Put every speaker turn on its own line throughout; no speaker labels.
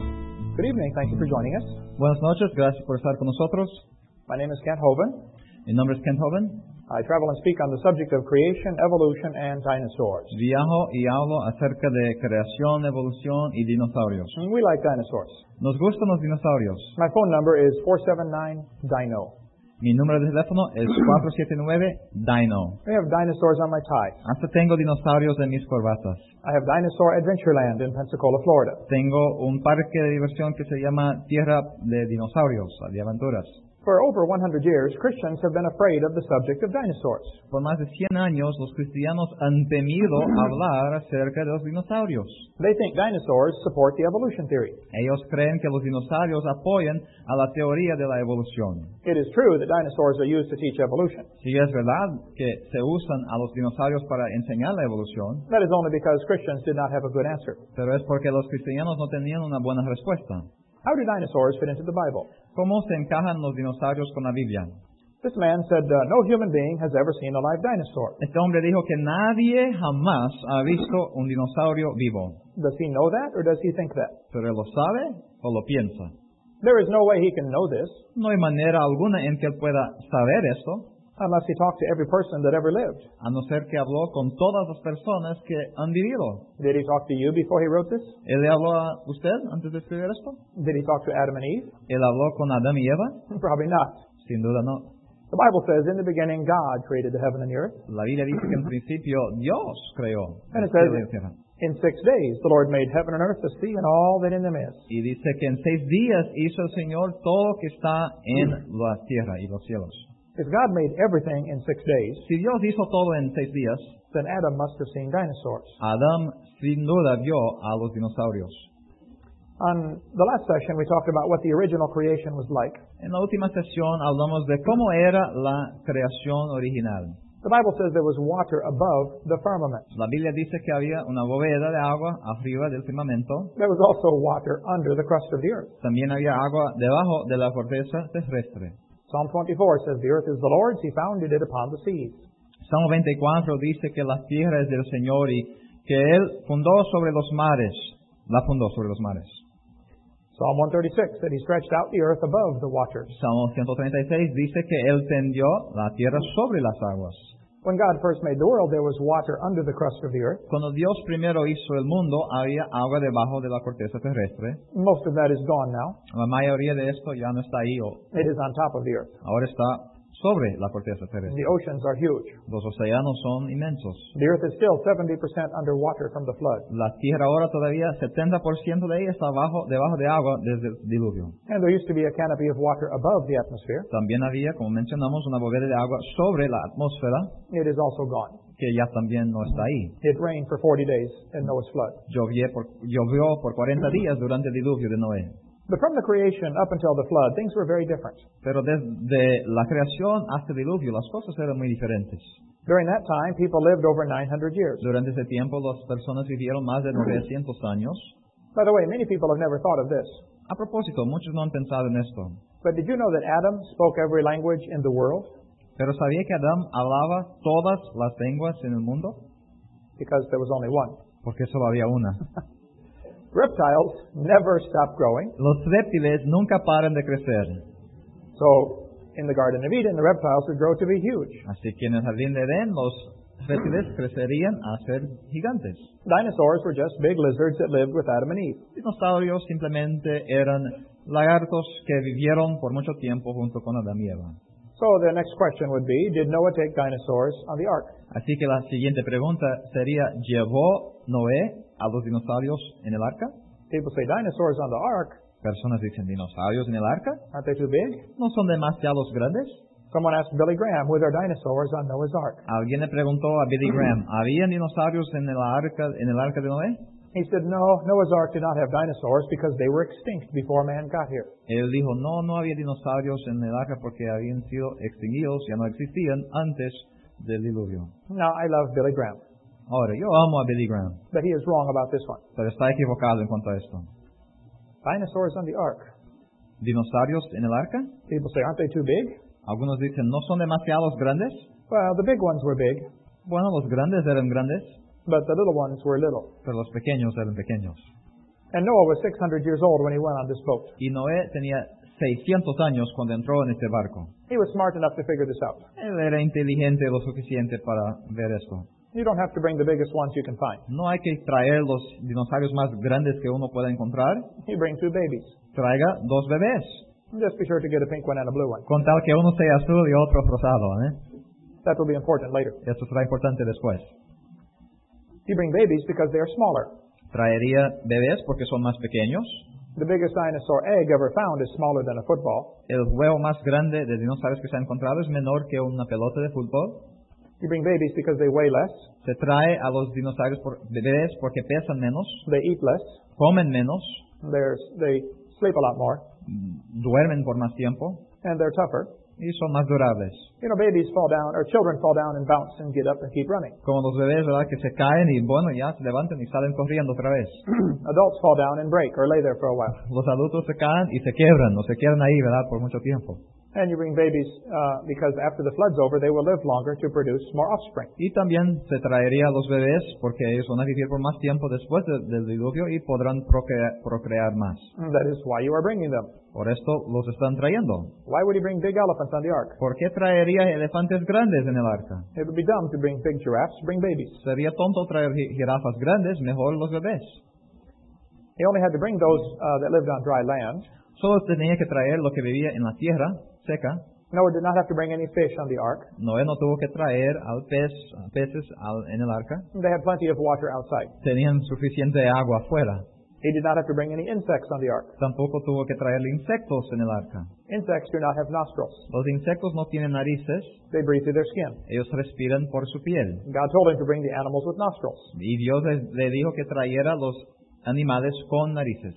Good evening. Thank you for joining us.
Buenas noches, gracias por estar con nosotros.
My name is Kent Hovind.
Mi nombre es Kent Hovind.
I travel and speak on the subject of creation, evolution, and dinosaurs.
Viajo y hablo acerca de creación, evolución y dinosaurios.
And we like dinosaurs.
Nos gustan los dinosaurios.
My phone number is 479-DINO.
Mi número de teléfono es 479 Dino.
I have dinosaurs on my tie.
Hasta tengo dinosaurios en mis corbatas.
I have Dinosaur Adventureland in Pensacola, Florida.
Tengo un parque de diversión que se llama Tierra de Dinosaurios, de aventuras.
For over 100 years, Christians have been afraid of the subject of dinosaurs.
Por más de 100 años, los cristianos han temido hablar acerca de los dinosaurios.
They think dinosaurs support the evolution theory.
Ellos creen que los dinosaurios apoyan a la teoría de la evolución.
It is true that dinosaurs are used to teach evolution.
Si es verdad que se usan a los dinosaurios para enseñar la evolución,
That is only because Christians did not have a good answer.
pero es porque los cristianos no tenían una buena respuesta.
How do dinosaurs fit into the Bible?
¿Cómo se encajan los dinosaurios con la Biblia?
This man said, uh, No human being has ever seen a live dinosaur.
Este hombre dijo que nadie jamás ha visto un dinosaurio vivo.
Does he know that or does he think that?
¿Pero lo sabe o lo piensa?
There is no way he can know this
No hay manera alguna en que él pueda saber esto,
unless he talked to every person that ever lived.
a no ser que habló con todas las personas que han vivido.
Did he talk to you before he wrote this?
¿Él le habló a usted antes de escribir esto?
Did he talk to Adam and Eve?
¿Él habló con Adán y Eva?
Probably not.
Sin duda no.
The Bible says, In the beginning, God created the heaven and the earth.
La Biblia dice que en principio Dios creó
Pero
el cielo y la
ustedes-
tierra.
In six days, the Lord made heaven and earth, the sea, and all that in them is.
Y dice que en seis días hizo el Señor todo lo que está en la tierra y los cielos.
If God made everything in six days,
Si Dios hizo todo en seis días,
then Adam must have seen dinosaurs.
Adán sin duda vio a los dinosaurios.
On the last session, we talked about what the original creation was like.
En la última sesión hablamos de cómo era la creación original.
The Bible says there was water above the firmament.
La Biblia dice que había una bóveda de agua arriba del firmamento.
There was also water under the crust of the earth.
También había agua debajo de la corteza terrestre.
Psalm 24 says, The earth is the Lord's, He founded it upon the seas.
Salmo 24 dice que la tierra es del Señor y que Él fundó sobre los mares. La fundó sobre los mares.
Psalm 136 that He stretched out the earth above the waters.
Salmo 136 dice que Él tendió la tierra sobre las aguas.
When God first made the world, there was water under the crust of the earth.
Cuando Dios primero hizo el mundo, había agua debajo de la corteza terrestre.
Most of that is gone now.
La mayoría de esto ya no está ahí, o-
It is on top of the earth.
ahora está sobre la corteza terrestre.
The oceans are huge.
Los océanos son inmensos.
The earth is still 70% underwater from the flood.
La tierra ahora todavía 70% de ella está abajo, debajo de agua desde el diluvio.
And there used to be a canopy of water above the atmosphere.
También había, como mencionamos, una bóveda de agua sobre la atmósfera
It is also gone.
que ya también no está ahí.
It rained for 40 days in Noah's flood.
Llovió por, llovió por 40 días durante el diluvio de Noé.
But from the creation up until the flood, things were very different.
Pero desde la creación hasta el diluvio las cosas eran muy diferentes.
During that time, people lived over 900 years.
Durante ese tiempo las personas vivieron más de 900 años.
By the way, many people have never thought of this.
A propósito, muchos no han pensado en esto.
But did you know that Adam spoke every language in the world?
Pero ¿sabía que Adán hablaba todas las lenguas en el mundo?
Because there was only one.
Porque solo había una.
Reptiles never stop growing.
Los reptiles nunca paran de crecer.
So in the Garden of Eden, the reptiles would grow to be huge.
Así que en el jardín de Edén los reptiles crecerían a ser gigantes.
Dinosaurs were just big lizards that lived with Adam and Eve.
Dinosaurios simplemente eran lagartos que vivieron por mucho tiempo junto con Adán y Eva.
So the next question would be, did Noah take dinosaurs on the ark?
Así que la siguiente pregunta sería, ¿llevó Noé a los dinosaurios en el arca?
People say dinosaurs on the ark,
Personas dicen, ¿dinosaurios en el arca?
aren't they too big?
¿No son demasiados grandes?
Someone asked Billy Graham, were there dinosaurs on Noah's ark?
Alguien le preguntó a Billy Graham, ¿habían dinosaurios en el arca, en el arca de Noé?
He said, no, Noah's ark did not have dinosaurs because they were extinct before man got here.
Él dijo, no, no había dinosaurios en el arca porque habían sido extinguidos, ya no existían antes del diluvio.
Now, I love Billy Graham,
Ahora, yo amo a Billy Graham,
but he is wrong about this one.
pero está equivocado en cuanto a esto.
Dinosaurs on the ark.
¿Dinosaurios en el arca?
People say, aren't they too big?
Algunos dicen, ¿no son demasiados grandes?
Well, the big ones were big,
Bueno, los grandes eran grandes,
but the little ones were little.
pero los pequeños eran pequeños.
And Noah was 600 years old when he went on this boat.
Y Noé tenía 600 años cuando entró en este barco.
He was smart enough to figure this out.
Él era inteligente lo suficiente para ver esto.
You don't have to bring the biggest ones you can find.
No hay que traer los dinosaurios más grandes que uno pueda encontrar.
You bring two babies.
Traiga dos bebés.
Just be sure to get a pink one and a blue one.
Con tal que uno sea azul y otro rosado. ¿eh?
That will be important later.
Esto será importante después.
You bring babies because they are smaller.
Traería bebés porque son más pequeños.
The biggest dinosaur egg ever found is smaller than a football.
El huevo más grande de dinosaurios que se ha encontrado es menor que una pelota de fútbol.
You bring babies because they weigh less,
Se trae a los dinosaurios por, bebés porque pesan menos,
they eat less,
comen menos, mm,
they're, they sleep a lot more,
duermen por más tiempo
and they're tougher.
y son más durables.
You know, babies fall down, or children fall down and bounce and get up and keep running.
Como los bebés, ¿verdad? Que se caen y bueno, ya se levantan y salen corriendo otra vez.
Adults fall down and break or lay there for a while.
Los adultos se caen y se quiebran, o se quedan ahí, ¿verdad? Por mucho tiempo.
And you bring babies uh, because after the flood's over, they will live longer to produce more offspring.
Y también se traería a los bebés porque ellos van a vivir por más tiempo después de- del diluvio y podrán procrear, procrear más.
And that is why you are bringing them.
Por esto los están trayendo.
Why would he bring big elephants on the ark?
¿Por qué traería elefantes grandes en el arca?
It would be dumb to bring big giraffes, bring babies.
Sería tonto traer ji- jirafas grandes, mejor los bebés.
He only had to bring those uh, that lived on dry land.
Solo tenía que traer lo que vivía en la tierra seca.
Noah did not have to bring any fish on the ark.
Noé no tuvo que traer al pez, a peces al- en el arca.
They had plenty of water outside.
Tenían suficiente agua afuera.
He did not have to bring any insects on the ark.
Tampoco tuvo que traer insectos en el arca.
Insects do not have nostrils.
Los insectos no tienen narices,
They breathe through their skin.
ellos respiran por su piel.
God told him to bring the animals with nostrils.
Y Dios le, le dijo que trayera los animales con narices.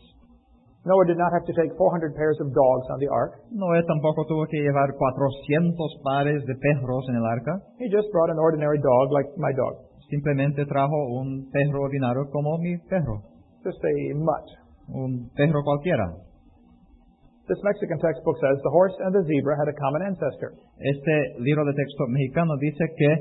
Noah did not have to take 400 pairs of dogs on the ark.
Noé tampoco tuvo que llevar 400 pares de perros en el arca.
He just brought an ordinary dog like my dog,
Simplemente trajo un perro ordinario como mi perro.
just a mutt.
Un perro cualquiera.
This Mexican textbook says the horse and the zebra had a common ancestor.
Este libro de texto mexicano dice que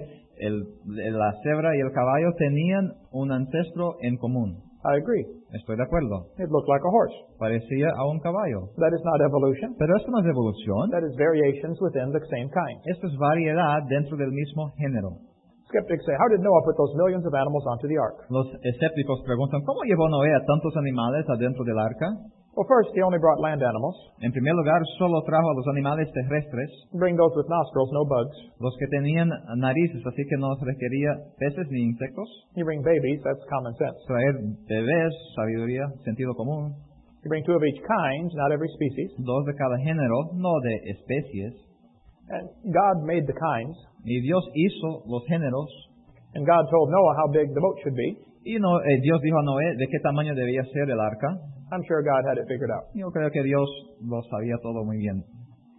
el- la cebra y el caballo tenían un ancestro en común.
I agree.
Estoy de acuerdo.
It looked like a horse.
Parecía a un caballo.
That is not evolution.
Pero esto no es evolución.
That is variations within the same kind.
Esto es variedad dentro del mismo género.
Skeptics say, how did Noah put those millions of animals onto the ark?
Los escépticos preguntan, ¿cómo llevó Noé a tantos animales adentro del arca?
Well, first, he only brought land animals.
En primer lugar, solo trajo a los animales terrestres,
Bring those with nostrils, no bugs.
los que tenían narices, así que no requería peces ni insectos.
You bring babies, that's common sense.
Traer bebés, sabiduría, sentido común,
You bring two of each kind, not every species.
dos de cada género, no de especies.
And God made the kinds.
Y Dios hizo los géneros,
And God told Noah how big the boat should be.
y no, eh, Dios dijo a Noé de qué tamaño debía ser el arca.
I'm sure God had it figured out.
Yo creo que Dios lo sabía todo muy bien.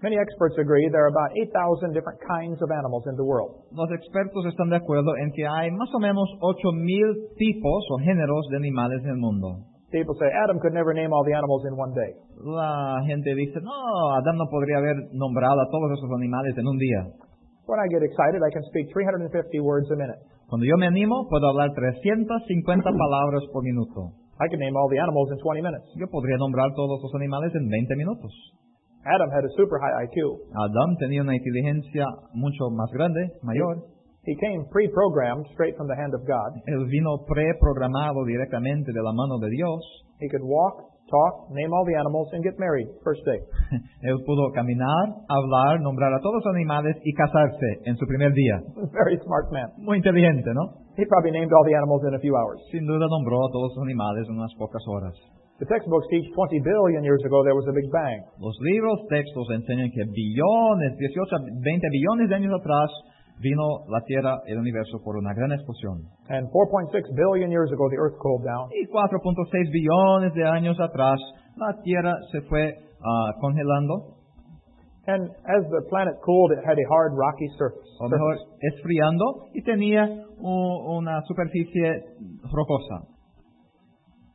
Many experts agree there are about 8,000 different kinds of animals in the world.
Los expertos están de acuerdo en que hay más o menos 8.000 tipos o géneros de animales en el mundo.
People say Adam could never name all the animals in one day.
La gente dice, no, Adán no podría haber nombrado a todos esos animales en un día.
When I get excited, I can speak 350 words a minute.
Cuando yo me animo, puedo hablar 350 palabras por minuto.
I can name all the animals in 20 minutes.
Yo podría nombrar todos los animales en 20 minutos.
Adam had a super high IQ.
Adán tenía una inteligencia mucho más grande, mayor.
He came pre-programmed straight from the hand of God.
Él vino preprogramado directamente de la mano de Dios.
He could walk, talk, name all the animals, and get married first day.
Él pudo caminar, hablar, nombrar a todos los animales y casarse en su primer día.
Very smart man.
Muy inteligente, ¿no?
He probably named all the animals in a few hours.
Sin duda nombró a todos los animales en unas pocas horas.
The textbooks teach 20 billion years ago there was a Big Bang.
Los libros, textos enseñan que billones, 18, 20 billones de años atrás vino la Tierra, el universo, por una gran explosión.
And 4.6 billion years ago the earth cooled down.
Y 4.6 billones de años atrás la Tierra se fue ah, congelando,
And as the planet cooled, it had a hard rocky surface.
o mejor, esfriando, y tenía u- una superficie rocosa.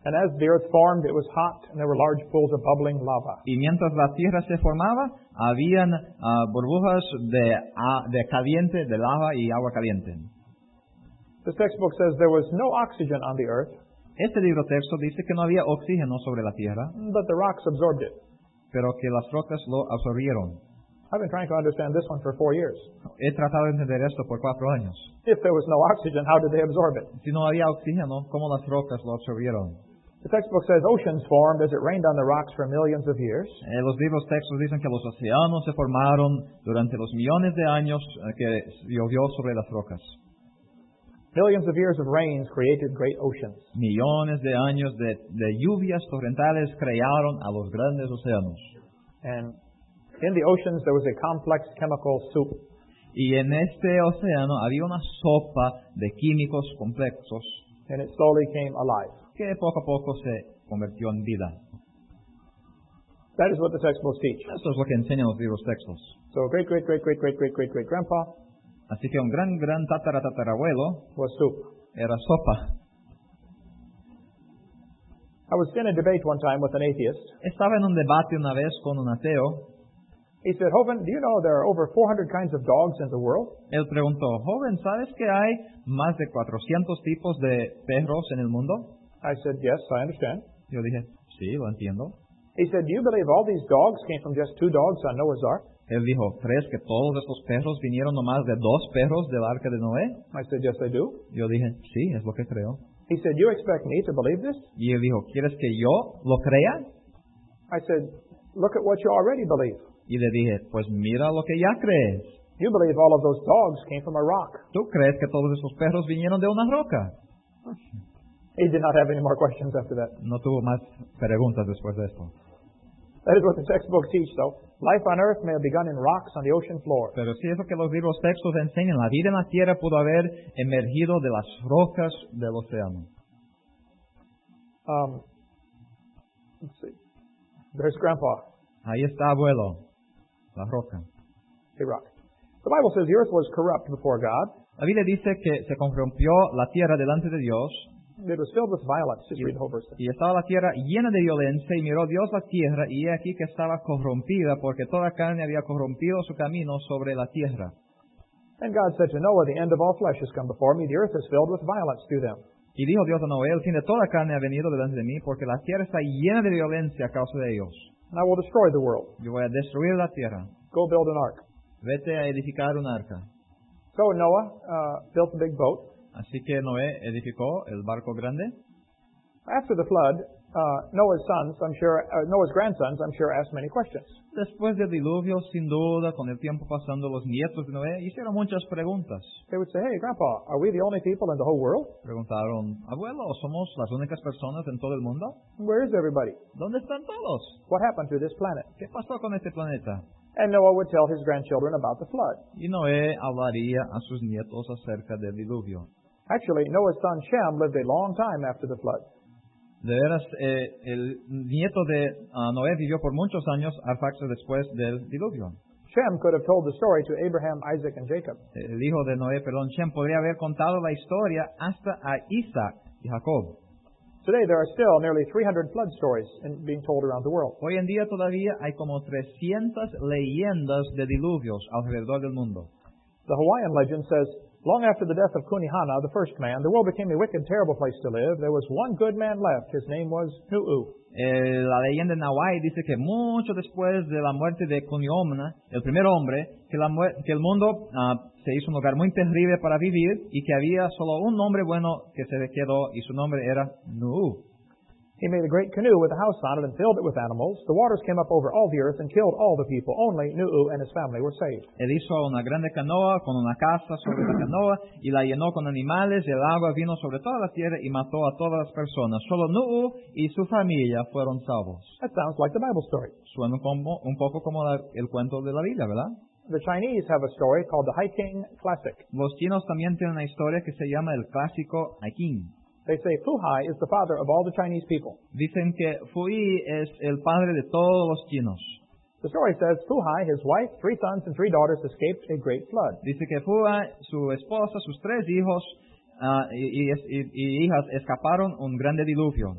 And as the earth formed, it was hot and there were large pools of bubbling lava.
y mientras la tierra se formaba, habían ah, burbujas de, a- de caliente, de lava y agua caliente.
This textbook says there was no oxygen on the earth.
Este libro texto dice que no había oxígeno sobre la tierra,
but the rocks absorbed it.
pero que las rocas lo absorbieron.
I've been trying to understand this one for four years.
He tratado de entender esto por cuatro años.
If there was no oxygen, how did they absorb it?
Si no había oxígeno, ¿cómo las rocas lo absorbieron?
The textbook says oceans formed as it rained on the rocks for millions of years.
Eh, los libros textos dicen que los océanos se formaron durante los millones de años eh, que llovió sobre las rocas.
Millions of years of rains created great oceans.
Millones de años de, de lluvias torrentales crearon a los grandes océanos.
And in the oceans, there was a complex chemical soup.
Y en este océano había una sopa de químicos complejos
and it slowly came alive.
que poco a poco se convirtió en vida.
That is what the textbooks teach.
Esto es lo que enseñan los libros textos.
So great great great great great great great great grandpa
Así que un gran, gran tataratatarabuelo
was soup.
era sopa.
I was in a debate one time with an atheist.
Estaba en un debate una vez con un ateo.
He said, Hovind, do you know there are over 400 kinds of dogs in the world?
Él preguntó, joven, ¿sabes que hay más de 400 tipos de perros en el mundo?
I said, yes, I understand.
Yo dije, sí, lo entiendo.
He said, do you believe all these dogs came from just two dogs on Noah's Ark?
Él dijo, ¿crees que todos estos perros vinieron nomás de dos perros del arca de Noé?
I said, yes, I do.
Yo dije, sí, es lo que creo.
He said, you expect me to believe this?
Y él dijo, ¿quieres que yo lo crea?
I said, look at what you already believe.
Y le dije, pues mira lo que ya crees.
You believe all of those dogs came from a rock.
¿Tú crees que todos estos perros vinieron de una roca?
He did not have any more questions after that.
No tuvo más preguntas después de esto.
That is what the textbook teach, though. Life on earth may have begun in rocks on the ocean floor.
Pero sí es lo que los libros textos enseñan. La vida en la tierra pudo haber emergido de las rocas del océano.
Um, let's see. There's Grandpa,
Ahí está, abuelo, la roca.
a rock. The Bible says the earth was corrupt before God.
La Biblia dice que se corrompió la tierra delante de Dios
It was filled with violence. Just read the whole verse.
y estaba la tierra llena de violencia y miró Dios la tierra y he aquí que estaba corrompida porque toda carne había corrompido su camino sobre la tierra.
And God said to Noah, The end of all flesh has come before me. The earth is filled with violence through them.
Y dijo Dios a Noé, el fin de toda carne ha venido delante de mí porque la tierra está llena de violencia a causa de ellos.
And I will destroy the world.
Yo voy a destruir la tierra.
Go build an ark.
Vete a edificar un arca.
So Noah uh, built a big boat.
Así que Noé edificó el barco grande.
After the flood, uh, Noah's sons, I'm sure, uh, Noah's grandsons, I'm sure, asked many questions.
Después del diluvio, sin duda, con el tiempo pasando, los nietos de Noé hicieron muchas preguntas.
They would say, Hey, Grandpa, are we the only people in the whole world?
Preguntaron, abuelo, ¿somos las únicas personas en todo el mundo?
Where is everybody?
¿Dónde están todos?
What happened to this planet?
¿Qué pasó con este planeta?
And Noah would tell his grandchildren about the flood.
Y Noé hablaría a sus nietos acerca del diluvio.
Actually, Noah's son Shem lived a long time after the flood.
De veras, eh, el nieto de ah, Noé vivió por muchos años, Arfaxes, después del diluvio.
Shem could have told the story to Abraham, Isaac, and Jacob.
El hijo de Noé, perdón, Shem, podría haber contado la historia hasta a Isaac y Jacob.
Today, there are still nearly 300 flood stories in, being told around the world.
Hoy en día todavía hay como 300 leyendas de diluvios alrededor del mundo.
The Hawaiian legend says, Long after the death of Kunihana, the first man, the world became a wicked, terrible place to live. There was one good man left. His name was Nu'u.
Eh, la leyenda en Hawái dice que mucho después de la muerte de Cunyomna, el primer hombre, que, la muer- que el mundo ah, se hizo un lugar muy terrible para vivir y que había solo un hombre bueno que se quedó y su nombre era Nu'u.
He made a great canoe with a house on it and filled it with animals. The waters came up over all the earth and killed all the people. Only Nu'u and his family were saved.
Él hizo una grande canoa con una casa sobre la canoa y la llenó con animales y el agua vino sobre toda la tierra y mató a todas las personas. Solo Nu'u y su familia fueron salvos.
That sounds like the Bible story.
Suena como, un poco como la- el cuento de la Biblia, ¿verdad?
The Chinese have a story called the Haiking Classic.
Los chinos también tienen una historia que se llama el clásico Aikin.
They say Fu Hai is the father of all the Chinese people.
Dicen que Fui es el padre de todos los chinos.
The story says Fu Hai, his wife, three sons, and three daughters escaped a great flood.
Dice que Fua, su esposa, sus tres hijos ah, y, y- y- y hijas escaparon un grande diluvio.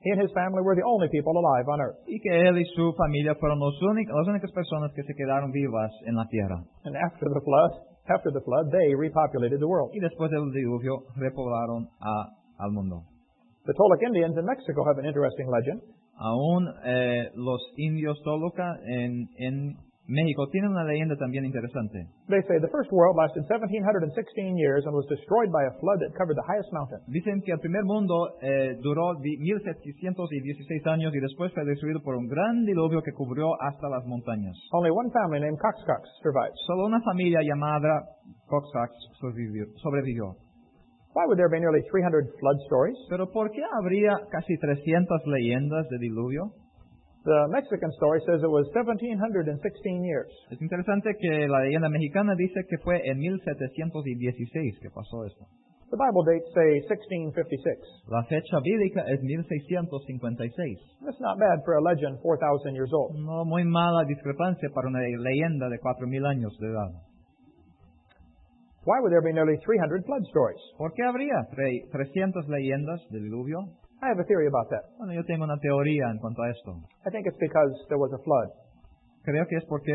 He and his family were the only people alive on earth.
Y que él y su familia fueron los únic- las únicas personas que se quedaron vivas en la tierra.
And after the flood, after the flood, they repopulated the world.
Y después del diluvio repoblaron a- al mundo.
The Toltec Indians in Mexico have an interesting legend.
Aún eh, los indios Toluca en, en México tienen una leyenda también interesante.
They say the first world lasted 1716 years and was destroyed by a flood that covered the highest mountain.
Dicen que el primer mundo eh, duró di- 1716 años y después fue destruido por un gran diluvio que cubrió hasta las montañas.
Only one family named Coxcox survives.
Solo una familia llamada Coxax sobrevivió. sobrevivió.
Why would there be nearly 300 flood stories?
Pero ¿por qué habría casi 300 leyendas de diluvio?
The Mexican story says it was 1716 years.
Es interesante que la leyenda mexicana dice que fue en 1716 que pasó esto.
The Bible dates say 1656.
La fecha bíblica es 1656.
That's not bad for a legend 4,000 years old.
No muy mala discrepancia para una leyenda de 4.000 años de edad.
Why would there be nearly 300 flood stories?
¿Por qué habría tre- 300 leyendas de diluvio?
I have a theory about that.
Bueno, yo tengo una teoría en cuanto a esto.
I think it's because there was a flood.
Creo que es porque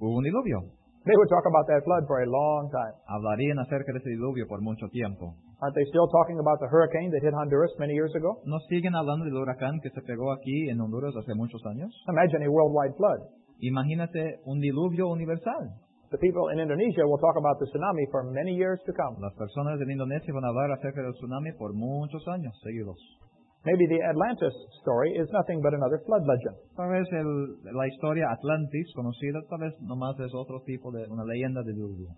hubo un diluvio.
They would talk about that flood for a long time.
Hablarían acerca de ese diluvio por mucho tiempo.
Aren't they still talking about the hurricane that hit Honduras many years ago?
Nos siguen hablando del huracán que se pegó aquí en Honduras hace muchos años.
Imagine a worldwide flood.
Imagínate un diluvio universal.
The people in Indonesia will talk about the tsunami for many years to come.
Las personas de Indonesia van a hablar acerca del tsunami por muchos años seguidos.
Maybe the Atlantis story is nothing but another flood legend.
Tal vez el- la historia Atlantis conocida, tal vez nomás es otro tipo de una leyenda de diluvio.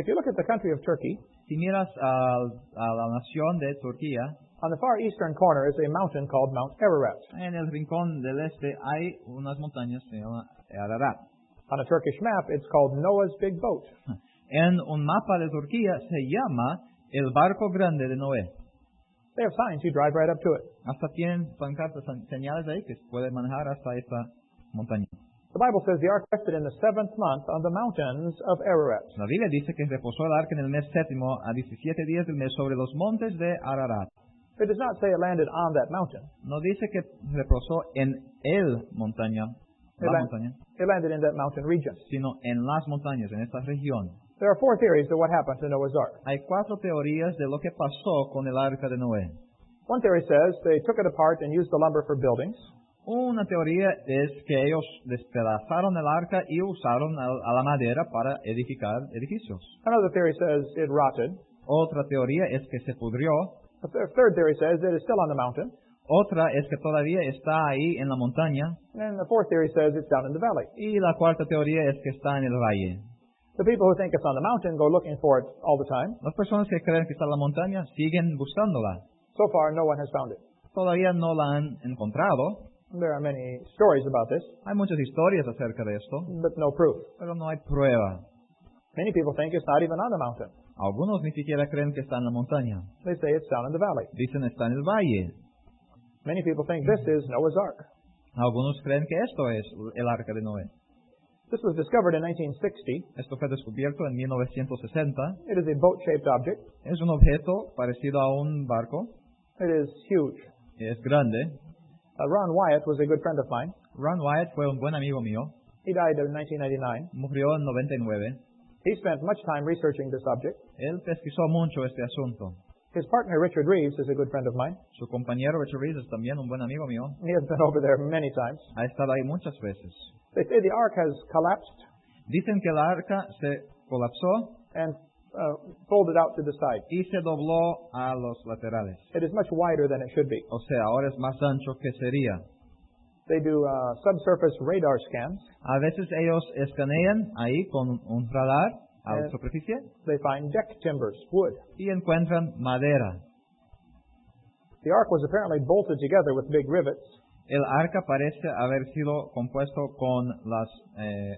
If you look at the country of Turkey,
Si miras al- a, la nación de Turquía,
on the far eastern corner is a mountain called Mount Ararat.
en el rincón del este hay unas montañas que se llaman Ararat.
On a Turkish map, it's called Noah's Big Boat.
En un mapa de Turquía se llama el barco grande de Noé.
They have signs you drive right up to it.
Hasta tienen pancartas, san- señales ahí que se puede manejar hasta esta montaña.
The Bible says the ark rested in the seventh month on the mountains of Ararat.
La Biblia dice que reposó el arca en el mes séptimo a 17 días del mes sobre los montes de Ararat.
It does not say it landed on that mountain.
No dice que reposó en el montaña,
It,
la
lan-
montaña,
it landed in that mountain region.
sino en las montañas, en esta región.
There are four theories of what happened to Noah's ark.
Hay cuatro teorías de lo que pasó con el arca de Noé.
One theory says they took it apart and used the lumber for buildings.
Una teoría es que ellos despedazaron el arca y usaron a, a la madera para edificar edificios.
Another theory says it rotted.
Otra teoría es que se pudrió.
A th- third theory says it is still on the mountain.
Otra es que todavía está ahí en la montaña.
And the fourth theory says it's down in the valley.
Y la cuarta teoría es que está en el valle.
The people who think it's on the mountain go looking for it all the time.
Las personas que creen que está en la montaña siguen buscándola.
So far, no one has found it.
Todavía no la han encontrado.
There are many stories about this,
Hay muchas historias acerca de esto,
but no proof.
pero no hay prueba.
Many people think it's not even on the mountain.
Algunos ni siquiera creen que está en la montaña.
They say it's down in the valley.
Dicen está en el valle.
Many people think this is Noah's Ark.
Algunos creen que esto es el arca de Noé.
This was discovered in 1960.
Esto fue descubierto en 1960.
It is a boat-shaped object.
Es un objeto parecido a un barco.
It is huge.
Es grande.
Uh, Ron Wyatt was a good friend of mine.
Ron Wyatt fue un buen amigo mío.
He died in 1999.
Murió en 99.
He spent much time researching this object.
Él pesquisó mucho este asunto.
His partner, Richard Reeves, is a good friend of mine.
Su compañero Richard Reeves es también un buen amigo mío.
He has been over there many times.
Ha estado ahí muchas veces.
They say the ark has collapsed
Dicen que la arca se colapsó
and uh, folded out to the side.
y se dobló a los laterales.
It is much wider than it should be.
O sea, ahora es más ancho que sería.
They do uh, subsurface radar scans.
A veces ellos escanean ahí con un radar a la
Eh.
superficie
They find deck timbers, wood.
y encuentran madera.
The ark was apparently bolted together with big rivets.
El arca parece haber sido compuesto con las eh,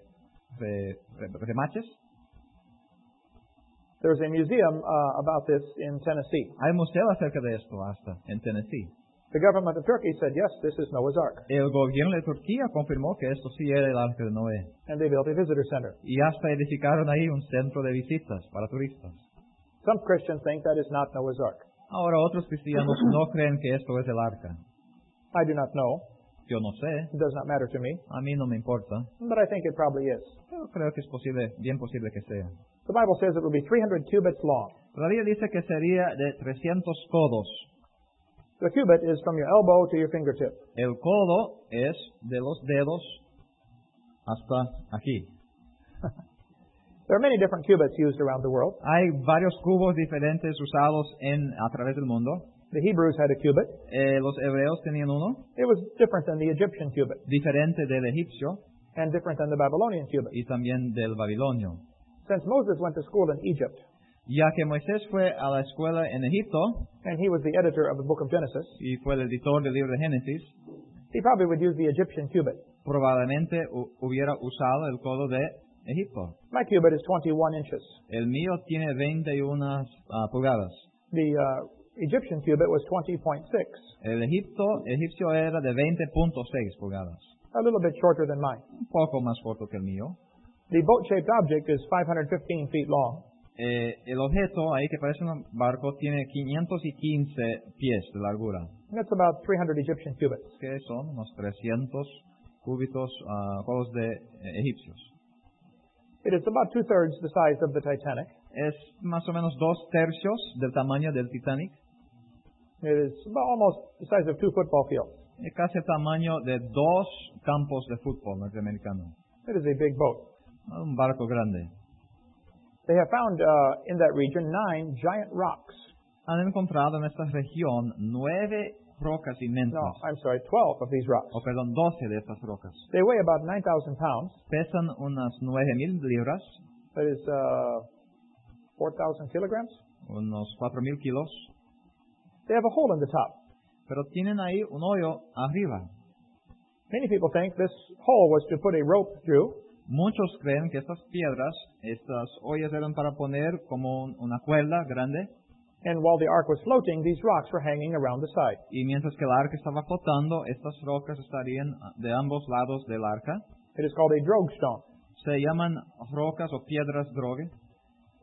re- re- remaches.
There's a museum uh, about this in Tennessee.
Hay museo acerca de esto hasta en Tennessee.
The government of Turkey said, yes, this is Noah's Ark.
El gobierno de Turquía confirmó que esto sí era el arca de Noé
And they built a visitor center.
y hasta edificaron ahí un centro de visitas para turistas.
Some Christians think that is not Noah's Ark.
Ahora otros cristianos no creen que esto es el arca.
I do not know.
Yo no sé,
It does not matter to me.
a mí no me importa,
But I think it probably is.
pero creo que es posible, bien posible que sea.
The Bible says it will be 300 cubits long.
La Biblia dice que sería de 300 codos.
The cubit is from your elbow to your fingertip.
El codo es de los dedos hasta aquí.
There are many different cubits used around the world.
Hay varios cubos diferentes usados en, a través del mundo.
The Hebrews had a cubit.
Eh, los hebreos tenían uno,
It was different than the Egyptian cubit
diferente del egipcio
and different than the Babylonian cubit.
y también del babilonio.
Since Moses went to school in Egypt
Ya que Moisés fue a la escuela en Egipto
and he was the editor of the book of Genesis,
y fue el editor del libro de Génesis,
he probably would use the Egyptian cubit.
probablemente hu- hubiera usado el codo de Egipto.
My cubit is 21 inches.
El mío tiene 21 ah, pulgadas.
The uh, Egyptian cubit was 20.6,
El Egipto, egipcio era de 20.6 pulgadas,
a little bit shorter than mine.
un poco más corto que el mío.
The boat-shaped object is 515 feet long.
Eh, el objeto ahí que parece un barco tiene 515 pies de largura,
And that's about 300 Egyptian cubits.
que son unos 300 cúbitos ah, codos de eh, egipcios.
It is about two-thirds the size of the Titanic.
Es más o menos dos tercios del tamaño del Titanic,
It is about almost the size of two football fields.
eh, casi el tamaño de dos campos de fútbol norteamericano.
It is a big boat.
Un barco grande.
They have found uh, in that region nine giant rocks.
Han encontrado en esta región nueve rocas
No,
inmensas,
I'm sorry, 12 of these rocks.
o perdón, doce de estas rocas.
They weigh about 9,000 pounds.
Pesan unas nueve mil libras,
That is uh, 4,000 kilograms.
unos cuatro mil kilos,
They have a hole in the top.
pero tienen ahí un hoyo arriba.
Many people think this hole was to put a rope through,
Muchos creen que estas piedras, estas ollas eran para poner como un- una cuerda grande,
and while the ark was floating, these rocks were hanging around the side.
y mientras que el arca estaba flotando, estas rocas estarían de ambos lados del arca.
It is called a drogstone.
Se llaman rocas o piedras drogue.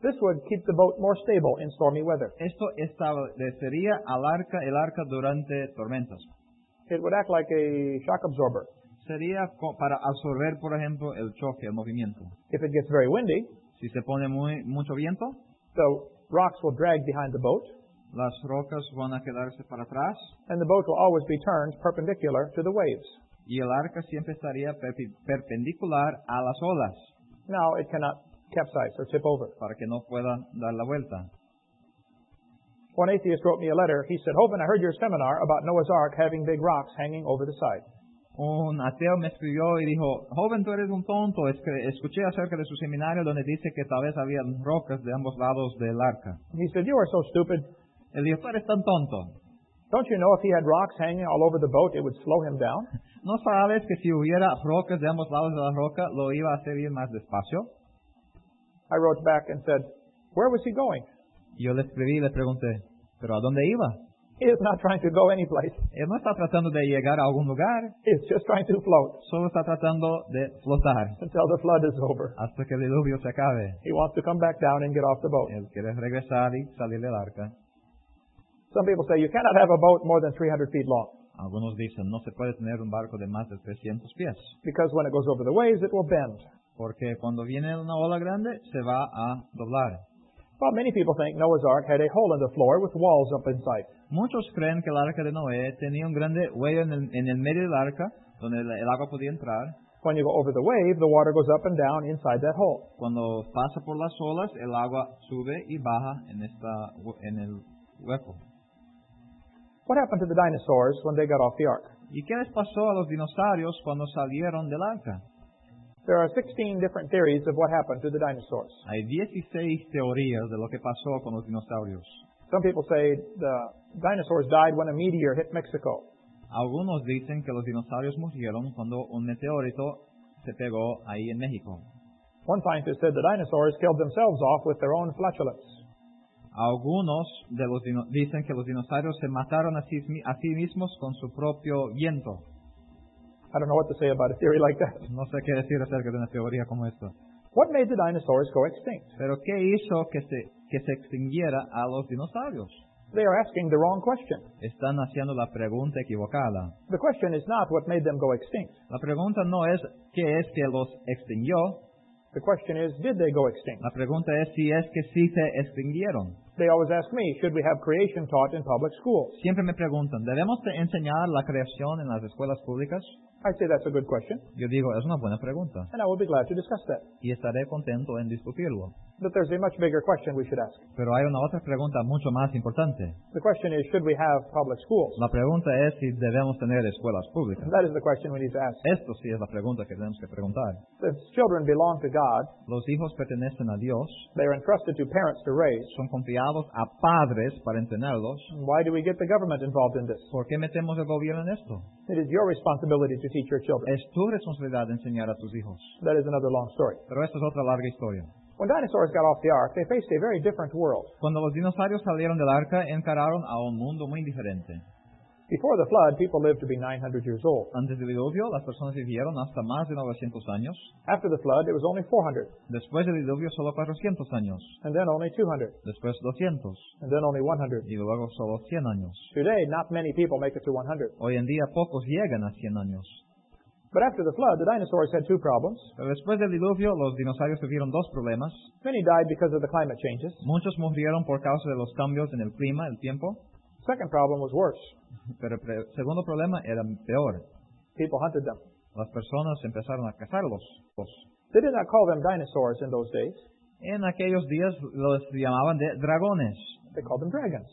This would keep the boat more stable in stormy weather.
Esto establecería al arca, el arca durante tormentas.
It would act like a shock absorber.
Sería co- para absorber, por ejemplo, el choque, el movimiento.
If it gets very windy,
Si se pone muy, mucho viento,
the rocks will drag behind the boat,
las rocas van a quedarse para atrás
and the boat will always be turned perpendicular to the waves.
y el arca siempre estaría perpi- perpendicular a las olas
Now it cannot capsize or tip over.
para que no pueda dar la vuelta.
One atheist wrote me a letter. He said, Hovind, I heard your seminar about Noah's Ark having big rocks hanging over the side.
Un ateo me escribió y dijo, joven, tú eres un tonto, Es que escuché acerca de su seminario donde dice que tal vez había rocas de ambos lados del arca.
He said, You are so stupid.
Él dijo, tú eres tan tonto.
Don't you know if he had rocks hanging all over the boat, it would slow him down?
¿No sabes que si hubiera rocas de ambos lados de la roca, lo iba a hacer ir más despacio?
I wrote back and said, Where was he going?
Y yo le escribí y le pregunté, ¿pero a dónde iba?
He is not trying to go anyplace.
Él no está tratando de llegar a algún lugar,
He is just trying to float
solo está tratando de flotar
until the flood is over.
hasta que el diluvio se acabe.
He wants to come back down and get off the boat.
Él quiere regresar y salir del arca.
Some people say you cannot have a boat more than 300 feet long
Algunos dicen, no se puede tener un barco de más de 300 pies,
because when it goes over the waves, it will bend.
porque cuando viene una ola grande, se va a doblar.
Well, many people think Noah's Ark had a hole in the floor with walls up inside.
Muchos creen que el arca de Noé tenía un grande hueco en el, en el medio del arca, donde el- el agua podía entrar,
When you go over the wave, the water goes up and down inside that hole.
Cuando pasa por las olas, el agua sube y baja en, esta, hue- en el hueco.
What happened to the dinosaurs when they got off the ark?
¿Y qué les pasó a los dinosaurios cuando salieron del arca?
There are 16 different theories of what happened to the dinosaurs.
Hay 16 teorías de lo que pasó con los dinosaurios.
Some people say the dinosaurs died when a meteor hit Mexico.
Algunos dicen que los dinosaurios murieron cuando un meteorito se pegó ahí en México.
One scientist said the dinosaurs killed themselves off with their own flatulence.
Algunos de los dino- dicen que los dinosaurios se mataron a sí, mi- a sí mismos con su propio viento.
I don't know what to say about a theory like that.
No sé qué decir acerca de una teoría como esta.
What made the dinosaurs go extinct?
Pero ¿qué hizo que se, que se extinguiera a los dinosaurios?
They are asking the wrong question.
Están haciendo la pregunta equivocada.
The question is not what made them go extinct.
La pregunta no es qué es que los extinguió,
The question is, did they go extinct?
la pregunta es si es que sí se extinguieron.
They always ask me, should we have creation taught in public schools?
Siempre me preguntan, ¿debemos de enseñar la creación en las escuelas públicas?
I say that's a good question,
Yo digo, es una buena pregunta
and I will be glad to discuss that.
y estaré contento en discutirlo.
But there's a much bigger question we should ask.
Pero hay una otra pregunta mucho más importante.
The question is, should we have public schools?
La pregunta es si debemos tener escuelas públicas.
That is the question we need to ask.
Esto sí es la pregunta que tenemos que preguntar.
The children belong to God.
Los hijos pertenecen a Dios,
They are entrusted to parents to raise.
son confiados a padres para entrenarlos.
Why do we get the government involved in this?
¿Por qué metemos el gobierno en esto?
It is your responsibility to teach your children.
Es tu responsabilidad enseñar a tus hijos.
That is another long story.
Pero esta es otra larga historia.
When dinosaurs got off the ark, they faced a very different world.
Cuando los dinosaurios salieron del arca, encararon a un mundo muy diferente.
Before the flood, people lived to be 900 years old.
Antes del diluvio, las personas vivieron hasta más de 900 años.
After the flood, it was only 400,
Después del diluvio, solo 400 años.
and then only 200,
Después 200.
and then only 100.
Y luego solo 100 años.
Today, not many people make it to 100.
Hoy en día, pocos llegan a 100 años.
But after the flood, the dinosaurs had two problems.
Pero después del diluvio, los dinosaurios tuvieron dos problemas.
Many died because of the climate changes.
Muchos murieron por causa de los cambios en el clima, el tiempo.
Second problem was worse.
Pero el segundo problema era peor.
People hunted them.
Las personas empezaron a cazarlos. Los-
They did not call them dinosaurs in those days.
En aquellos días los llamaban de dragones.
They called them dragons.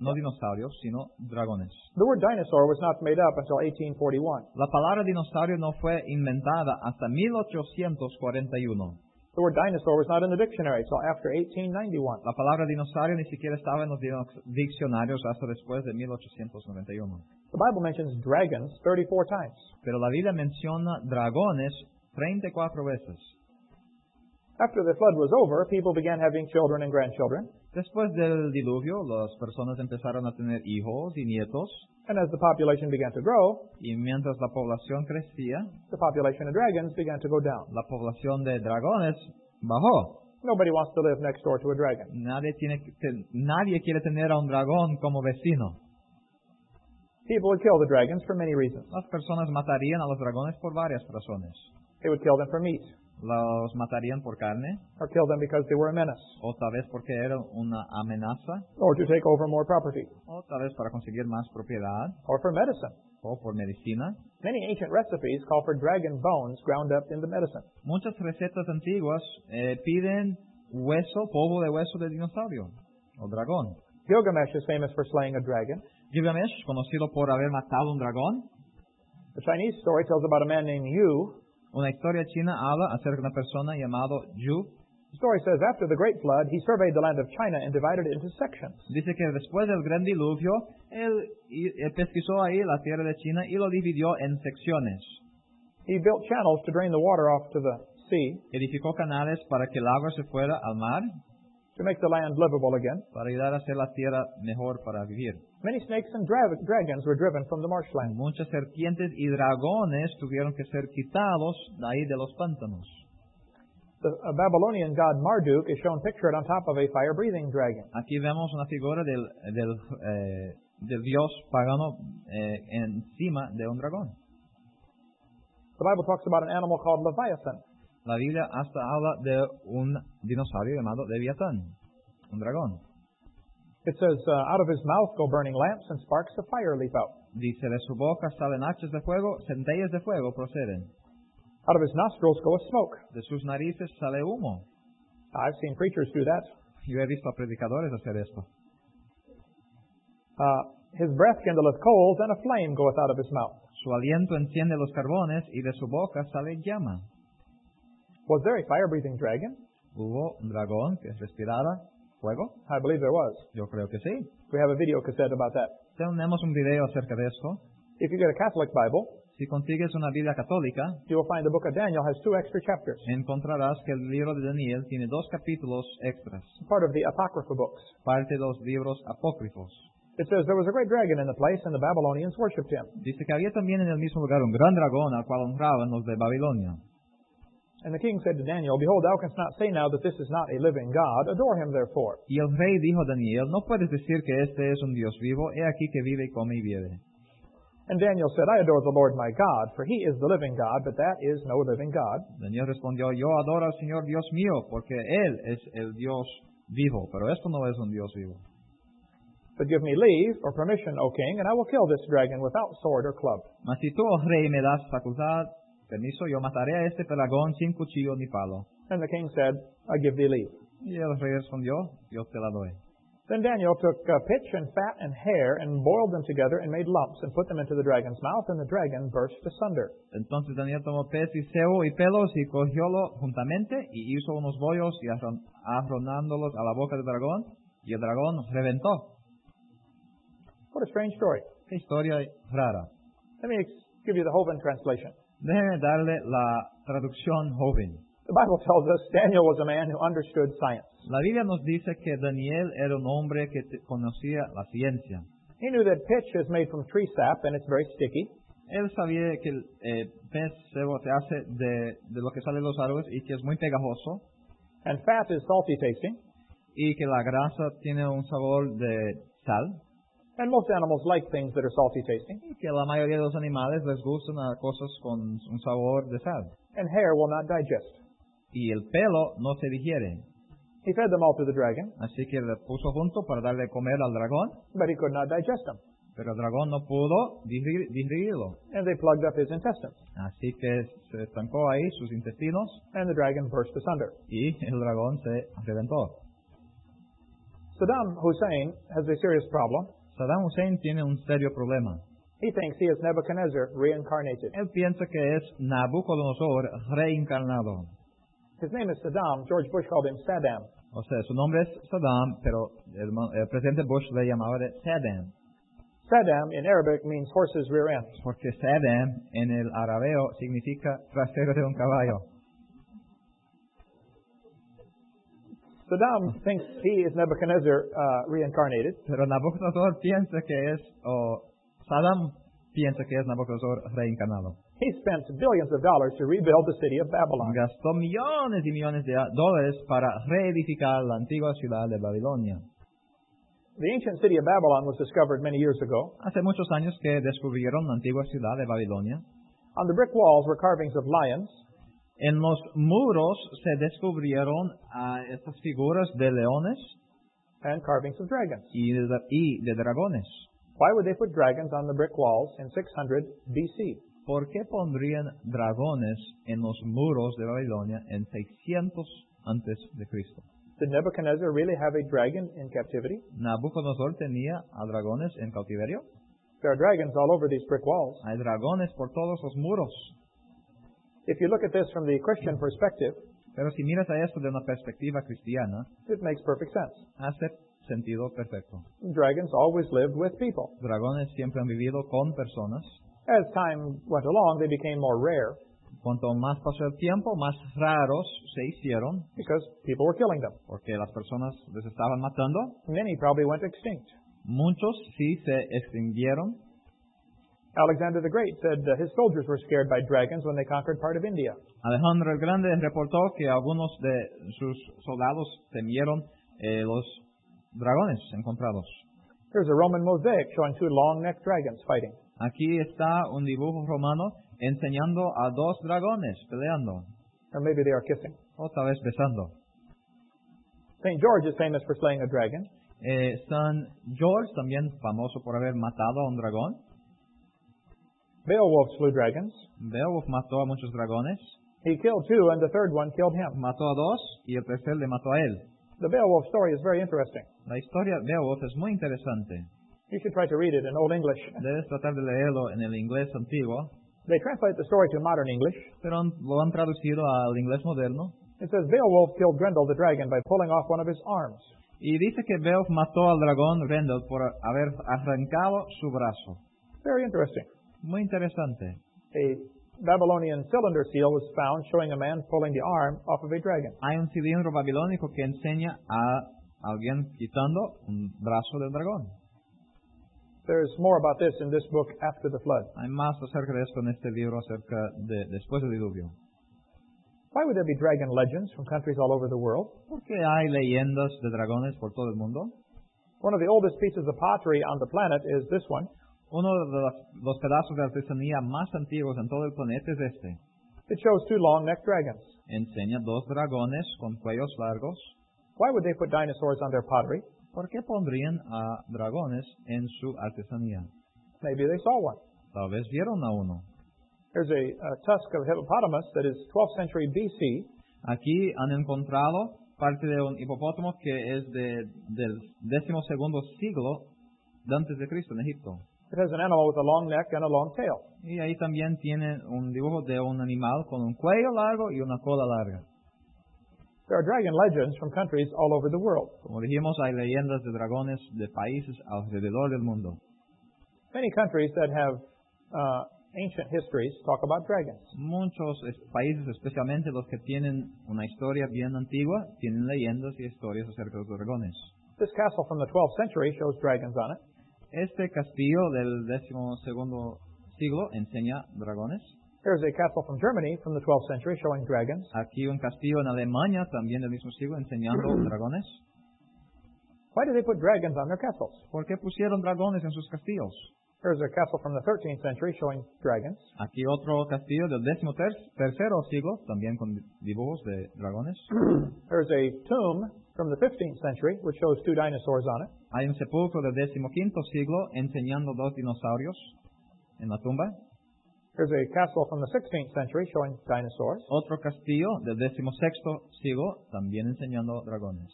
No dinosaurios, sino dragones.
The word dinosaur was not made up until 1841.
La palabra dinosaurio no fue inventada hasta 1841.
The word dinosaur was not in the dictionary until after 1891.
La palabra dinosaurio ni siquiera estaba en los dino- diccionarios hasta después de 1891.
The Bible mentions dragons 34 times.
Pero la Biblia menciona dragones 34 veces.
After the flood was over, people began having children and grandchildren.
Después del diluvio, las personas empezaron a tener hijos y nietos,
And as the population began to grow,
y mientras la población crecía,
the population of dragons began to go down.
la población de dragones bajó.
Nobody wants to live next door to a dragon.
Nadie, tiene, que ten- nadie quiere tener a un dragón como vecino.
People would kill the dragons for many reasons.
Las personas matarían a los dragones por varias razones.
They would kill them for meat,
Los matarían por carne,
or kill them because they were a menace,
o tal vez porque eran una amenaza,
or to take over more property,
o tal vez para conseguir más propiedad,
or for medicine.
o por medicina.
Many ancient recipes call for dragon bones ground up into medicine.
Muchas recetas antiguas eh, piden hueso, polvo de hueso de dinosaurio o dragón.
Gilgamesh is famous for slaying a dragon.
Gilgamesh, conocido por haber matado a un dragón,
The Chinese story tells about a man named Yu.
una historia china habla acerca de una persona llamada Yu
The story says after the Great Flood, he surveyed the land of China and divided it into sections.
Dice que después del gran diluvio, él, y- él pesquisó ahí la tierra de China y lo dividió en secciones.
He built channels to drain the water off to the sea
Edificó canales para que el agua se fuera al mar,
to make the land livable again.
para ayudar a hacer la tierra mejor para vivir.
Many snakes and dra- dragons were driven from the marshland.
Muchas serpientes y dragones tuvieron que ser quitados de ahí de los pantanos.
The a Babylonian god Marduk is shown pictured on top of a fire-breathing dragon.
Aquí vemos una figura del, del, eh, del dios pagano eh, encima de un dragón.
The Bible talks about an animal called Leviathan.
La Biblia hasta habla de un dinosaurio llamado Leviatán, un dragón.
It says, uh, out of his mouth go burning lamps and sparks of fire leap out.
Dice, de su boca salen hachas de fuego, centellas de fuego proceden.
Out of his nostrils go a smoke.
De sus narices sale humo.
I've seen preachers do that.
Yo he visto a predicadores hacer esto.
Uh, his breath kindleth coals and a flame goeth out of his mouth.
Su aliento enciende los carbones y de su boca sale llama.
Was there a fire-breathing dragon?
¿Hubo un dragón que respirara fuego?
I believe there was.
Yo creo que sí.
We have a video cassette about that.
Tenemos un video acerca de esto.
If you get a Catholic Bible,
Si consigues una Biblia católica,
you will find the book of Daniel has two extra chapters,
encontrarás que el libro de Daniel tiene dos capítulos extras,
part of the Apocrypha books.
parte de los libros apócrifos.
It says, There was a great dragon in the place, and the Babylonians worshipped him.
Dice que había también en el mismo lugar un gran dragón al cual honraban los de Babilonia.
And the king said to Daniel, Behold, thou canst not say now that this is not a living God. Adore him, therefore.
Y el rey dijo a Daniel, no puedes decir que este es un Dios vivo, he aquí que vive y come y bebe.
And Daniel said, I adore the Lord my God, for he is the living God, but that is no living God.
Daniel respondió, yo adoro al Señor Dios mío, porque Él es el Dios vivo, pero esto no es un Dios vivo.
But give me leave or permission, O king, and I will kill this dragon without sword or club.
Mas si tú, oh rey, me das facultad, permiso, yo mataré a este pelagón sin cuchillo ni palo.
And the king said, I give thee leave.
Y el rey respondió, yo te la doy.
Then Daniel took uh, pitch and fat and hair and boiled them together and made lumps and put them into the dragon's mouth, and the dragon burst asunder.
Entonces Daniel tomó pez y cebo y pelos y cogiólo juntamente y hizo unos bollos y arron- arronándolos a la boca del dragón y el dragón reventó.
What a strange story.
Qué historia rara.
Let me ex- give you the Hovind translation.
Déjeme darle la traducción joven.
The Bible tells us Daniel was a man who understood science.
La Biblia nos dice que Daniel era un hombre que te- conocía la ciencia.
He knew that pitch is made from tree sap and it's very sticky.
Él sabía que el eh, pez cebo se hace de, de lo que sale de los árboles y que es muy pegajoso
And fat is salty tasting.
y que la grasa tiene un sabor de sal
And most animals like things that are salty tasting.
y que a la mayoría de los animales les gustan las cosas con un sabor de sal.
And hair will not digest.
Y el pelo no se digiere.
He fed them all to the dragon,
Así que le puso junto para darle comer al dragón,
but he could not digest them.
pero el dragón no pudo digeri- digerirlo.
And they plugged up his intestines.
Así que se estancó ahí sus intestinos
And the dragon burst asunder.
y el dragón se reventó.
Saddam Hussein has a serious problem.
Saddam Hussein tiene un serio problema.
He thinks he is Nebuchadnezzar reincarnated.
Él piensa que es Nabucodonosor reencarnado.
His name is Saddam. George Bush called him Saddam.
O sea, su nombre es Saddam, pero el, mo- el presidente Bush le llamaba de Saddam,
Saddam in Arabic means horse's rear end.
porque Saddam en el arabeo significa trasero de un caballo.
Saddam thinks he is Nebuchadnezzar uh, reincarnated.
Pero Nabucodonosor piensa que es, o Saddam piensa que es Nabucodonosor reencarnado.
He spent billions of dollars to rebuild the city of Babylon.
Gastó millones y millones de dólares para reedificar la antigua ciudad de Babilonia.
The ancient city of Babylon was discovered many years ago.
Hace muchos años que descubrieron la antigua ciudad de Babilonia.
On the brick walls were carvings of lions,
En los muros se descubrieron ah, estas figuras de leones
and carvings of dragons.
y de, y de dragones.
Why would they put dragons on the brick walls in 600 BC?
¿Por qué pondrían dragones en los muros de Babilonia en 600 antes de Cristo?
Did Nebuchadnezzar really have a dragon in captivity?
Nabucodonosor tenía a dragones en cautiverio.
There are dragons all over these brick walls.
Hay dragones por todos los muros.
If you look at this from the Christian perspective,
Pero si miras a esto de una perspectiva cristiana,
it makes perfect sense.
hace sentido perfecto.
Dragons always lived with people.
Dragones siempre han vivido con personas.
As time went along, they became more rare
Cuanto más pasó el tiempo, más raros se hicieron
because people were killing them.
porque las personas les estaban matando.
Many probably went extinct.
Muchos sí se extinguieron.
Alexander the Great said that his soldiers were scared by dragons when they conquered part of India.
Alejandro el Grande reportó que algunos de sus soldados temieron eh, los dragones encontrados.
Here's a Roman mosaic showing two long-necked dragons fighting.
Aquí está un dibujo romano enseñando a dos dragones peleando,
Or maybe they are kissing.
otra vez besando.
St. George is famous for slaying a dragon.
Eh, San George, también famoso por haber matado a un dragón.
Beowulf slew dragons.
Beowulf mató a muchos dragones.
He killed two, and the third one killed him.
Mató a dos y el tercer le mató a él.
The Beowulf story is very interesting.
La historia de Beowulf es muy interesante.
You should try to read it in Old English.
Debes tratar de leerlo en el inglés antiguo,
They translate the story to modern English.
pero han- lo han traducido al inglés moderno.
It says Beowulf killed Grendel the dragon by pulling off one of his arms.
Y dice que Beowulf mató al dragón Rendel por haber arrancado su brazo.
Very interesting.
Muy interesante.
A Babylonian cylinder seal was found showing a man pulling the arm off of a dragon.
Hay un cilindro babilónico que enseña a alguien quitando un brazo del dragón.
There's more about this in this book, After the Flood.
Hay más acerca de esto en este libro acerca de después del diluvio.
Why would there be dragon legends from countries all over the world?
Porque hay leyendas de dragones por todo el mundo.
One of the oldest pieces of pottery on the planet is this one.
Uno de los- los pedazos de artesanía más antiguos en todo el planeta es este.
It shows two long-necked dragons.
Enseña dos dragones con cuellos largos.
Why would they put dinosaurs on their pottery?
¿Por qué pondrían a dragones en su artesanía?
Maybe they saw one.
Tal vez vieron a uno.
There's a, a tusk of hippopotamus that is 12th century BC.
Aquí han encontrado parte de un hipopótamo que es de, del décimo segundo siglo de antes de Cristo en Egipto.
It has an animal with a long neck and a long tail.
Y ahí también tienen un dibujo de un animal con un cuello largo y una cola larga.
There are dragon legends from countries all over the world.
Como dijimos, hay leyendas de dragones de países alrededor del mundo.
Many countries that have uh, ancient histories talk about dragons.
Muchos es- países, especialmente los que tienen una historia bien antigua, tienen leyendas y historias acerca de los dragones.
This castle from the 12th century shows dragons on it.
Este castillo del décimo segundo siglo enseña dragones.
There's a castle from Germany from the 12th century showing dragons.
Aquí un castillo en Alemania también del mismo siglo enseñando dragones.
Why do they put dragons on their castles?
¿Por qué pusieron dragones en sus castillos?
There's a castle from the 13th century showing dragons.
Aquí otro castillo del décimo ter- tercero siglo, también con di- dibujos de dragones.
There's a tomb from the 15th century which shows two dinosaurs on it.
Hay un sepulcro del decimoquinto siglo enseñando dos dinosaurios en la tumba.
There's a castle from the 16th century showing dinosaurs.
Otro castillo del decimosexto siglo también enseñando dragones.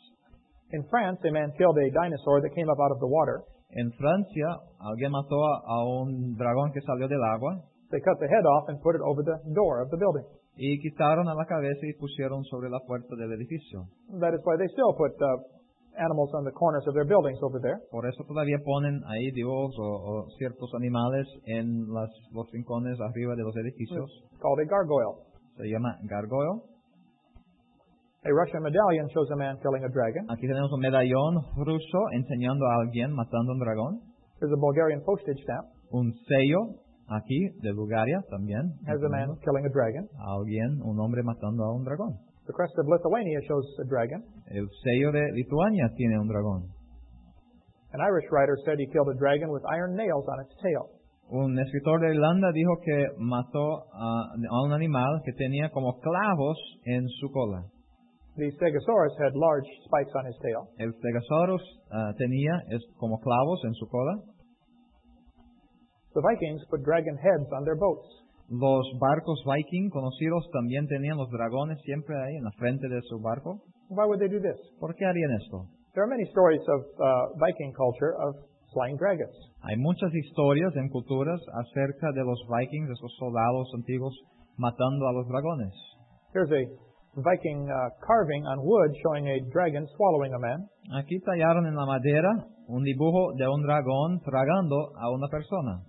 In France, a man killed a dinosaur that came up out of the water.
En Francia, alguien mató a, a un dragón que salió del agua
They cut the head off and put it over the door of the building.
y quitaron a la cabeza y pusieron sobre la puerta del edificio.
That is why they still put uh, animals on the corners of their buildings over there.
Por eso todavía ponen ahí dibujos o, o ciertos animales en las- los rincones arriba de los edificios.
It's called a gargoyle.
Se llama gargoyle.
A Russian medallion shows a man killing a dragon.
Aquí tenemos un medallón ruso enseñando a alguien matando a un dragón.
There's a Bulgarian postage stamp.
Un sello aquí de Bulgaria también.
has a man killing a dragon.
A alguien, un hombre matando a un dragón.
The crest of Lithuania shows a dragon.
El sello de Lituania tiene un dragón.
An Irish writer said he killed a dragon with iron nails on its tail.
Un escritor de Irlanda dijo que mató a, a un animal que tenía como clavos en su cola.
The stegosaurus had large spikes on his tail.
El Stegosaurus ah, tenía es como clavos en su cola.
The Vikings put dragon heads on their boats.
Los barcos viking conocidos también tenían los dragones siempre ahí en la frente de su barco.
Why would they do this?
¿Por qué harían esto?
There are many stories of uh, Viking culture of slaying dragons.
Hay muchas historias en culturas acerca de los vikings, de esos soldados antiguos matando a los dragones.
Here's a Viking uh, carving on wood showing a dragon swallowing a man.
Aquí tallaron en la madera un dibujo de un dragón tragando a una persona.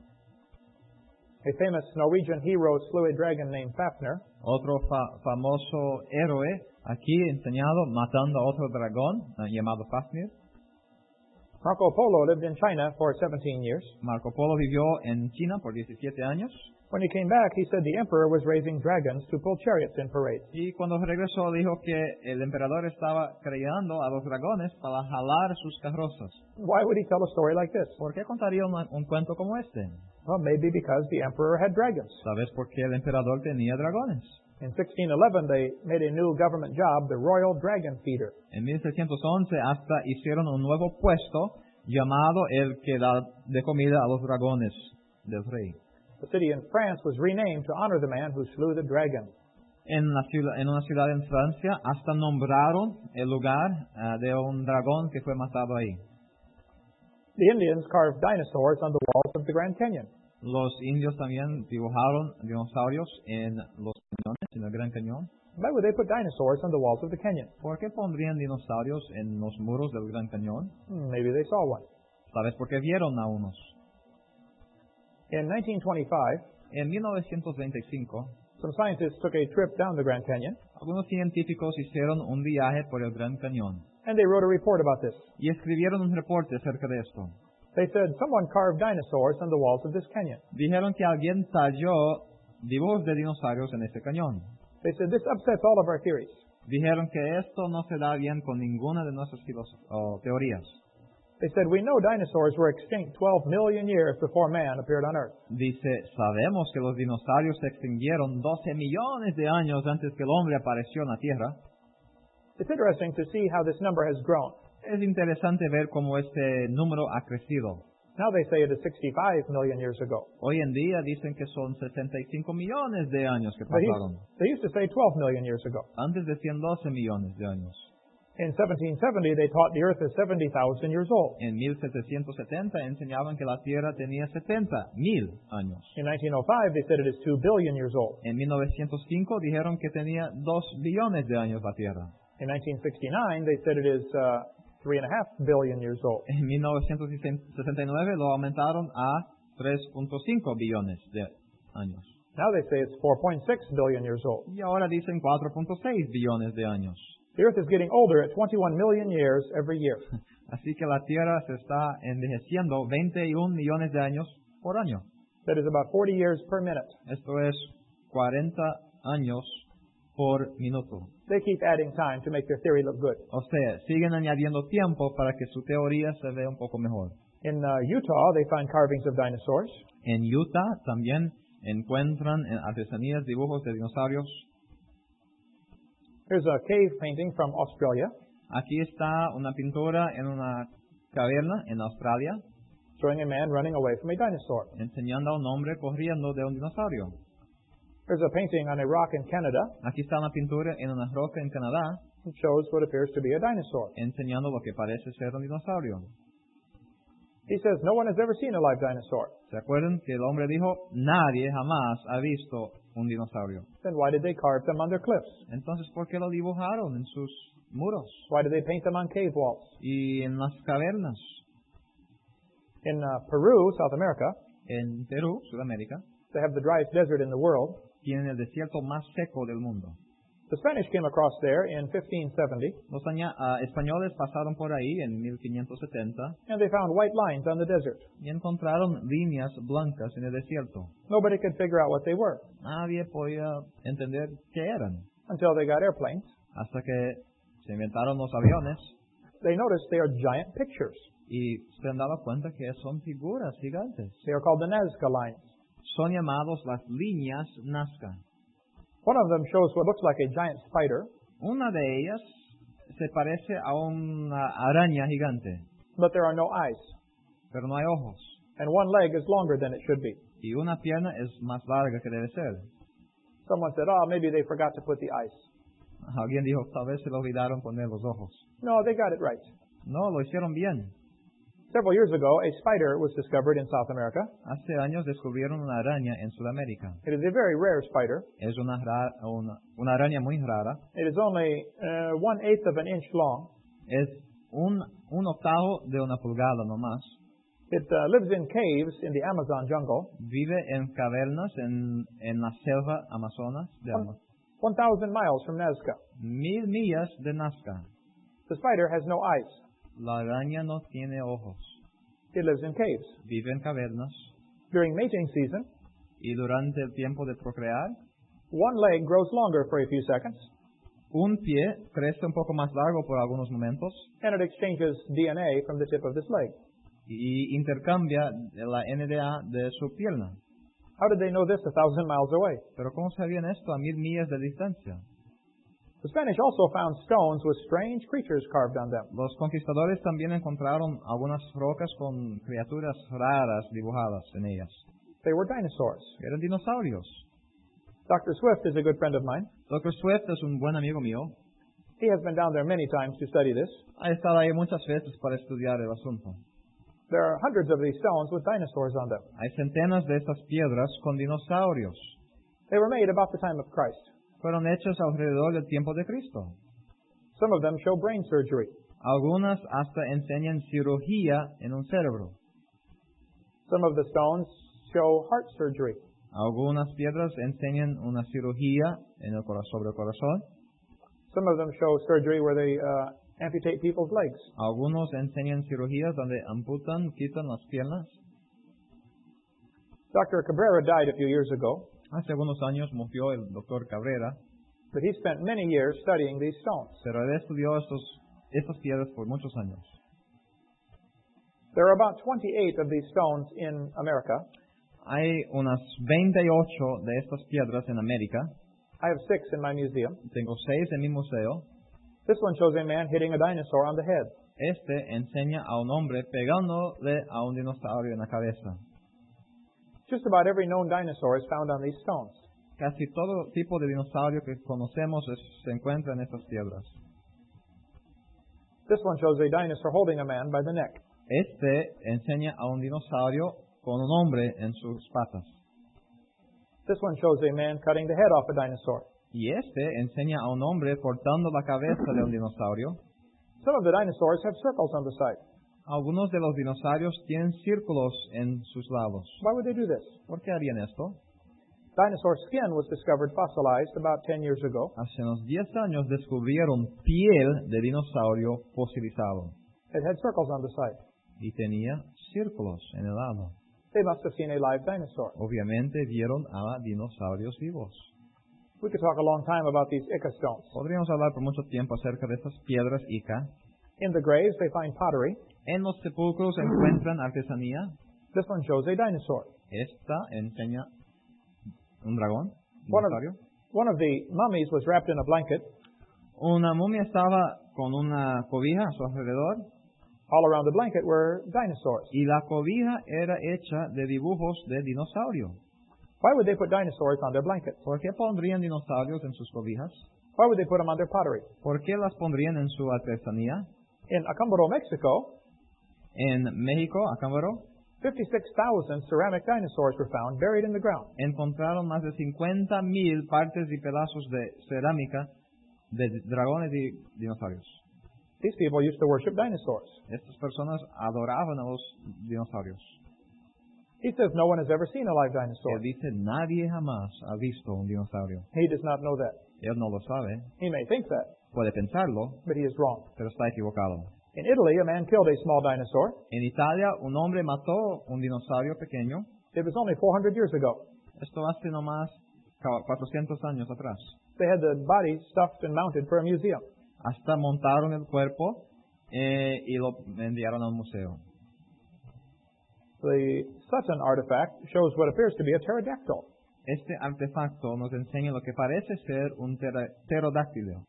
A famous Norwegian hero slew a dragon named Fafner.
Otro fa- famoso héroe aquí enseñado matando a otro dragón eh, llamado Fafnir.
Marco Polo lived in China for 17 years.
Marco Polo vivió en China por 17 años
When he came back, he said the emperor was raising dragons to pull chariots in parades.
y cuando regresó dijo que el emperador estaba creando a los dragones para jalar sus carrozas.
Why would he tell a story like this?
¿Por qué contaría una- un cuento como este?
Well, maybe because the emperor had dragons.
¿Sabes por qué el emperador tenía dragones?
In 1611, they made a new government job, the Royal Dragon Feeder.
En 1611 hasta hicieron un nuevo puesto llamado el que da de comida a los dragones del rey.
The city in France was renamed to honor the man who slew the dragon.
En, la ciudad- en una ciudad en Francia hasta nombraron el lugar ah, de un dragón que fue matado ahí.
The Indians carved dinosaurs on the walls of the Grand Canyon.
Los indios también dibujaron dinosaurios en los cañones, en el Gran Cañón.
Why would they put dinosaurs on the walls of the canyon?
¿Por qué pondrían dinosaurios en los muros del Gran Cañón?
Hmm, Maybe they saw one.
¿Sabes por qué vieron a unos?
In 1925,
En 1925,
some scientists took a trip down the Grand Canyon,
Algunos científicos hicieron un viaje por el Gran Cañón
and they wrote a report about this.
y escribieron un reporte acerca de esto.
They said someone carved dinosaurs on the walls of this canyon.
Dijeron que alguien talló dibujos de dinosaurios en este cañón.
They said this upsets all of our theories.
Dijeron que esto no se da bien con ninguna de nuestras filosof- o teorías.
They said we know dinosaurs were extinct 12 million years before man appeared on Earth.
Dice, sabemos que los dinosaurios se extinguieron 12 millones de años antes que el hombre apareció en la Tierra.
It's interesting to see how this number has grown.
Es interesante ver cómo este número ha crecido.
Now they say it is 65 million years ago.
Hoy en día dicen que son 65 millones de años que
They
pasaron.
used, they used to say 12 million years ago.
Antes decían 12 millones de años.
In 1770, they taught the earth is 70,000 years old.
En 1770 enseñaban que la Tierra tenía 70 mil años.
In 1905, they said it is 2 billion years old.
En 1905 dijeron que tenía 2 billones de años la Tierra.
In 1969, they said it is uh, 3.5 billion years old.
En 1969 lo aumentaron a 3.5 billones de años.
Now they say it's 4.6 billion years old.
Y ahora dicen 4.6 billones de años.
The earth is getting older at 21 million years every year.
Así que la Tierra se está envejeciendo 21 millones de años por año.
That is about 40 years per minute.
Esto es 40 años por minuto.
They keep adding time to make their theory look good.
O sea, siguen añadiendo tiempo para que su teoría se vea un poco mejor.
In uh, Utah, they find carvings of dinosaurs.
En Utah también encuentran en artesanías dibujos de dinosaurios.
Here's a cave painting from Australia.
Aquí está una pintura en una caverna en Australia
showing a man running away from a dinosaur.
enseñando a un hombre corriendo de un dinosaurio.
There's a painting on a rock in Canada
Aquí está una pintura en una roca en Canadá
that shows what appears to be a dinosaur.
enseñando lo que parece ser un dinosaurio.
He says no one has ever seen a live dinosaur.
¿Se acuerdan que el hombre dijo, nadie jamás ha visto un dinosaurio?
Then why did they carve them on their cliffs?
Entonces, ¿por qué lo dibujaron en sus muros
Why did they paint them on cave walls?
y en las cavernas?
In uh, Peru, South America,
En Perú, Sudamérica,
they have the driest desert in the world.
tienen el desierto más seco del mundo.
The Spanish came across there in 1570,
Los aña- ah, españoles pasaron por ahí en 1570
and they found white lines on the desert.
y encontraron líneas blancas en el desierto.
Nobody could figure out what they were
Nadie podía entender qué eran
until they got airplanes.
hasta que se inventaron los aviones
They noticed they are giant pictures.
y se han dado cuenta que son figuras gigantes.
They are called the Nazca lines.
Son llamados las líneas Nazca.
One of them shows what looks like a giant spider,
Una de ellas se parece a una araña gigante,
but there are no eyes.
pero no hay ojos.
and one leg is longer than it should be.
Y una pierna es más larga que debe ser.
Someone said, oh, maybe they forgot to put the ice.
Alguien dijo, tal vez se le olvidaron poner los ojos.
No, they got it right.
No, lo hicieron bien.
Several years ago, a spider was discovered in South America.
Hace años descubrieron una araña en Sudamérica.
It is a very rare spider.
Es una, ra- una, una araña muy rara.
It is only uh, one eighth of an inch long.
Es un, un octavo de una pulgada nomás.
It uh, lives in caves in the Amazon jungle,
Vive en cavernas en, en la selva amazonas de Ama-
1,000 miles from Nazca.
mil millas de Nazca.
The spider has no eyes.
La araña no tiene ojos.
It lives in caves.
Vive en cavernas.
During mating season,
Y durante el tiempo de procrear,
one leg grows longer for a few seconds,
un pie crece un poco más largo por algunos momentos
and it exchanges DNA from the tip of this leg.
y intercambia la NDA de su pierna.
How did they know this a thousand miles away?
Pero ¿cómo sabían esto a mil millas de distancia?
The Spanish also found stones with strange creatures carved on them.
Los conquistadores también encontraron algunas rocas con criaturas raras dibujadas en ellas.
They were dinosaurs.
Eran dinosaurios.
Dr. Swift is a good friend of mine.
Dr. Swift es un buen amigo mío.
He has been down there many times to study this.
Ha estado ahí muchas veces para estudiar el asunto.
There are hundreds of these stones with dinosaurs on them.
Hay centenas de estas piedras con dinosaurios.
They were made about the time of Christ.
Fueron hechas alrededor del tiempo de Cristo.
Some of them show brain surgery.
Algunas hasta enseñan cirugía en un cerebro.
Some of the stones show heart surgery.
Algunas piedras enseñan una cirugía en el corazón, sobre el corazón.
Some of them show surgery where they uh, amputate people's legs.
Algunos enseñan cirugías donde amputan, quitan las piernas.
Dr. Cabrera died a few years ago,
Hace algunos años murió el doctor Cabrera,
but he spent many years studying these stones.
pero él estudió estos, estas piedras por muchos años.
There are about 28 of these stones in America.
Hay unas 28 de estas piedras en América.
I have six in my museum.
Tengo seis en mi museo.
This one shows a man hitting a dinosaur on the head.
Este enseña a un hombre pegándole a un dinosaurio en la cabeza.
Just about every known dinosaur is found on these stones.
Casi todo tipo de dinosaurio que conocemos es- se encuentra en estas piedras.
This one shows a dinosaur holding a man by the neck.
Este enseña a un dinosaurio con un hombre en sus patas.
This one shows a man cutting the head off a dinosaur.
Y este enseña a un hombre cortando la cabeza de un dinosaurio.
Some of the dinosaurs have circles on the side.
Algunos de los dinosaurios tienen círculos en sus lados.
Why would they do this?
¿Por qué harían esto?
Dinosaur skin was discovered fossilized about 10 years ago.
Hace unos 10 años descubrieron piel de dinosaurio fosilizado
It had circles on the side.
y tenía círculos en el lado.
They must have seen a live dinosaur.
Obviamente vieron a dinosaurios vivos.
We could talk a long time about these Ica stones.
Podríamos hablar por mucho tiempo acerca de estas piedras Ica.
In the graves, they find pottery.
En los sepulcros se encuentran artesanía.
This one shows a dinosaur.
Esta enseña un dragón,
One of,
dinosaurio.
one of the mummies was wrapped in a blanket.
Una momia estaba con una cobija a su alrededor
All around the blanket were dinosaurs.
y la cobija era hecha de dibujos de dinosaurio.
Why would they put dinosaurs on their blankets?
¿Por qué pondrían dinosaurios en sus cobijas?
Why would they put them on their pottery?
¿Por qué las pondrían en su artesanía?
In Acámbaro, Mexico,
En México, Acámbaro,
56,000 ceramic dinosaurs were found buried in the ground.
encontraron más de 50.000 partes y pedazos de cerámica de dragones y dinosaurios.
These people used to worship dinosaurs.
Estas personas adoraban a los dinosaurios.
He says no one has ever seen a live
Él
dinosaur.
dice, nadie jamás ha visto un dinosaurio.
He does not know that.
Él no lo sabe,
He may think that,
puede pensarlo,
but he is wrong.
pero está equivocado.
In Italy, a man killed a small dinosaur.
En Italia, un hombre mató un dinosaurio pequeño.
It was only 400 years ago.
Esto hace nomás ca- 400 años atrás.
They had the body stuffed and mounted for a museum.
Hasta montaron el cuerpo eh, y lo enviaron a un museo.
The Sutton artifact shows what appears to be a pterodactyl.
Este artefacto nos enseña lo que parece ser un ptera- pterodáctilo.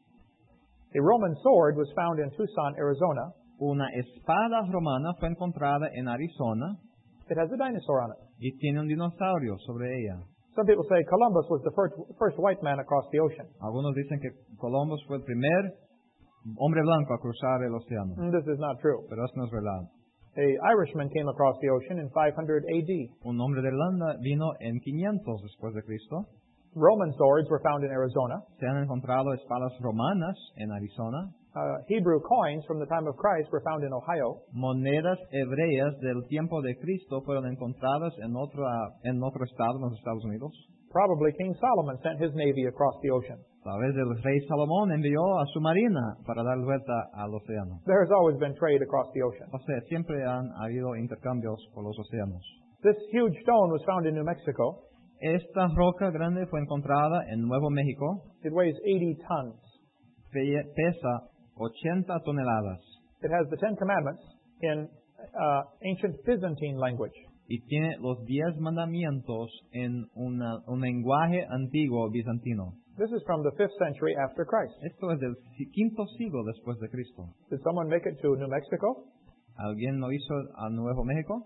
A Roman sword was found in Tucson, Arizona.
Una espada romana fue encontrada en Arizona
It has a dinosaur on it.
y tiene un dinosaurio sobre ella.
Some people say Columbus was the first, first white man across the ocean.
Algunos dicen que Columbus fue el primer hombre blanco a cruzar el océano,
Mm, This is not true.
pero eso no es verdad.
A Irishman came across the ocean in 500 AD.
Un hombre de Irlanda vino en 500 después de Cristo.
Roman swords were found in Arizona.
Se han encontrado espadas romanas en Arizona.
Uh, Hebrew coins from the time of Christ were found in Ohio.
Monedas hebreas del tiempo de Cristo fueron encontradas en, otra- en otro estado, en los Estados Unidos.
Probably King Solomon sent his navy across the ocean.
A vez el rey Salomón envió a su marina para dar vuelta al océano.
There has always been trade across the ocean.
O sea, siempre han habido intercambios por los océanos.
This huge stone was found in New Mexico.
Esta roca grande fue encontrada en Nuevo México.
It weighs 80 tons.
Pe- Pesa 80 toneladas
It has the Ten Commandments in uh, ancient Byzantine language.
y tiene los 10 mandamientos en una- un lenguaje antiguo bizantino.
This is from the 5th century after Christ.
Esto es del si- quinto siglo después de Cristo.
Did someone make it to New Mexico?
¿Alguien lo hizo a Nuevo México?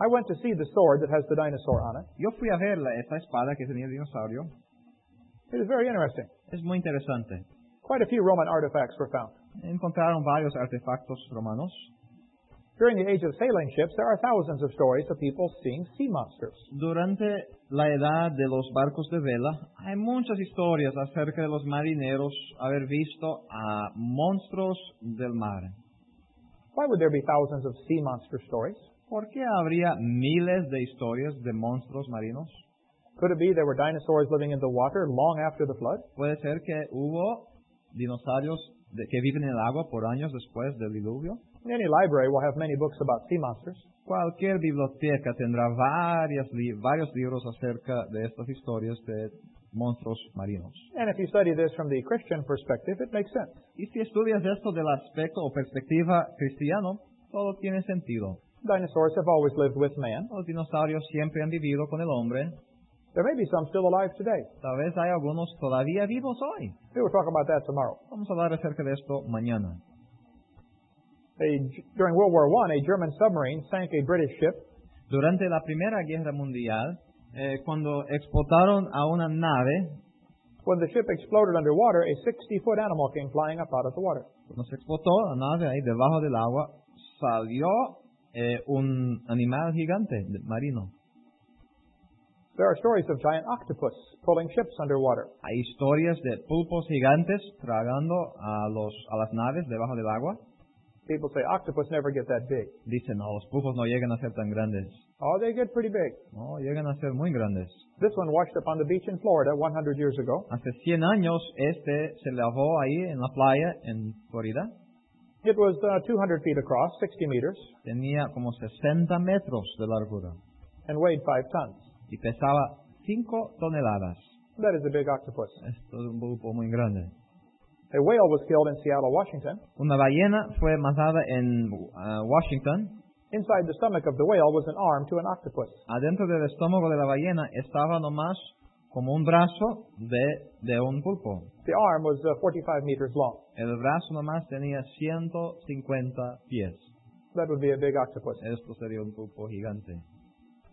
I went to see the sword that has the dinosaur on it.
Yo fui a ver la- esta espada que tenía el dinosaurio.
It is very interesting.
Es muy interesante.
Quite a few Roman artifacts were found.
Encontraron varios artefactos romanos.
During the age of sailing ships, there are thousands of stories of people seeing sea monsters.
Durante la edad de los barcos de vela, hay muchas historias acerca de los marineros haber visto a monstruos del mar.
Why would there be thousands of sea monster stories?
¿Por qué habría miles de historias de monstruos marinos?
Could it be there were dinosaurs living in the water long after the flood?
Puede ser que hubo dinosaurios de- que viven en el agua por años después del diluvio.
Any library will have many books about sea monsters.
Cualquier biblioteca tendrá varias li- varios libros acerca de estas historias de monstruos marinos.
And if you study this from the Christian perspective, it makes sense.
Y si estudias esto del aspecto o perspectiva cristiano, todo tiene sentido.
Dinosaurs have always lived with man.
Los dinosaurios siempre han vivido con el hombre.
There may be some still alive today.
Tal vez hay algunos todavía vivos hoy.
We will talk about that tomorrow.
Vamos a hablar acerca de esto mañana.
A, during World War I, a German submarine sank a British ship.
Durante la Primera Guerra Mundial, eh, cuando explotaron a una nave,
When the ship exploded underwater, a 60-foot animal came flying up out of the water.
cuando se explotó la nave ahí debajo del agua, salió eh, un animal gigante de- marino.
There are stories of giant octopus pulling ships underwater.
Hay historias de pulpos gigantes tragando a, los, a las naves debajo del agua.
People say octopus never get that big.
Dicen, no, los pulpos no llegan a ser tan grandes.
Oh, they get pretty big.
No, llegan a ser muy grandes.
This one washed up on the beach in Florida 100 years ago.
Hace 100 años este se lavó ahí en la playa en Florida.
It was uh, 200 feet across, 60 meters,
Tenía como 60 metros de largura
and weighed 5 tons.
y pesaba 5 toneladas.
That is a big octopus.
Esto es un pulpo muy grande.
A whale was killed in Seattle, Washington.
Una ballena fue matada en ah, Washington.
Inside the stomach of the whale was an arm to an octopus.
Adentro del estómago de la ballena estaba nomás como un brazo de, de un pulpo.
The arm was uh, 45 meters long.
El brazo nomás tenía 150 pies.
That would be a big octopus.
Esto sería un pulpo gigante.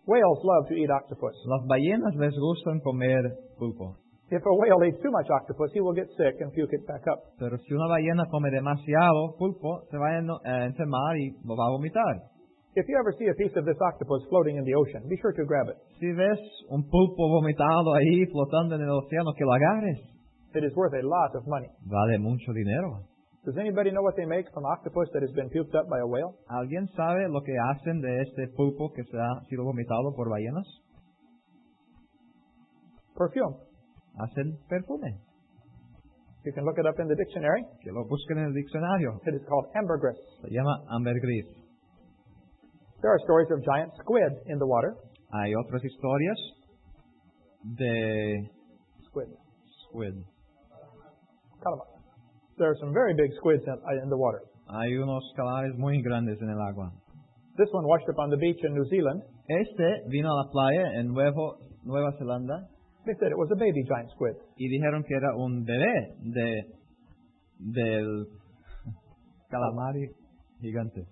Whales love to eat octopus.
Las ballenas les gustan comer pulpo.
If a whale eats too much octopus, he will get sick and puke it back up.
Pero si una ballena come demasiado pulpo, se va a eno- a enfermar y lo va a vomitar.
If you ever see a piece of this octopus floating in the ocean, be sure to grab it.
Si ves un pulpo vomitado ahí flotando en el océano, que lo agarres.
It is worth a lot of money.
Vale mucho dinero.
Does anybody know what they make from octopus that has been puked up by a whale?
¿Alguien sabe lo que hacen de este pulpo que se ha sido vomitado por ballenas?
Perfume.
Hacen perfume.
You can look it up in the dictionary.
Que lo busquen en el diccionario.
It is called ambergris.
Se llama ambergris.
There are stories of giant squid in the water.
Hay otras historias de
Squid.
squid.
Calamar. There are some very big squids in, uh, in the water.
Hay unos calamares muy grandes en el agua.
This one washed up on the beach in New Zealand.
Este vino a la playa en Nuevo- Nueva Zelanda
They said it was a baby giant squid.
y dijeron que era un bebé de del calamar gigante.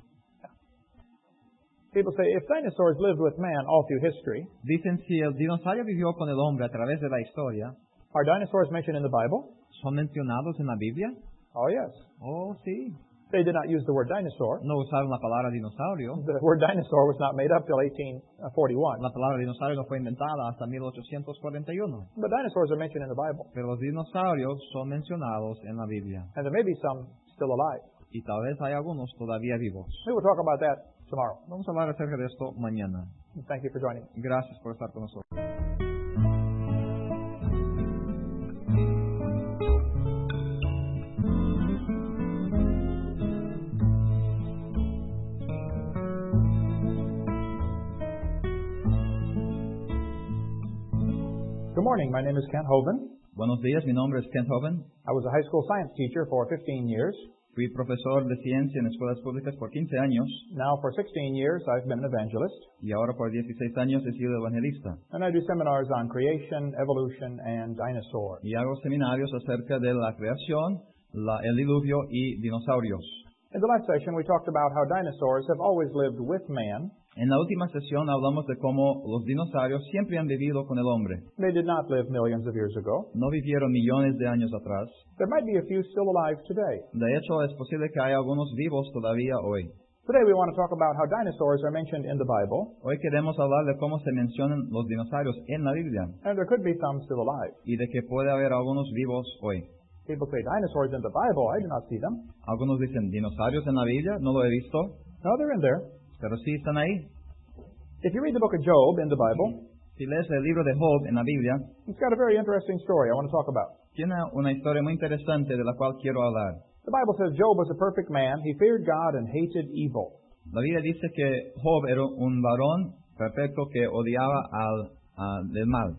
People say if dinosaurs lived with man all through history,
Dicen si el dinosaurio vivió con el hombre a través de la historia,
are dinosaurs mentioned in the Bible?
¿son mencionados en la Biblia?
Oh, yes.
Oh, sí.
They did not use the word dinosaur.
No usaron la palabra dinosaurio.
The word dinosaur was not made up till 1841.
La palabra dinosaurio no fue inventada hasta 1841.
But dinosaurs are mentioned in the Bible,
Pero los dinosaurios son mencionados en la Biblia.
and there may be some still alive.
Y tal vez hay algunos todavía vivos.
We will talk about that tomorrow.
Vamos a hablar acerca de esto mañana.
Thank you for joining. us.
Gracias por estar con nosotros.
Good morning. My name is Kent Hovind.
Buenos días, mi nombre es Kent Hoven.
I was a high school science teacher for 15 years.
Fui profesor de ciencia en escuelas públicas por 15 años
Now, for 16 years, I've been an evangelist,
y ahora por 16 años he sido evangelista.
and I do seminars on creation, evolution, and dinosaur.
Y hago seminarios acerca de la creación, la- el diluvio y dinosaurios.
In the last session, we talked about how dinosaurs have always lived with man.
En la última sesión hablamos de cómo los dinosaurios siempre han vivido con el hombre.
They did not live millions of years ago.
No vivieron millones de años atrás.
There might be a few still alive today.
De hecho, es posible que haya algunos vivos todavía hoy.
Today, we want to talk about how dinosaurs are mentioned in the Bible,
Hoy queremos hablar de cómo se mencionan los dinosaurios en la Biblia
and there could be some still alive.
y de que puede haber algunos vivos hoy.
People say, dinosaurs in the Bible, I do not see them.
Algunos dicen, ¿dinosaurios en la Biblia? No lo he visto,
No, they're in there.
pero sí están ahí.
If you read the book of Job in the Bible,
Si lees el libro de Job en la Biblia,
it's got a very interesting story I want to talk about.
tiene una historia muy interesante de la cual quiero hablar.
The Bible says Job was a perfect man. He feared God and hated evil.
La Biblia dice que Job era un varón perfecto que odiaba al, al- del mal.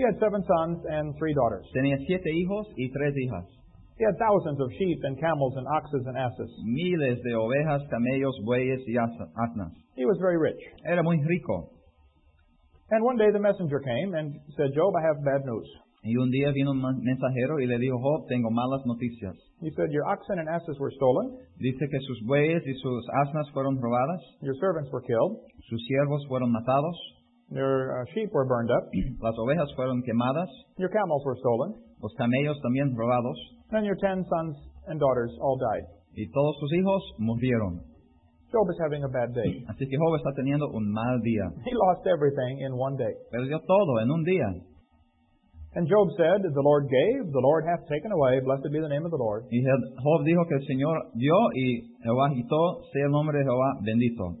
He had seven sons and three daughters.
Tenía siete hijos y tres hijas,
He had thousands of sheep and camels and oxes and asses.
miles de ovejas, camellos, bueyes y asa- asnas.
He was very rich.
Era muy rico.
And one day the messenger came and said, Job, I have bad news.
Y un día vino un man- mensajero y le dijo, Job, tengo malas noticias.
He said, Your oxen and asses were stolen,
Dice que sus bueyes y sus asnas fueron robadas,
your servants were killed,
sus siervos fueron matados,
your uh, sheep were burned up,
las ovejas fueron quemadas,
your camels were stolen,
los camellos también robados,
and your ten sons and daughters all died.
y todos sus hijos murieron.
Job is having a bad day.
Así que Job está teniendo un mal día.
He lost everything in one day.
Perdió todo en un día.
And Job said, The Lord gave, the Lord hath taken away, blessed be the name of the Lord.
Y Je- Job dijo que el Señor dio y Jehová quitó, sea el nombre de Jehová bendito.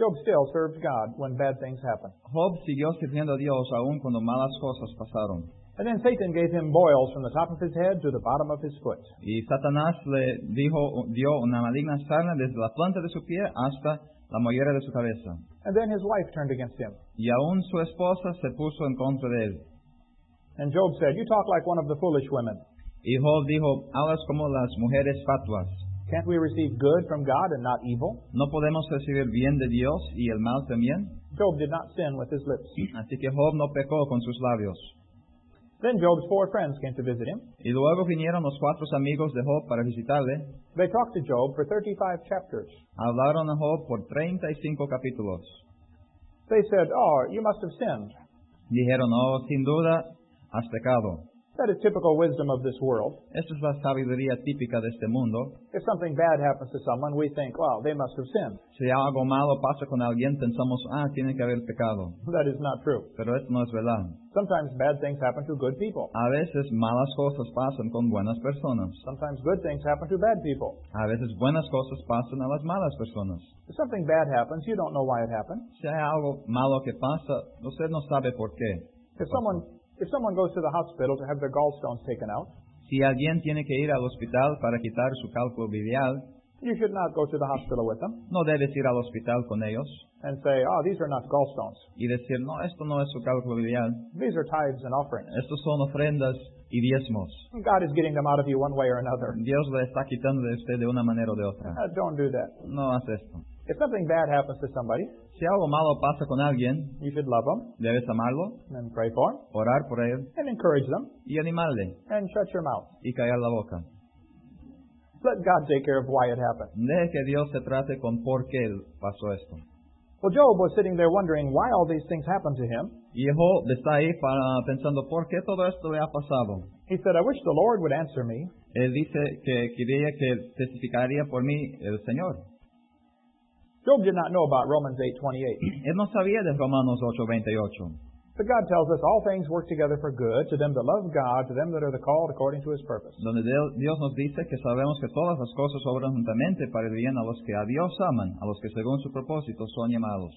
Job still served God when bad things happen.
Job siguió sirviendo a Dios aun cuando malas cosas pasaron.
And then Satan gave him boils from the top of his head to the bottom of his foot.
Y Satanás le dijo, dio una maligna sarna desde la planta de su pie hasta la mollera de su cabeza.
And then his wife turned against him.
Y aún su esposa se puso en contra de él.
And Job said, You talk like one of the foolish women.
Y Job dijo, hablas como las mujeres fatuas.
Can't we receive good from God and not evil?
No podemos recibir bien de Dios y el mal también.
Job did not sin with his lips.
Así que Job no pecó con sus labios.
Then Job's four friends came to visit him.
Y luego vinieron los cuatro amigos de Job para visitarle.
They talked to Job for 35 chapters.
Hablaron a Job por 35 capítulos.
They said, Oh, you must have sinned.
Dijeron, oh, sin duda, has pecado.
That is typical wisdom of this world.
Esa es la sabiduría típica de este mundo.
If something bad happens to someone, we think, Well, they must have sinned.
Si algo malo pasa con alguien, pensamos, ah, tiene que haber pecado.
That is not true.
Pero eso no es verdad.
Sometimes bad things happen to good people.
A veces malas cosas pasan con buenas personas.
Sometimes good things happen to bad people.
A veces buenas cosas pasan a las malas personas.
If something bad happens, you don't know why it happened.
Si hay algo malo que pasa, usted no sabe por qué.
If someone if someone goes to the hospital to have their gallstones taken out,
Si alguien tiene que ir al hospital para quitar su cálculo biliar,
you should not go to the hospital with them
no debes ir al hospital con ellos
and say, "Oh, these are not gallstones.
y decir, no, esto no es su cálculo biliar.
These are tithes and offerings.
Estos son ofrendas y diezmos.
God is getting them out of you one way or another."
Dios le está quitando de usted de una manera o de otra.
Uh, don't do that.
No haz esto.
If something bad happens to somebody,
Si algo malo pasa con alguien,
you should love them
debes amarlo,
and pray for them
orar por él
and encourage them
y animarle
and shut your mouth.
y callar la boca.
Let God take care of why it happened.
Deje que Dios se trate con por qué pasó esto.
Well, Job was sitting there wondering why all these things happened to him.
Y Job está ahí para, pensando por qué todo esto le ha pasado.
He said, "I wish the Lord would answer me."
Él dice que quería que testificaría por mí el Señor.
Job did not know about Romans 8:28.
Él no sabía de Romanos 8:28.
But God tells us all things work together for good to them that love God, to them that are the called according to his purpose.
donde Deo- Dios nos dice que sabemos que todas las cosas obran juntamente para el bien a los que a Dios aman, a los que según su propósito son llamados.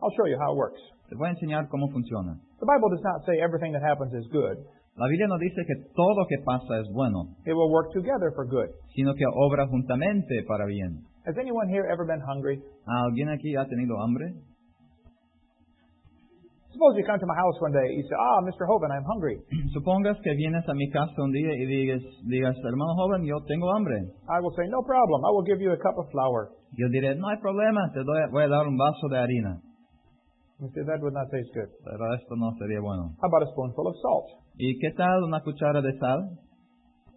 I'll show you how it works.
Te voy a enseñar cómo funciona.
The Bible does not say everything that happens is good.
La Biblia no dice que todo lo que pasa es bueno,
It will work together for good.
sino que obra juntamente para bien.
Has anyone here ever been hungry?
¿Alguien aquí ha tenido hambre?
Suppose you come to my house one day, you say, Ah, Mr. Hoven, I'm hungry.
Supongas que vienes a mi casa un día y digas, digas hermano joven, yo tengo hambre.
I will say, No problem, I will give you a cup of flour.
Yo diré, no hay problema, te doy- voy a dar un vaso de harina.
You say, That would not taste good.
Pero esto no sería bueno.
How about a spoonful of salt?
¿Y qué tal una cuchara de sal?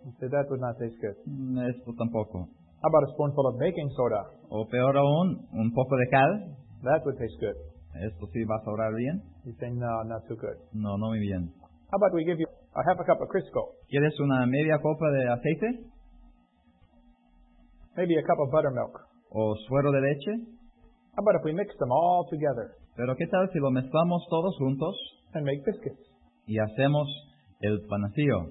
You say, That would not taste good.
Mm, Esto tampoco.
How about a spoonful of baking soda?
O peor aún, un poco de cal.
That would taste good.
Esto sí va a sobrar bien.
You say, No, not too good.
No, no muy bien.
How about we give you a half a cup of Crisco?
¿Quieres una media copa de aceite?
Maybe a cup of buttermilk.
¿O suero de leche?
How about if we mix them all together
Pero ¿qué tal si lo mezclamos todos juntos
and make biscuits?
y hacemos el panacillo?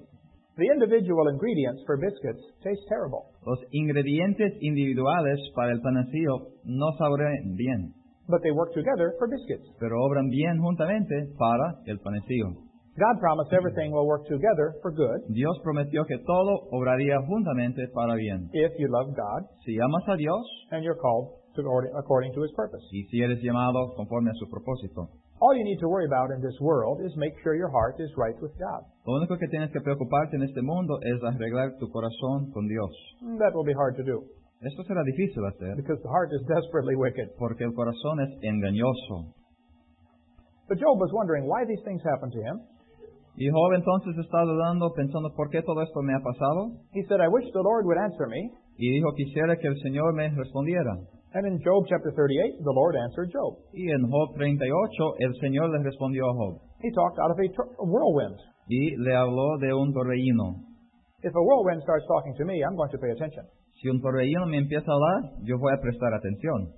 The individual ingredients for biscuits taste terrible,
Los ingredientes individuales para el panacillo no sabrán bien,
but they work together for biscuits.
pero obran bien juntamente para el panecillo.
God promised everything will work together for good
Dios prometió que todo obraría juntamente para bien.
if you love God
Si amas a Dios
and you're called to ordi- according to His purpose.
y si eres llamado conforme a su propósito.
All you need to worry about in this world is make sure your heart is right with God.
Lo único que tienes que preocuparte en este mundo es arreglar tu corazón con Dios.
That will be hard to do
Esto será difícil hacer
because the heart is desperately wicked.
porque el corazón es engañoso.
But Job was wondering why these things happened to him.
Y Job entonces estaba dudando, pensando, ¿por qué todo esto me ha pasado?
He said, I wish the Lord would answer me.
Y dijo, quisiera que el Señor me respondiera.
And in Job chapter 38, the Lord answered Job.
Y en Job 38, el Señor le respondió a Job.
He talked out of a tr- a whirlwind.
Y le habló de un torbellino.
If a whirlwind starts talking to me, I'm going to pay attention.
Si un torbellino me empieza a hablar, yo voy a prestar atención.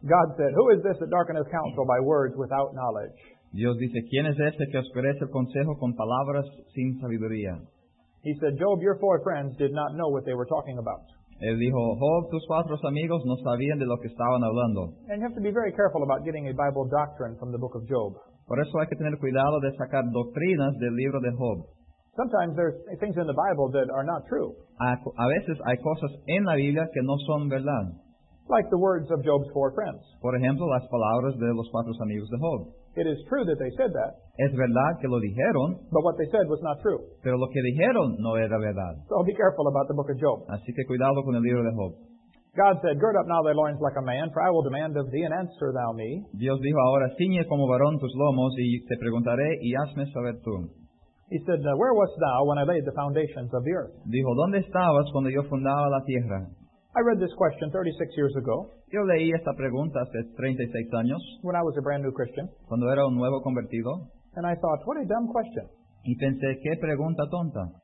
God said, Who is this that darkeneth counsel by words without knowledge?
Dios dice, ¿quién es este que oscurece el consejo con palabras sin sabiduría?
He said, Job, your four friends did not know what they were talking about.
Él dijo, Job, tus cuatro amigos no sabían de lo que estaban hablando.
And you have to be very careful about getting a Bible doctrine from the book of Job.
Por eso hay que tener cuidado de sacar doctrinas del libro de Job.
Sometimes there's things in the Bible that are not true,
A, a veces hay cosas en la Biblia que no son verdad.
like the words of Job's four friends.
Por ejemplo, las palabras de los cuatro amigos de Job.
It is true that they said that,
Es verdad que lo dijeron,
but what they said was not true.
pero lo que dijeron no era verdad.
So be careful about the book of Job.
Así que cuidado con el libro de Job.
God said, Gird up now thy loins like a man, for I will demand of thee, and answer thou me.
Dios dijo ahora, ciñe como varón tus lomos y te preguntaré y hazme saber tú.
He said, "Now, Where wast thou when I laid the foundations of the earth?
Dijo, ¿dónde estabas cuando yo fundaba la tierra?
I read this question 36 years ago
Yo leí esta pregunta hace 36 años,
when I was a brand new Christian,
cuando era un nuevo convertido,
and I thought, What a dumb question.
y pensé, qué pregunta tonta.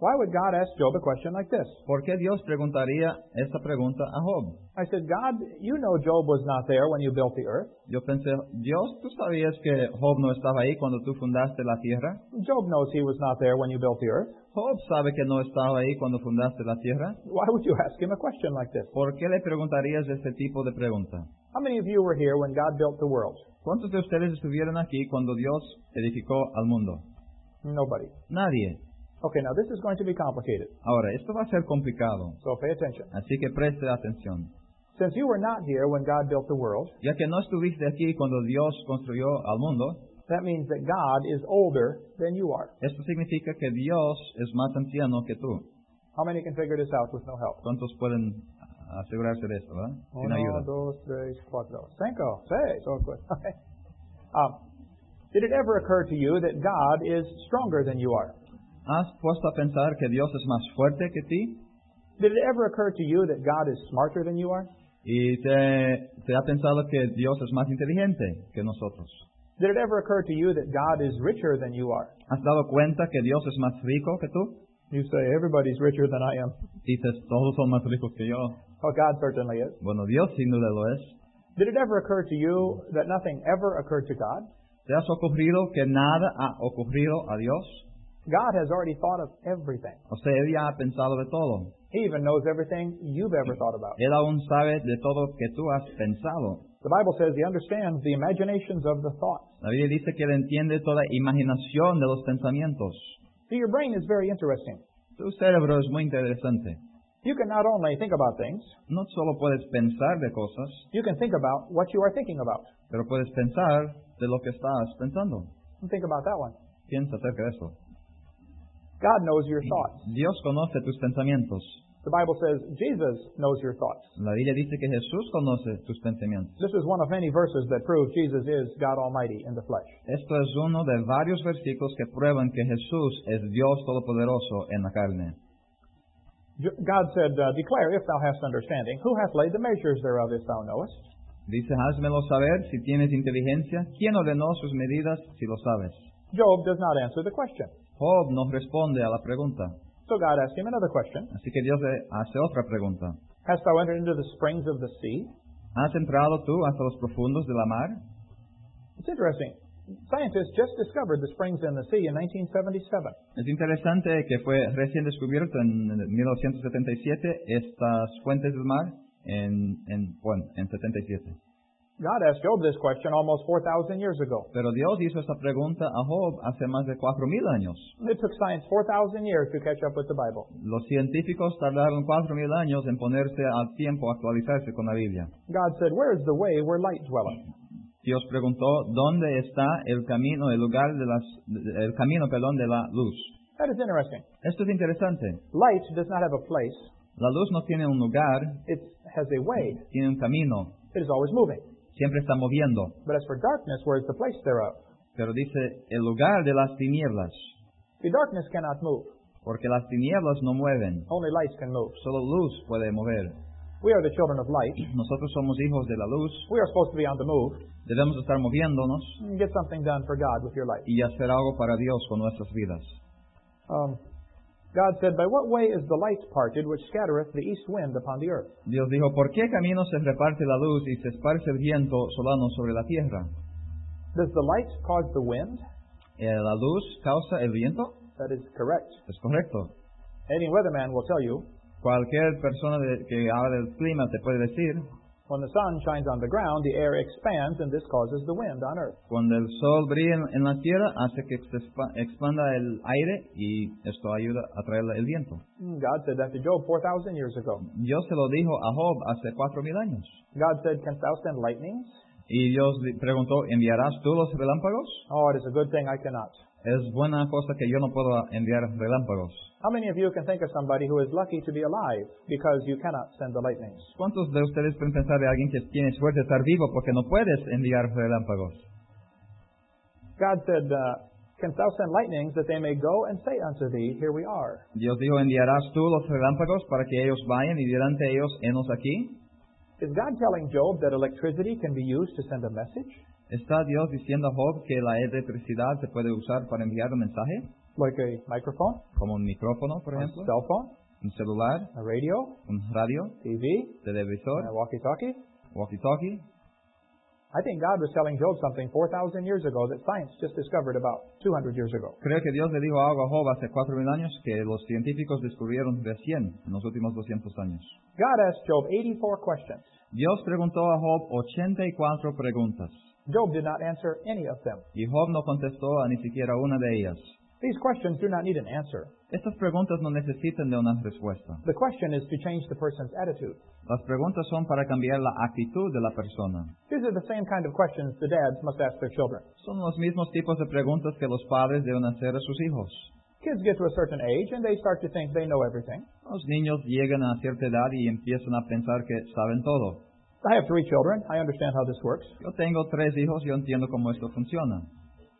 Why would God ask Job a question like this?
¿Por qué Dios preguntaría esta pregunta a Job?
I said, God, you know Job was not there when you built the earth.
Yo pensé, Dios, ¿tú sabías que Job no estaba ahí cuando tú fundaste la tierra?
Job knows he was not there when you built the earth.
Job sabe que no estaba ahí cuando fundaste la tierra.
Why would you ask him a question like this?
¿Por qué le preguntarías este tipo de pregunta?
How many of you were here when God built the world?
¿Cuántos de ustedes estuvieron aquí cuando Dios edificó al mundo?
Nobody.
Nadie.
Okay, now this is going to be complicated,
Ahora, esto va a ser complicado,
so pay attention.
así que preste atención.
Since you were not here when God built the world,
Ya que no estuviste aquí cuando Dios construyó al mundo,
that means that God is older than you are.
esto significa que Dios es más anciano que tú.
How many can figure this out with no help?
¿Cuántos pueden asegurarse de esto, verdad? Sin
Uno,
ayuda.
dos, tres, cuatro, cinco, seis. Oh, good. Okay. Um, did it ever occur to you that God is stronger than you are?
¿Has puesto a pensar que Dios es más fuerte que ti?
Did it ever occur to you that God is smarter than you are?
¿Y te, te ha pensado que Dios es más inteligente que nosotros?
Did it ever occur to you that God is richer than you are?
¿Has dado cuenta que Dios es más rico que tú?
You say, everybody's richer than I am.
Dices, todos son más ricos que yo.
Oh, God certainly is.
Bueno, Dios sin duda lo es.
Did it ever occur to you that nothing ever occurred to God?
¿Te has ocurrido que nada ha ocurrido a Dios?
God has already thought of everything.
O sea, Él ya ha pensado de todo.
He even knows everything you've ever thought about.
Él aún sabe de todo que tú has pensado.
The Bible says he understands the imaginations of the thoughts.
La Biblia dice que Él entiende toda imaginación de los pensamientos.
See, your brain is very interesting.
Tu cerebro es muy interesante.
You can not only think about things,
No solo puedes pensar de cosas,
you can think about what you are thinking about.
pero puedes pensar de lo que estás pensando.
And think about that one.
Piensa acerca de eso.
God knows your thoughts.
Dios conoce tus pensamientos.
The Bible says Jesus knows your thoughts.
La Biblia dice que Jesús conoce tus pensamientos.
This is one of many verses that prove Jesus is God Almighty in the flesh.
Esto es uno de varios versículos que prueban que Jesús es Dios Todopoderoso en la carne.
J- God said, uh, Declare if thou hast understanding, who hath laid the measures thereof, if thou knowest?
Dice, házmelo saber si tienes inteligencia, quién ordenó sus medidas si lo sabes.
Job does not answer the question.
Job nos responde a la pregunta,
So God asked him another question
así que Dios le hace otra pregunta.
Hast thou entered into the springs of the sea?
¿Has entrado tú hasta los profundos de la mar?
It's interesting. Scientists just discovered the springs in the sea in 1977.
Es interesante que fue recién descubierto en 1977 estas fuentes del mar en, en, bueno, en 77.
God asked Job this question almost 4,000 years ago.
Pero Dios hizo esta pregunta a Job hace más de 4.000 años.
It took science 4,000 years to catch up with the Bible.
Los científicos tardaron 4.000 años en ponerse al tiempo a actualizarse con la Biblia.
God said, Where is the way where light dwelleth?
Dios preguntó dónde está el camino, el lugar de las, el camino, perdón, de la luz.
That is interesting.
Esto es interesante.
Light does not have a place,
La luz no tiene un lugar,
it has a way.
tiene un camino.
It is always moving.
siempre está moviendo.
But as for darkness, where is the place thereof?
Pero dice el lugar de las tinieblas,
The darkness cannot move.
porque las tinieblas no mueven,
Only light can move.
solo luz puede mover.
We are the children of light.
Nosotros somos hijos de la luz,
We are supposed to be on the move.
debemos estar moviéndonos
Get something done for God with your life.
y hacer algo para Dios con nuestras vidas.
Um, God said, By what way is the light parted which scattereth the east wind upon the earth?
Dios dijo, ¿por qué camino se reparte la luz y se esparce el viento solano sobre la tierra?
Does the light cause the wind?
Eh, ¿La luz causa el viento?
That is correct.
Es correcto.
Any weatherman will tell you
Cualquier persona de- que habla del clima te puede decir,
when the sun shines on the ground, the air expands, and this causes the wind on earth.
cuando el sol brilla en, en la tierra hace que se expa- expanda el aire y esto ayuda a traer el viento.
Mm, God said that to Job 4,000 years ago.
Dios se lo dijo a Job hace cuatro mil años.
God said, Canst thou send lightnings?
Y Dios le preguntó, ¿enviarás tú los relámpagos?
Oh, it is a good thing I cannot.
Es buena cosa que yo no puedo enviar relámpagos.
How many of you can think of somebody who is lucky to be alive because you cannot send the lightnings?
¿Cuántos de ustedes pueden pensar de alguien que tiene suerte de estar vivo porque no puedes enviar relámpagos?
God said, uh, Canst thou send lightnings that they may go and say unto thee, Here we are?
Dios dijo, ¿enviarás tú los relámpagos para que ellos vayan y dirán de ellos, enos aquí?
Is God telling Job that electricity can be used to send a message?
¿Está Dios diciendo a Job que la electricidad se puede usar para enviar un mensaje?
Like a microphone,
Como un micrófono, por
a
ejemplo,
cell phone,
un celular,
a radio,
un radio,
TV, and a
televisor,
walkie talkie?
walkie-talkie.
I think God was telling Job something 4,000 years ago that science just discovered about 200 years ago.
Creo que Dios le dijo algo a Job hace cuatro mil años que los científicos descubrieron recién en los últimos 200 años.
God asked Job 84 questions.
Dios preguntó a Job 84 preguntas
Job did not answer any of them.
y Job no contestó a ni siquiera una de ellas.
These questions do not need an answer.
Estas preguntas no necesitan de una respuesta.
The question is to change the person's attitude.
Las preguntas son para cambiar la actitud de la persona.
These are the same kind of questions the dads must ask their children.
Son los mismos tipos de preguntas que los padres deben hacer a sus hijos.
Kids get to a certain age and they start to think they know everything.
Los niños llegan a cierta edad y empiezan a pensar que saben todo.
I have three children. I understand how this works.
Yo tengo tres hijos, yo entiendo cómo esto funciona.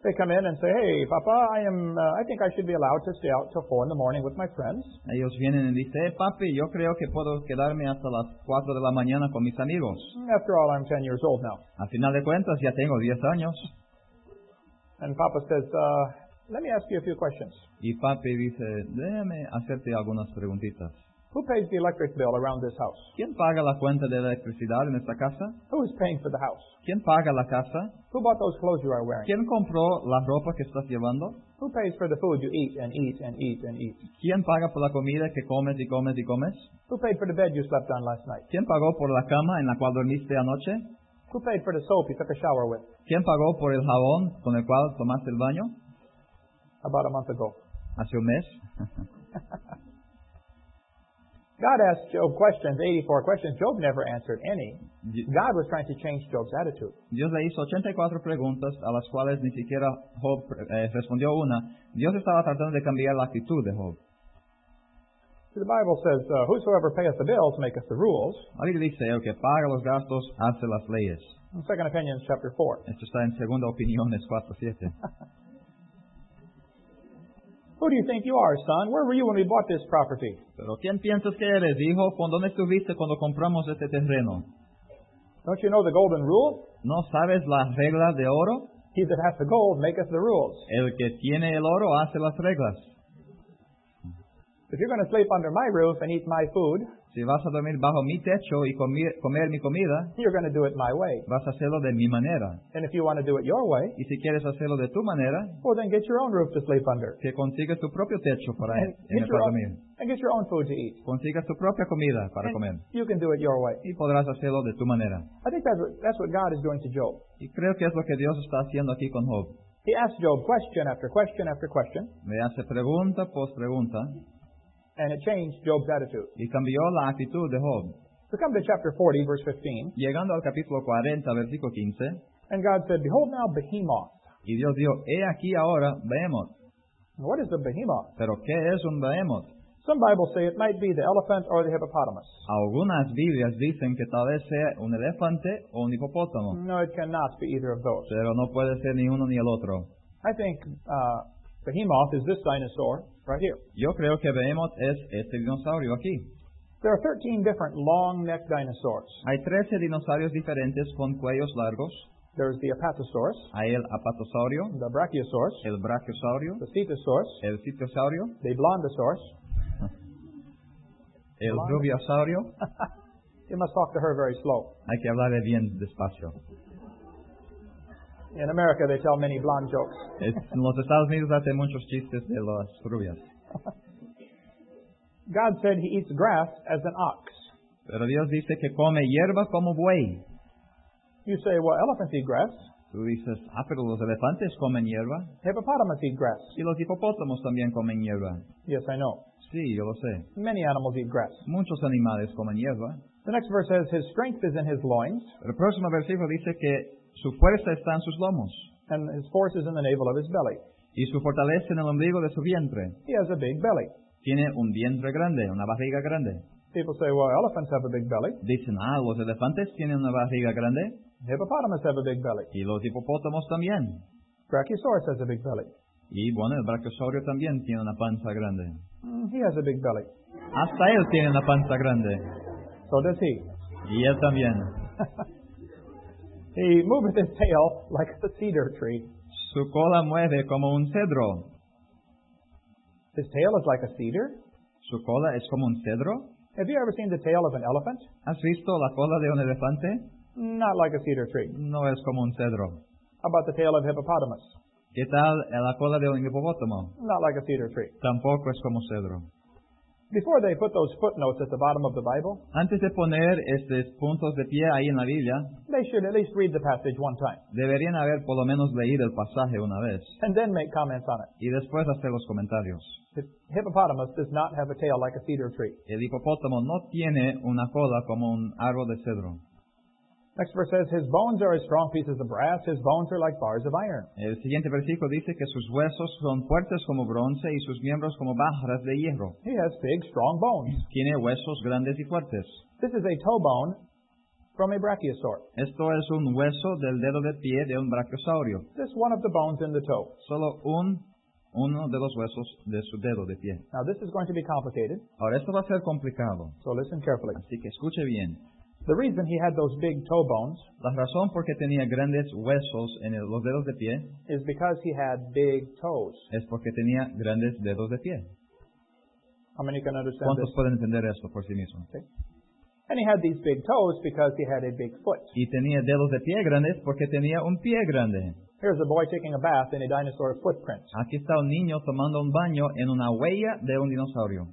They come in and say, "Hey, Papa, I am. Uh, I think I should be allowed to stay out till four in the morning with my friends."
Ellos vienen y dicen, "Eh, papi, yo creo que puedo quedarme hasta las 4 de la mañana con mis amigos.
After all, I'm ten years old now.
Al final de cuentas, ya tengo 10 años.
And Papa says, uh, "Let me ask you a few questions.
Y papi dice, déjame hacerte algunas preguntitas.
Who pays the electric bill around this house?
¿Quién paga la cuenta de electricidad en esta casa?
Who is paying for the house?
¿Quién paga la casa?
Who bought those clothes you are wearing?
¿Quién compró la ropa que estás llevando?
Who pays for the food you eat and eat and eat and eat?
¿Quién paga por la comida que comes y comes y comes?
Who paid for the bed you slept on last night?
¿Quién pagó por la cama en la cual dormiste anoche?
Who paid for the soap you took a shower with
¿Quién pagó por el jabón con el cual tomaste el baño
about a month ago?"
hace un mes?
God asked Job questions, 84 questions. Job never answered any.
Ye-
God was trying to change Job's attitude.
Dios le hizo 84 preguntas a las cuales ni siquiera Job eh, respondió una. Dios estaba tratando de cambiar la actitud de Job.
The Bible says, uh, Whosoever payeth the bills maketh the rules.
La Biblia dice, el que paga los gastos hace las leyes.
In Second Opinions, chapter 4.
Esto está en Segunda Opiniones 4.7.
Who do you think you are, son? Where were you when we bought this property?
Pero ¿quién piensas que eres, hijo? ¿Con dónde estuviste cuando compramos este terreno?
Don't you know the golden rule?
¿No sabes las reglas de oro?
He that hath the gold maketh the rules.
El que tiene el oro hace las reglas.
If you're going to sleep under my roof and eat my food,
Si vas a dormir bajo mi techo y comi- comer mi comida,
you're going to do it my way.
vas a hacerlo de mi manera.
And if you want to do it your way,
Y si quieres hacerlo de tu manera,
well, then get your own roof to sleep under.
que consigas tu propio techo para
And
en el
get your
cual
own,
dormir.
and get your own food to eat.
Consigas tu propia comida para
And
comer.
you can do it your way.
Y podrás hacerlo de tu manera.
I think that's what, that's what God is doing to Job.
Y creo que es lo que Dios está haciendo aquí con Job.
He asked Job question after question after question,
Le hace pregunta por pregunta
and it changed Job's attitude.
y cambió la actitud de Job.
We come to chapter 40, verse 15,
Llegando al capítulo 40, versículo 15,
and God said, Behold now behemoth.
y Dios dijo, he aquí ahora behemoth.
And what is the behemoth?
¿Pero qué es un behemoth?
It's Some Bibles say it might be the elephant or the hippopotamus.
Algunas Biblias dicen que tal vez sea un elefante o un hipopótamo,
No, it cannot be either of those.
pero no puede ser ni uno ni el otro.
I think uh, behemoth is this dinosaur right here.
Yo creo que Behemoth es este dinosaurio aquí.
There are 13 different long-necked dinosaurs.
Hay 13 dinosaurios diferentes con cuellos largos.
There's the apatosaurus,
Hay el apatosaurio,
the brachiosaurus,
el brachiosaurio,
the cetosauros,
el citiosaurio,
the blondosaurus.
el
Vale.
rubiosaurio.
You must talk to her very slow.
Hay que hablar bien despacio.
In America, they tell many blonde jokes.
Es- en los Estados Unidos hace muchos chistes de las rubias.
God said he eats grass as an ox.
Pero Dios dice que come hierba como buey.
You say, well, elephants eat grass.
Tú dices, ah, pero los elefantes comen hierba.
Hippopotamus eat grass.
Y los hipopótamos también comen hierba.
Yes, I know.
Sí, yo lo sé.
Many animals eat grass.
Muchos animales comen hierba.
The next verse says, His strength is in his loins,
El próximo versículo dice que su fuerza está en sus lomos
and his force is in the navel of his belly.
y su fortaleza en el ombligo de su vientre.
He has a big belly.
Tiene un vientre grande, una barriga grande.
People say, well, elephants have a big belly.
Dicen, ah, los elefantes tienen una barriga grande
Hippopotamus have a big belly.
y los hipopótamos también.
Brachiosaurus has a big belly.
Y bueno, el brachiosaurio también tiene una panza grande.
Mm, he has a big belly.
Hasta él tiene una panza grande.
So does he.
Y él también.
He moveth his tail like a cedar tree.
Su cola mueve como un cedro.
His tail is like a cedar.
Su cola es como un cedro.
Have you ever seen the tail of an elephant?
¿Has visto la cola de un elefante?
Not like a cedar tree.
No es como un cedro.
How about the tail of hippopotamus?
¿Qué tal la cola de un hipopótamo?
Not like a cedar tree.
Tampoco es como cedro.
Before they put those footnotes at the bottom of the Bible,
Antes de poner estos puntos de pie ahí en la Biblia,
they should at least read the passage one time
deberían haber por lo menos leído el pasaje una vez
and then make comments on it.
y después hacer los comentarios.
The hippopotamus does not have a tail like a cedar tree.
El hipopótamo no tiene una cola como un árbol de cedro.
Next verse says, His bones are as strong pieces of brass, his bones are like bars of iron.
El siguiente versículo dice que sus huesos son fuertes como bronce y sus miembros como barras de hierro.
He has big, strong bones.
Tiene huesos grandes y fuertes.
This is a toe bone from a brachiosaur.
Esto es un hueso del dedo de pie de un brachiosaurio.
Just one of the bones in the toe.
Solo un, uno de los huesos de su dedo de pie.
Now, this is going to be complicated,
Ahora, esto va a ser complicado,
so listen carefully.
así que escuche bien.
The reason he had those big toe bones
La razón por qué tenía grandes huesos en el- los dedos de pie
is because he had big toes.
es porque tenía grandes dedos de pie.
How many can understand
¿Cuántos
this?
pueden entender esto por sí mismos?
And he had these big toes because he had a big foot.
Y tenía dedos de pie grandes porque tenía un pie grande.
Here's a boy taking a bath in a dinosaur's footprint.
Aquí está un niño tomando un baño en una huella de un dinosaurio.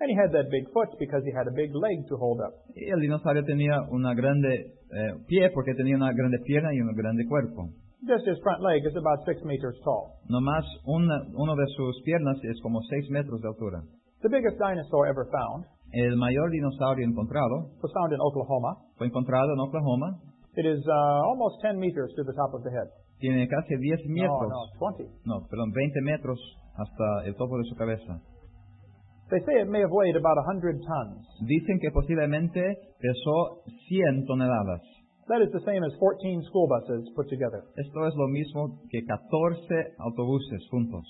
And he had that big foot because he had a big leg to hold up.
Y el dinosaurio tenía una grande eh, pie porque tenía una grande pierna y un grande cuerpo.
Just his front leg is about six meters tall.
Nomás una, uno de sus piernas es como 6 metros de altura.
The biggest dinosaur ever found
El mayor dinosaurio encontrado
was found in Oklahoma.
fue encontrado en Oklahoma.
It is uh, almost 10 meters to the top of the head.
Tiene casi 10
No,
metros,
no, 20.
no, perdón, 20 metros hasta el topo de su cabeza.
They say it may have weighed about 100 tons.
Dicen que posiblemente pesó 100 toneladas.
That is the same as 14 school buses put together.
Esto es lo mismo que 14 autobuses juntos.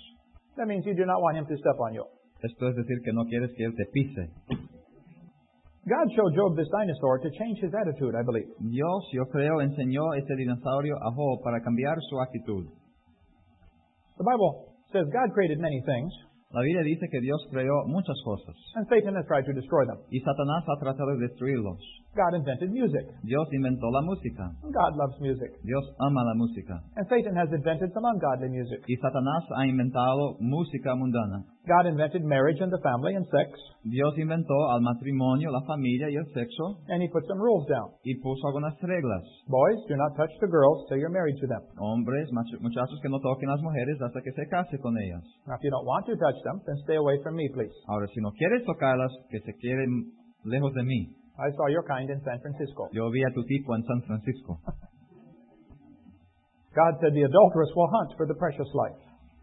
That means you do not want him to step on you.
Esto es decir que no quieres que él te pise.
God showed Job this dinosaur to change his attitude, I believe.
Dios, yo creo, enseñó este dinosaurio a Job para cambiar su actitud.
The Bible says God created many things,
La Biblia dice que Dios creó muchas cosas
and Satan has tried to destroy them.
y Satanás ha tratado de destruirlos.
God invented music.
Dios inventó la música.
God loves music.
Dios ama la música.
And Satan has invented some ungodly music.
Y Satanás ha inventado música mundana.
God invented marriage and the family and sex,
Dios inventó al matrimonio, la familia y el sexo
and he put some rules down.
y puso algunas reglas.
Boys, do not touch the girls till you're married to them.
Hombres, mach- muchachos que no toquen las mujeres hasta que se case con ellas.
Now, if you don't want to touch them, then stay away from me, please.
Ahora, si no quieres tocarlas, que se queden lejos de mí.
I saw your kind in San Francisco.
Yo vi a tu tipo en San Francisco.
God said the adulteress will hunt for the precious life.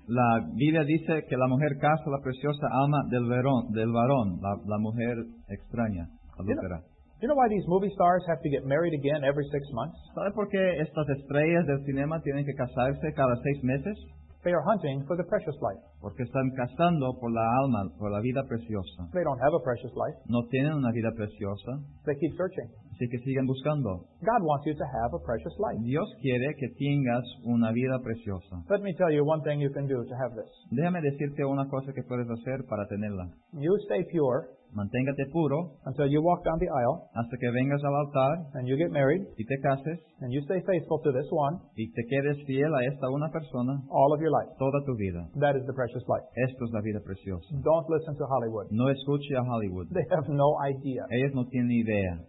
La Biblia dice que la mujer casa la preciosa alma del, verón- del varón, la, la mujer extraña, adúltera.
You know why these movie stars have to get married again every six months?
¿Sabe por qué estas estrellas del cinema tienen que casarse cada seis meses?
They are hunting for the precious life.
Porque están casando por la alma, por la vida preciosa.
They don't have a precious life.
No tienen una vida preciosa,
They keep searching.
así que siguen buscando.
God wants you to have a precious life.
Dios quiere que tengas una vida preciosa.
Let me tell you one thing you can do to have this.
Déjame decirte una cosa que puedes hacer para tenerla.
You stay pure
Manténgate puro
until you walk down the aisle
hasta que vengas al altar
and you get married
y te cases
and you stay faithful to this one
y te quedes fiel a esta una persona
all of your life.
toda tu vida.
That is the precious life.
Esto es la vida preciosa.
Don't listen to Hollywood.
No escuche a Hollywood.
They have no idea.
Ellos no tienen idea.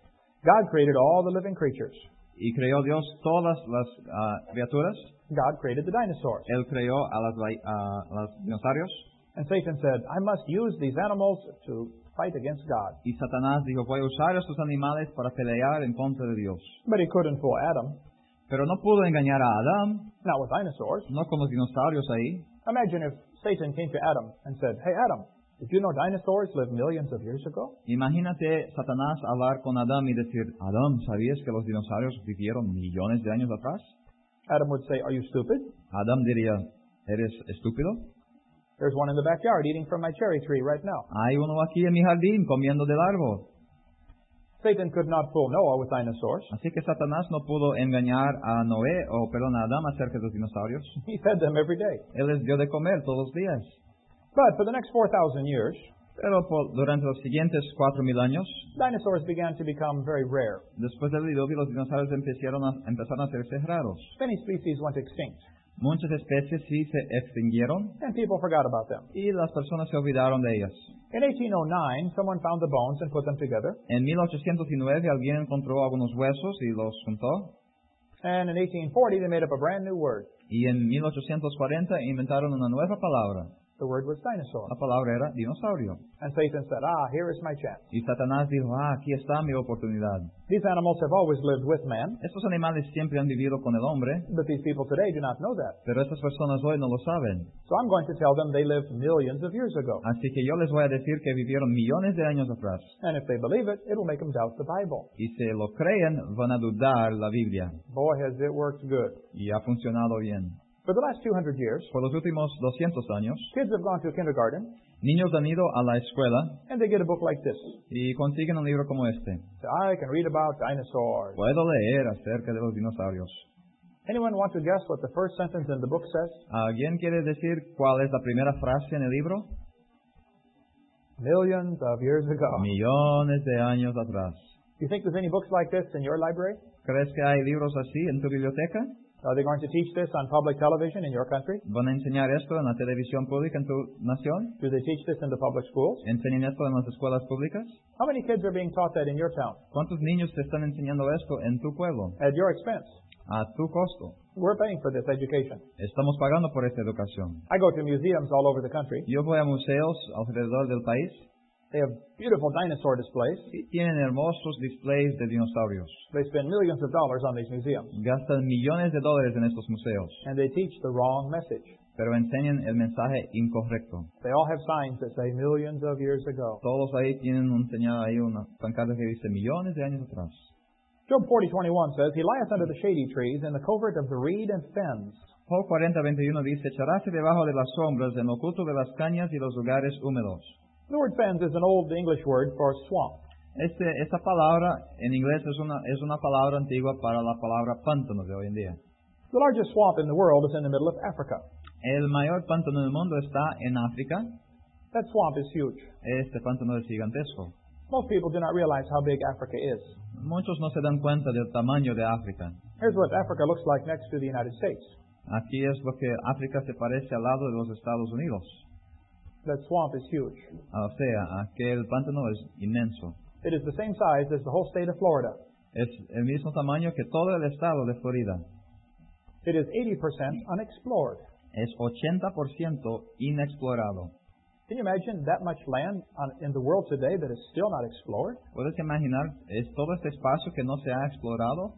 God created all the living creatures.
Y creó Dios todas las ah, criaturas.
God created the dinosaurs.
Él creó a las vai- a los dinosaurios.
And Satan said, I must use these animals to fight against God.
Y Satanás dijo, voy a usar estos animales para pelear en contra de Dios.
But he couldn't fool Adam,
Pero no pudo engañar a Adán,
not with dinosaurs.
no con los dinosaurios ahí.
Imagine if Satan came to Adam and said, Hey, Adam, did you know dinosaurs lived millions of years ago?
Imagínate Satanás hablar con Adán y decir, Adán, ¿sabías que los dinosaurios vivieron millones de años atrás?
Adam would say, Are you stupid?
Adán diría, ¿eres estúpido?
There's one in the backyard eating from my cherry tree right now.
Hay uno aquí en mi jardín comiendo del árbol.
Satan could not fool Noah with dinosaurs.
Así que Satanás no pudo engañar a Noé, o perdón, a Adán acerca de los dinosaurios.
He fed them every day.
Él les dio de comer todos los días.
But for the next 4,000 years,
Pero por- durante los siguientes cuatro mil años,
dinosaurs began to become very rare.
después del diluvio, los dinosaurios empezaron a, empezaron a hacerse raros.
Many species went extinct,
Muchas especies sí se extinguieron
and people forgot about them.
y las personas se olvidaron de ellas.
In 1809, someone found the bones and put them together.
En 1819 alguien encontró algunos huesos y los juntó.
And in 1840, they made up a brand new word.
Y en 1840 inventaron una nueva palabra.
The word was dinosaur.
La palabra era dinosaurio.
And Satan said, Ah, here is my chance.
Y Satanás dijo, ah, aquí está mi oportunidad.
These animals have always lived with man,
Estos animales siempre han vivido con el hombre,
but these people today do not know that.
pero estas personas hoy no lo saben.
So I'm going to tell them they lived millions of years ago.
Así que yo les voy a decir que vivieron millones de años atrás.
And if they believe it, it'll make them doubt the Bible.
Y si lo creen, van a dudar la Biblia.
Boy, has it worked good.
Y ha funcionado bien.
For the last 200 years,
Por los últimos 200 años,
kids have gone to kindergarten,
niños han ido a la escuela
and they get a book like this.
y consiguen un libro como este.
So I can read about dinosaurs.
Puedo leer acerca de los dinosaurios.
Anyone want to guess what the first sentence in the book says?
¿Alguien quiere decir cuál es la primera frase en el libro?
Millions of years ago. Do
Millones de años atrás.
you think there's any books like this in your library?
¿Crees que hay libros así en tu biblioteca?
Are they going to teach this on public television in your country?
¿Van a enseñar esto en la televisión pública en tu nación?
Do they teach this in the public schools?
¿Enseñan esto en las escuelas públicas?
How many kids are being taught that in your town?
¿Cuántos niños te están enseñando esto en tu pueblo?
At your expense.
A tu costo.
We're paying for this education.
Estamos pagando por esta educación.
I go to museums all over the country.
Yo voy a museos alrededor del país
They have beautiful dinosaur displays.
y tienen hermosos displays de dinosaurios.
They spend millions of dollars on these museums.
Gastan millones de dólares en estos museos.
And they teach the wrong message.
pero enseñan el mensaje incorrecto.
They all have signs that say millions of years ago.
Todos ahí tienen enseñado ahí una pancarta que dice millones de años atrás.
Job 40:21 says, "He lieth under the shady trees in the covert of the reed and fens."
Job 40, 21 dice, echarás debajo de las sombras, en lo oculto de las cañas y los lugares húmedos.
The word fens is an old English word for swamp.
Este, esta palabra en inglés es una, es una palabra antigua para la palabra pántano de hoy en día.
The largest swamp in the world is in the middle of Africa.
El mayor pántano del mundo está en África.
That swamp is huge.
Este pántano es gigantesco.
Most people do not realize how big Africa is.
Muchos no se dan cuenta del tamaño de África.
Here's what Africa looks like next to the United States.
Aquí es lo que África se parece al lado de los Estados Unidos.
That swamp is huge.
O sea, aquel pántano es inmenso.
It is the same size as the whole state of Florida.
Es el mismo tamaño que todo el estado de Florida.
It is 80% unexplored.
Es 80% inexplorado.
Can you imagine that much land on, in the world today that is still not explored?
¿Puedes imaginar? Es todo este espacio que no se ha explorado.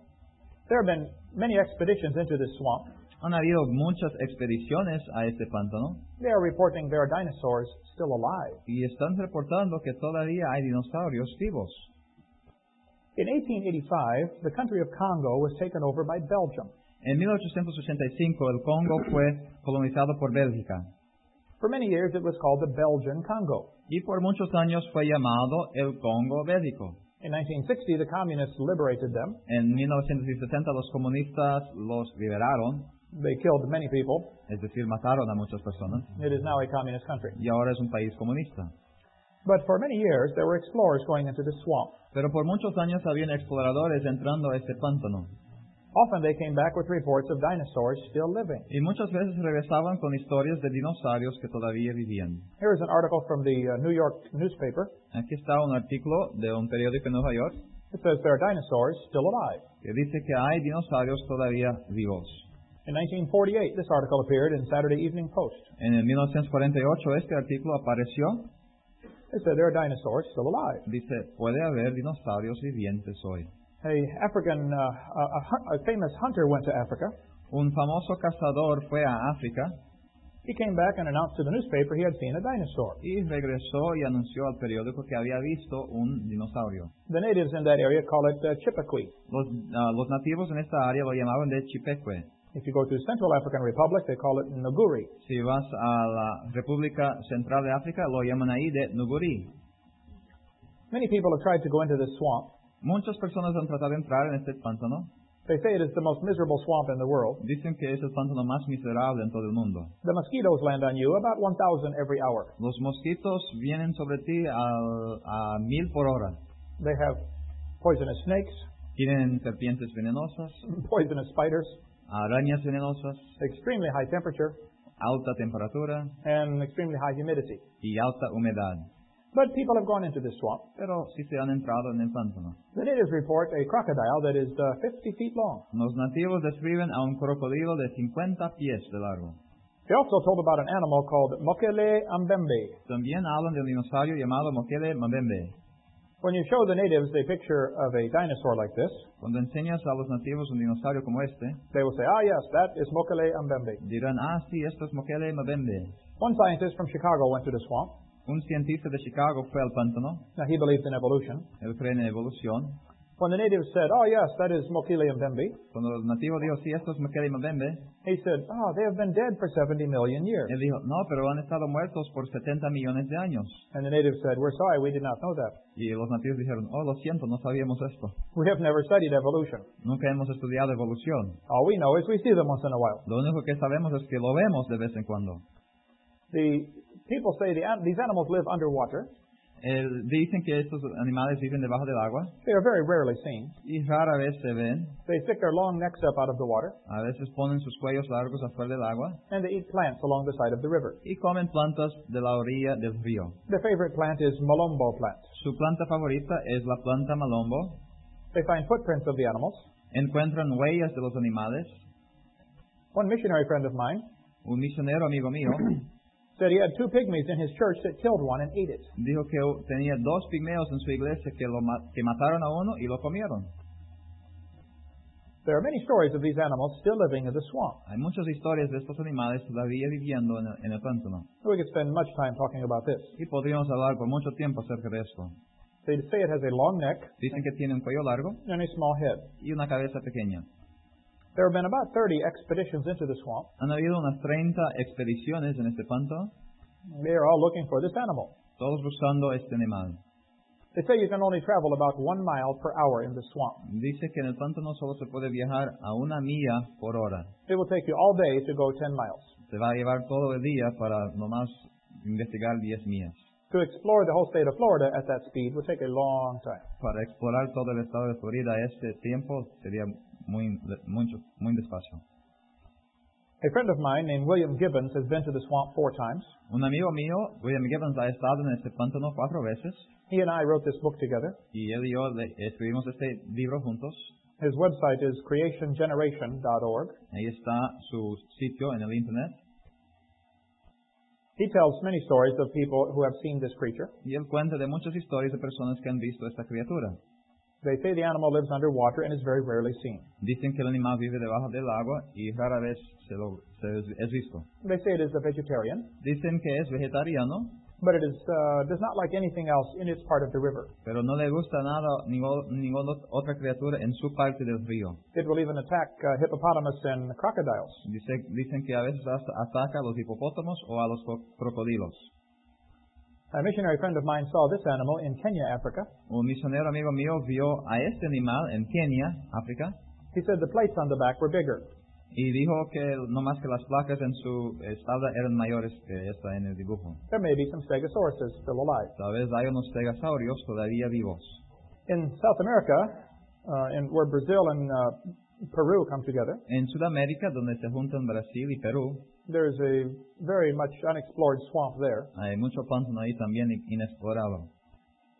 There have been many expeditions into this swamp.
Han habido muchas expediciones a este pantano
They are reporting there are dinosaurs still alive.
y están reportando que todavía hay dinosaurios vivos.
In 1885, the country of Congo was taken over by Belgium.
En 1885 el Congo fue colonizado por Bélgica
For many years, it was called the Belgian Congo.
y por muchos años fue llamado el Congo Bélgico.
In 1960, the communists liberated them.
En 1960 los comunistas los liberaron,
They killed many people.
es decir, mataron a muchas personas
It is now a communist country.
y ahora es un país comunista.
But for many years, there were explorers going into the swamp.
Pero por muchos años habían exploradores entrando a este pantano
Often they came back with reports of dinosaurs still living.
y muchas veces regresaban con historias de dinosaurios que todavía vivían.
Here is an article from the uh, New York newspaper.
Aquí está un artículo de un periódico en Nueva York
It says there are dinosaurs still alive.
que dice que hay dinosaurios todavía vivos.
In 1948, this article appeared in Saturday Evening Post.
En el 1948 este artículo apareció,
It said there are dinosaurs still alive.
dice, puede haber dinosaurios vivientes hoy.
A African, uh, a, a hu- a famous hunter went to Africa.
Un famoso cazador fue a África
He came back and announced to the newspaper he had seen a dinosaur.
y regresó y anunció al periódico que había visto un dinosaurio.
The natives in that area call it uh, Chippequee.
Los, ah, los nativos en esta área lo llamaban de Chipecue.
If you go to Central African Republic, they call it Nguri.
Si vas a la República Central de África, lo llaman ahí de Nuguri.
Many people have tried to go into this swamp.
Muchas personas han tratado de entrar en este pantano.
They say it is the most miserable swamp in the world.
Dicen que es el pantano más miserable en todo el mundo.
The mosquitoes land on you about 1,000 every hour.
Los mosquitos vienen sobre ti al- a mil por hora.
They have poisonous snakes,
Tienen serpientes venenosas,
poisonous spiders,
arañas venenosas,
extremely high temperature,
alta temperatura
and extremely high humidity.
y alta humedad.
But people have gone into this swamp.
Pero sí se han entrado en el pantano.
The natives report a crocodile that is uh, 50 feet long.
Los nativos describen a un crocodilo de 50 pies de largo.
They also told about an animal called Mokele Ambembe.
También hablan de un dinosaurio llamado Mokele Mabembe.
When you show the natives a picture of a dinosaur like this,
Cuando enseñas a los nativos un dinosaurio como este,
they will say, ah, yes, that is Mokele Ambembe.
dirán, ah, sí, esto es Mokele Mabembe.
One scientist from Chicago went to the swamp.
Un cientista de Chicago fue al pantano,
Now, he believes in evolution.
él cree en evolución.
When the natives said, oh, yes, that is Mokele Ambembe,
Cuando el nativo dijo, sí, esto es Mokele Mabembe,
he said, oh, they have been dead for 70 million years.
él dijo, no, pero han estado muertos por 70 millones de años.
And the natives said, we're sorry, we did not know that.
Y los nativos dijeron, oh, lo siento, no sabíamos esto.
We have never studied evolution.
Nunca hemos estudiado evolución.
All we know is we see them once in a while.
Lo único que sabemos es que lo vemos de vez en cuando.
The people say the, an- these animals live underwater.
El- dicen que estos animales viven debajo del agua
They are very rarely seen.
y rara vez se ven.
They stick their long necks up out of the water,
A veces ponen sus cuellos largos afuera del agua
and they eat plants along the side of the river.
y comen plantas de la orilla del río.
Their favorite plant is malombo plant.
Su planta favorita es la planta malombo.
They find footprints of the animals.
Encuentran huellas de los animales.
One missionary friend of mine
Un misionero amigo mío
said he had two pygmies in his church that killed one and ate it.
dijo que tenía dos pigmeos en su iglesia que, lo ma- que mataron a uno y lo comieron.
There are many stories of these animals still living in the swamp.
Hay muchas historias de estos animales todavía viviendo en el, en el pantano.
We could spend much time talking about this.
Y podríamos hablar por mucho tiempo acerca de esto.
They say it has a long neck
Dicen que tiene un cuello largo
and a small head.
y una cabeza pequeña.
There have been about 30 expeditions into the swamp.
Han habido unas 30 expediciones en este pantano,
They are all looking for this animal.
todos buscando este animal.
They say you can only travel about one mile per hour in the swamp.
Dice que en el pantano solo se puede viajar a una milla por hora.
It will take you all day to go 10 miles.
Se va a llevar todo el día para nomás investigar 10 millas.
To explore the whole state of Florida at that speed would take a long time.
Para explorar todo el estado de Florida a este tiempo sería muy, mucho, muy despacio.
A friend of mine named William Gibbons has been to the swamp four times.
Un amigo mío, William Gibbons, ha estado en este pantano cuatro veces
He and I wrote this book together.
y él y yo le- escribimos este libro juntos.
His website is creationgeneration.org.
Ahí está su sitio en el internet.
He tells many stories of people who have seen this creature.
Y él cuenta de muchas historias de personas que han visto esta criatura.
They say the animal lives underwater and is very rarely seen.
Dicen que el animal vive debajo del agua y rara vez se lo, se es- es visto.
They say it is a vegetarian,
Dicen que es vegetariano,
but it is, uh, does not like anything else in its part of the river.
pero no le gusta nada ningún- ninguna otra criatura en su parte del río.
It will even attack uh, hippopotamus and crocodiles.
Dice- dicen que a veces hasta ataca a los hipopótamos o a los co- crocodilos.
A missionary friend of mine saw this animal in Kenya, Africa.
Un misionero amigo mío vio a este animal en Kenia, África,
He said the plates on the back were bigger.
y dijo que no más que las placas en su espalda eran mayores que esta en el dibujo.
There may be some stegosauruses still alive.
Tal vez hay unos stegosaurios todavía vivos.
In South America, uh, in, where Brazil and uh, Peru come together,
En Sudamérica, donde se juntan Brasil y Perú,
there's a very much unexplored swamp there.
hay mucho pantano ahí también in- inexplorado.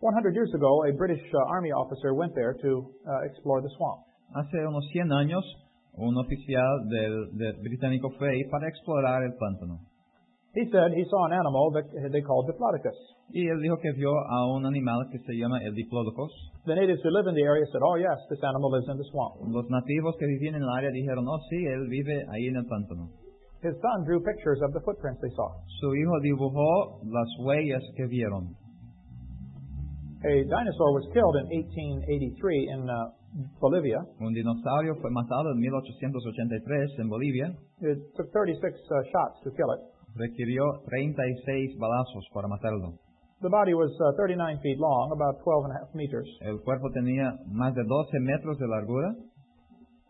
100 years ago, a British uh, army officer went there to uh, explore the swamp.
Hace unos 100 años, un oficial del, del británico fue ahí para explorar el pantano.
He said he saw an animal that they called Diplodocus.
Y él dijo que vio a un animal que se llama el diplodocus.
The natives who live in the area said, oh yes, this animal lives in the swamp.
Los nativos que vivían en el área dijeron, oh sí, él vive ahí en el pantano.
His son drew pictures of the footprints they saw.
Su hijo dibujó las huellas que vieron.
A dinosaur was killed in 1883 in uh, Bolivia.
Un dinosaurio fue matado en 1883 en Bolivia.
It took 36 uh, shots to kill it.
Requirió 36 balazos para matarlo.
The body was uh, 39 feet long, about 12 and a half meters.
El cuerpo tenía más de 12 metros de largura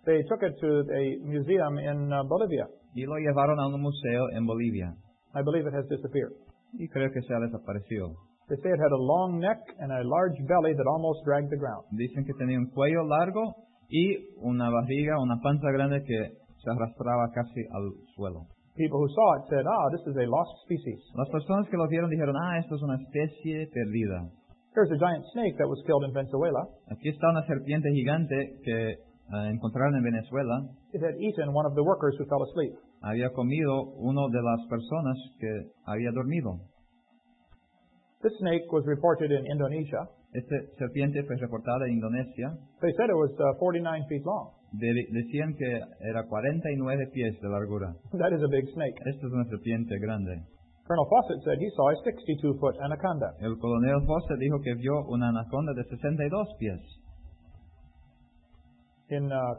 They took it to a museum in uh, Bolivia.
y lo llevaron a un museo en Bolivia.
I believe it has disappeared.
Y creo que se ha desaparecido.
They say it had a long neck and a large belly that almost dragged the ground.
Dicen que tenía un cuello largo y una barriga, una panza grande que se arrastraba casi al suelo.
People who saw it said, ah, this is a lost species.
Las personas que lo vieron dijeron, ah, esto es una especie perdida.
Here's a giant snake that was killed in Venezuela.
Aquí está una serpiente gigante que eh, encontraron en Venezuela.
It had eaten one of the workers who fell asleep.
Había comido uno de las personas que había dormido.
This snake was reported in Indonesia.
Esta serpiente fue reportada en Indonesia.
They said it was uh, 49 feet long.
De- decían que era 49 pies de largura.
That is a big snake.
Esta es una serpiente grande.
Colonel Fawcett said he saw a 62 foot anaconda.
El coronel Foster dijo que vio una anaconda de 62 pies.
In uh,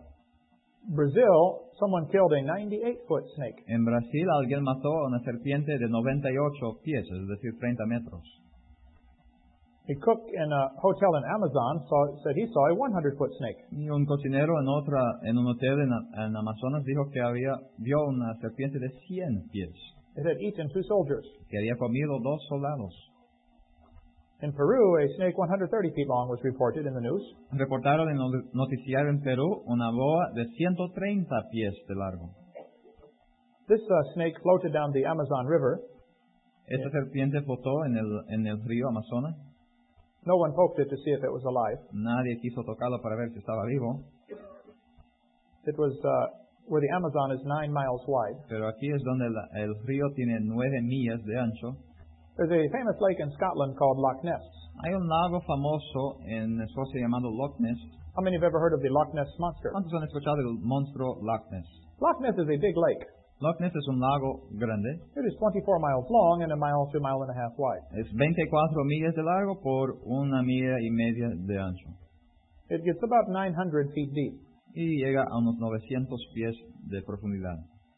Brazil, someone killed a 98 foot snake.
En Brasil alguien mató a una serpiente de 98 pies, es decir, 30 metros.
A cook in a hotel in Amazon saw, said he saw a 100 foot snake.
Y un cocinero en otra, en un hotel en, A- en Amazonas dijo que había vio una serpiente de 100 pies
It had eaten two soldiers.
que había comido dos soldados.
In Peru, a snake 130 feet long was reported in the news.
Reportaron en el noticiario en Perú una boa de 130 pies de largo.
This uh, snake floated down the Amazon River.
Esta serpiente flotó en el, en el río Amazonas.
No one poked it to see if it was alive.
Nadie quiso tocarlo para ver si estaba vivo.
It was uh, where the Amazon is nine miles wide.
Pero aquí es donde la- el río tiene 9 millas de ancho.
There's a famous lake in Scotland called Loch Ness.
Hay un lago famoso en Escocia llamado Loch Ness.
How many have ever heard of the Loch Ness Monster?
¿Cuántos han escuchado del monstruo Loch Ness?
Loch Ness is a big lake.
Loch Ness es un lago grande.
It is 24 miles long and a mile to a mile and a half wide.
Es 24 millas de largo por una milla y media de ancho.
It gets about 900 feet deep.
Y llega a unos 900 pies de profundidad.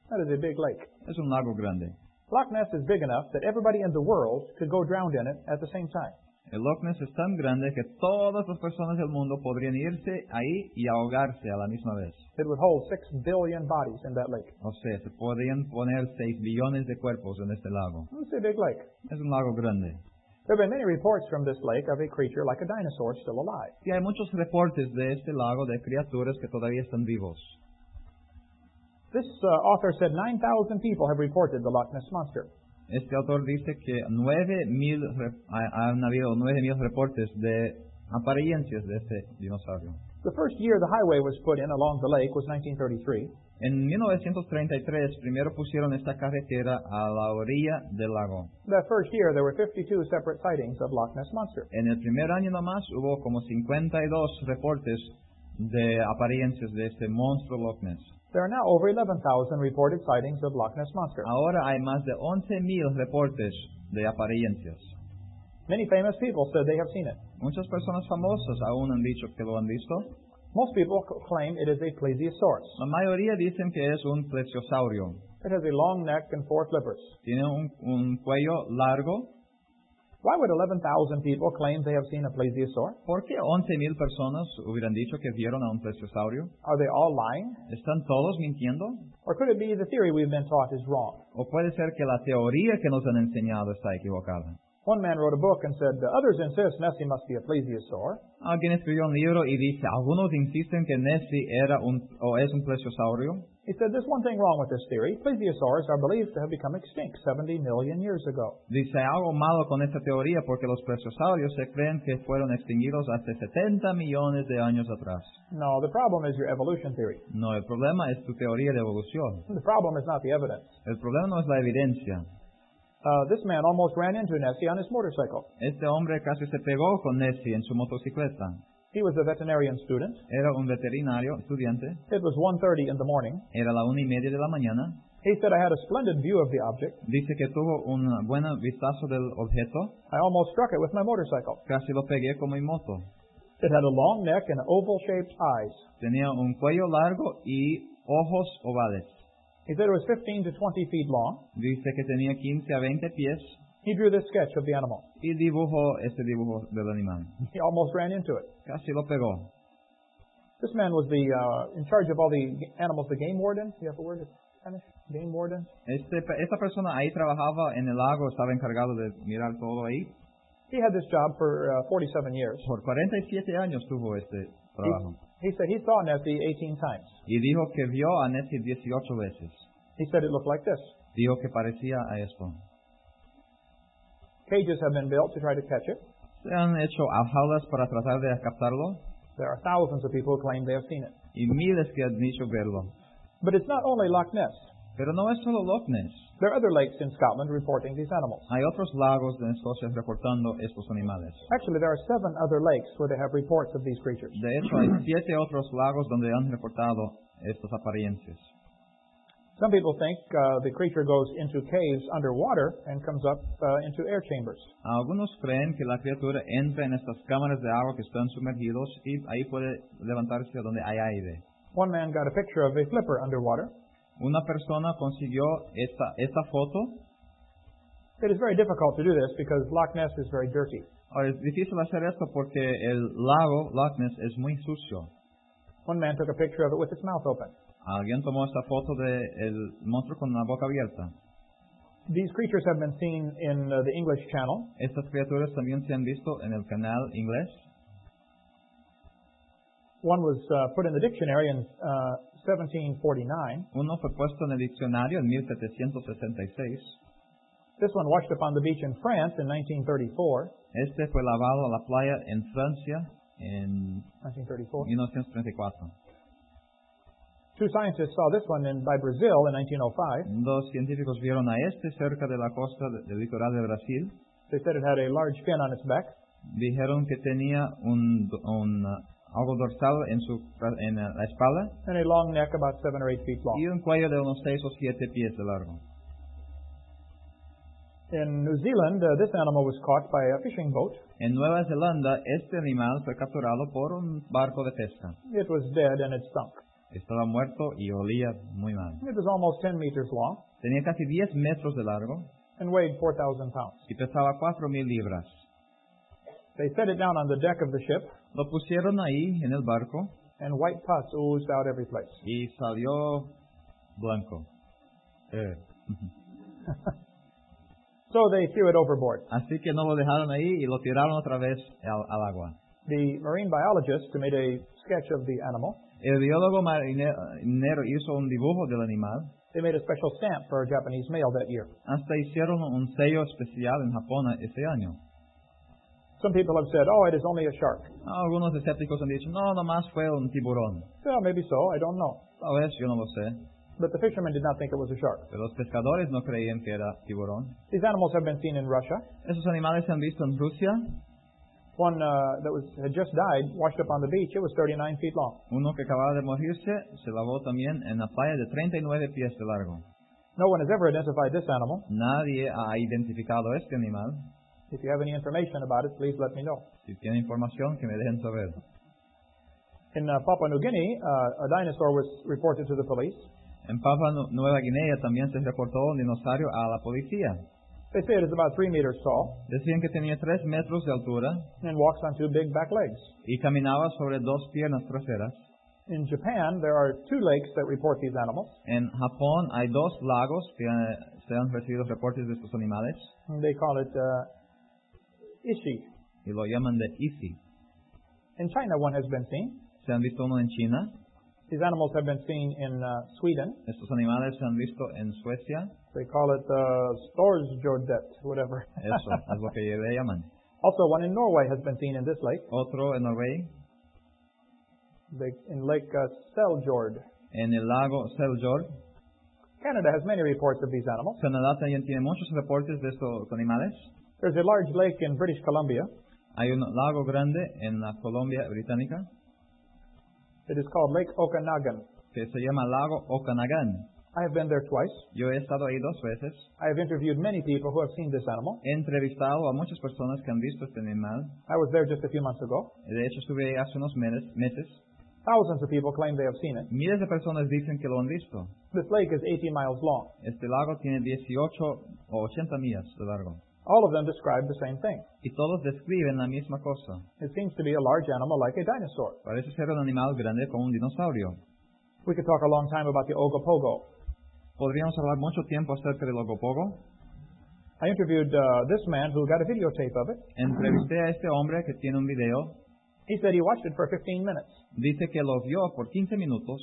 That is a big lake.
Es un lago grande.
Loch Ness is big enough that everybody in the world could go drowned in it at the same time.
El Loch Ness es tan grande que todas las personas del mundo podrían irse ahí y ahogarse a la misma vez.
It would hold 6 billion bodies in that lake.
O sea, se podrían poner 6 billones de cuerpos en este lago.
It's a big lake.
Es un lago grande.
There have been many reports from this lake of a creature like a dinosaur still alive.
Y hay muchos reportes de este lago de criaturas que todavía están vivos.
This uh, author said 9,000 people have reported the Loch Ness Monster.
Este autor dice que 9000 re- ha- han habido 9000 reportes de apariencias de este dinosaurio.
The first year the highway was put in along the lake was 1933.
En 1933 primero pusieron esta carretera a la orilla del lago.
That first year, there were 52 separate sightings of Loch Ness Monster.
En el primer año nomás hubo como 52 reportes de apariencias de este monstruo Loch Ness.
There are now over 11,000 reported sightings of Loch Ness Monster.
Ahora hay más de 11.000 reportes de apariencias.
Many famous people said they have seen it.
Muchas personas famosas aún han dicho que lo han visto.
Most people c- claim it is a plesiosaurus.
La mayoría dicen que es un plesiosaurio.
It has a long neck and four flippers.
Tiene un, un cuello largo.
Why would 11,000 people claim they have seen a plesiosaur?
¿Por qué 11.000 personas hubieran dicho que vieron a un plesiosaurio?
Are they all lying?
¿Están todos mintiendo?
Or could it be the theory we've been taught is wrong?
¿O puede ser que la teoría que nos han enseñado está equivocada?
One man wrote a book and said, The others insist Nessie must be a plesiosaur.
Alguien escribió un libro y dice, algunos insisten que Nessie era un, o es un plesiosaurio.
He said, There's one thing wrong with this theory. Plesiosaurs are believed to have become extinct 70 million years ago.
Dice, hay algo malo con esta teoría porque los plesiosaurios se creen que fueron extinguidos hace 70 millones de años atrás.
No, the problem is your evolution theory.
No, el problema es tu teoría de evolución.
The problem is not the evidence.
El problema no es la evidencia.
Uh, this man almost ran into Nessie on his motorcycle.
Este hombre casi se pegó con Nessie en su motocicleta.
He was a veterinarian student.
Era un veterinario estudiante.
It was 1.30 in the morning.
Era la una y media de la mañana.
He said, I had a splendid view of the object.
Dice que tuvo un buen vistazo del objeto.
I almost struck it with my motorcycle.
Casi lo pegué con mi moto.
It had a long neck and oval-shaped eyes.
Tenía un cuello largo y ojos ovales.
He said it was 15 to 20 feet long.
Dice que tenía 15 a 20 pies
He drew this sketch of the animal.
y dibujó este dibujo del animal.
He almost ran into it.
Casi lo pegó.
This man was the uh, in charge of all the g- animals, the game warden. You have a word in Spanish? Game warden.
Este, pe- esta persona ahí trabajaba en el lago, estaba encargado de mirar todo ahí.
He had this job for uh, 47 years.
Por 47 años tuvo este
He,
trabajo.
he said he saw Nessie 18 times.
Y dijo que vio a Nessie 18 veces.
He said it looked like this.
Dijo que parecía a esto.
Cages have been built to try to catch it.
Se han hecho jaulas para tratar de captarlo
There are thousands of people who claim they have seen it.
y miles que han dicho verlo.
But it's not only Loch Ness.
Pero no es solo Loch Ness.
There are other lakes in Scotland reporting these animals.
Hay otros lagos de Escocia reportando estos animales.
Actually, there are seven other lakes where they have reports of these creatures.
De hecho, hay siete otros lagos donde han reportado estas apariencias.
Some people think uh, the creature goes into caves underwater and comes up uh, into air chambers.
Algunos creen que la criatura entra en estas cámaras de agua que están sumergidos y ahí puede levantarse a donde hay aire.
One man got a picture of a flipper underwater.
Una persona consiguió esta, esta foto.
It is very difficult to do this because Loch Ness is very dirty.
Ahora, es difícil hacer esto porque el lago Loch Ness es muy sucio.
One man took a picture of it with its mouth open.
Alguien tomó esta foto del monstruo con la boca abierta.
These creatures have been seen in uh, the English Channel.
Estas criaturas también se han visto en el canal inglés.
One was uh, put in the dictionary in uh, 1749.
Uno fue puesto en el diccionario en 1766.
This one washed up on the beach in France in 1934.
Este fue lavado a la playa en Francia en
1934.
1934.
Two scientists saw this one in, by Brazil in 1905.
Dos científicos vieron a este cerca de la costa de- del litoral de Brasil.
They said it had a large fin on its back.
Dijeron que tenía un, do- un, ah, algo dorsal en, su, fra- en ah, la espalda
and a long neck about seven or eight feet long.
y un cuello de unos 6 o 7 pies de largo.
In New Zealand, uh, this animal was caught by a fishing boat.
En Nueva Zelanda, este animal fue capturado por un barco de pesca.
It was dead and it stunk.
Estaba muerto y olía muy mal.
It was almost 10 meters long
Tenía casi 10 metros de largo
and weighed 4,000 pounds.
y pesaba 4.000 libras.
They set it down on the deck of the ship,
Lo pusieron ahí en el barco
and white pus oozed out every place.
y salió blanco.
So they threw it overboard.
Así que no lo dejaron ahí y lo tiraron otra vez al, al agua.
The marine biologist made a sketch of the animal.
El biólogo marine- marinero hizo un dibujo del animal.
They made a special stamp for a Japanese mail that year.
Hasta hicieron un sello especial en Japón ese año.
Some people have said, oh, it is only a shark.
Algunos escépticos han dicho, no, nomás fue un tiburón.
Well, maybe so, I don't know.
Tal vez, yo no lo sé.
but the fishermen did not think it was a shark.
Pero los pescadores no creían que era tiburón.
These animals have been seen in Russia.
Esos animales se han visto en Rusia.
One uh, that was, had just died washed up on the beach. It was 39 feet long.
Uno que acababa de morirse se lavó también en la playa de 39 pies de largo.
No one has ever identified this animal.
Nadie ha identificado este animal.
If you have any information about it, please let me know.
Si tiene información, que me dejen saber.
In uh, Papua New Guinea, uh, a dinosaur was reported to the police.
En Papua Nu- Nueva Guinea también se reportó un dinosaurio a la policía.
They say it is about three meters tall
Decían que tenía 3 metros de altura
and walks on two big back legs.
y caminaba sobre dos piernas traseras.
In Japan, there are two lakes that report these animals.
En Japón hay dos lagos que eh, se han recibido reportes de estos animales
And They call it uh, ishi.
y lo llaman de Isi.
In China, one has been seen.
Se han visto uno en China,
These animals have been seen in uh, Sweden.
estos animales se han visto en Suecia,
They call it uh, storsjordet, whatever.
eso es lo que le llaman.
also, one in Norway has been seen in this lake,
Otro en Norway,
they, in Lake uh, Seljord.
en el lago Seljord.
Canada has many reports of these animals.
Canadá también tiene muchos reportes de estos animales.
There's a large lake in British Columbia.
Hay un lago grande en la Colombia británica
It is called Lake Okanagan.
que se llama Lago Okanagan.
I have been there twice.
Yo he estado ahí dos veces.
I have interviewed many people who have seen this animal.
He entrevistado a muchas personas que han visto este animal.
I was there just a few months ago.
De hecho, estuve ahí hace unos meses. meses.
Thousands of people claim they have seen it.
Miles de personas dicen que lo han visto.
This lake is 80 miles long.
Este lago tiene 18 o 80 millas de largo.
All of them describe the same thing.
Y todos describen la misma cosa.
It seems to be a large animal like a dinosaur.
Parece ser un animal grande como un dinosaurio.
We could talk a long time about the Ogopogo.
Podríamos hablar mucho tiempo acerca del Ogopogo.
I interviewed uh, this man who got a videotape of it.
Entrevisté a este hombre que tiene un video.
He said he watched it for 15 minutes.
Dice que lo vio por 15 minutos.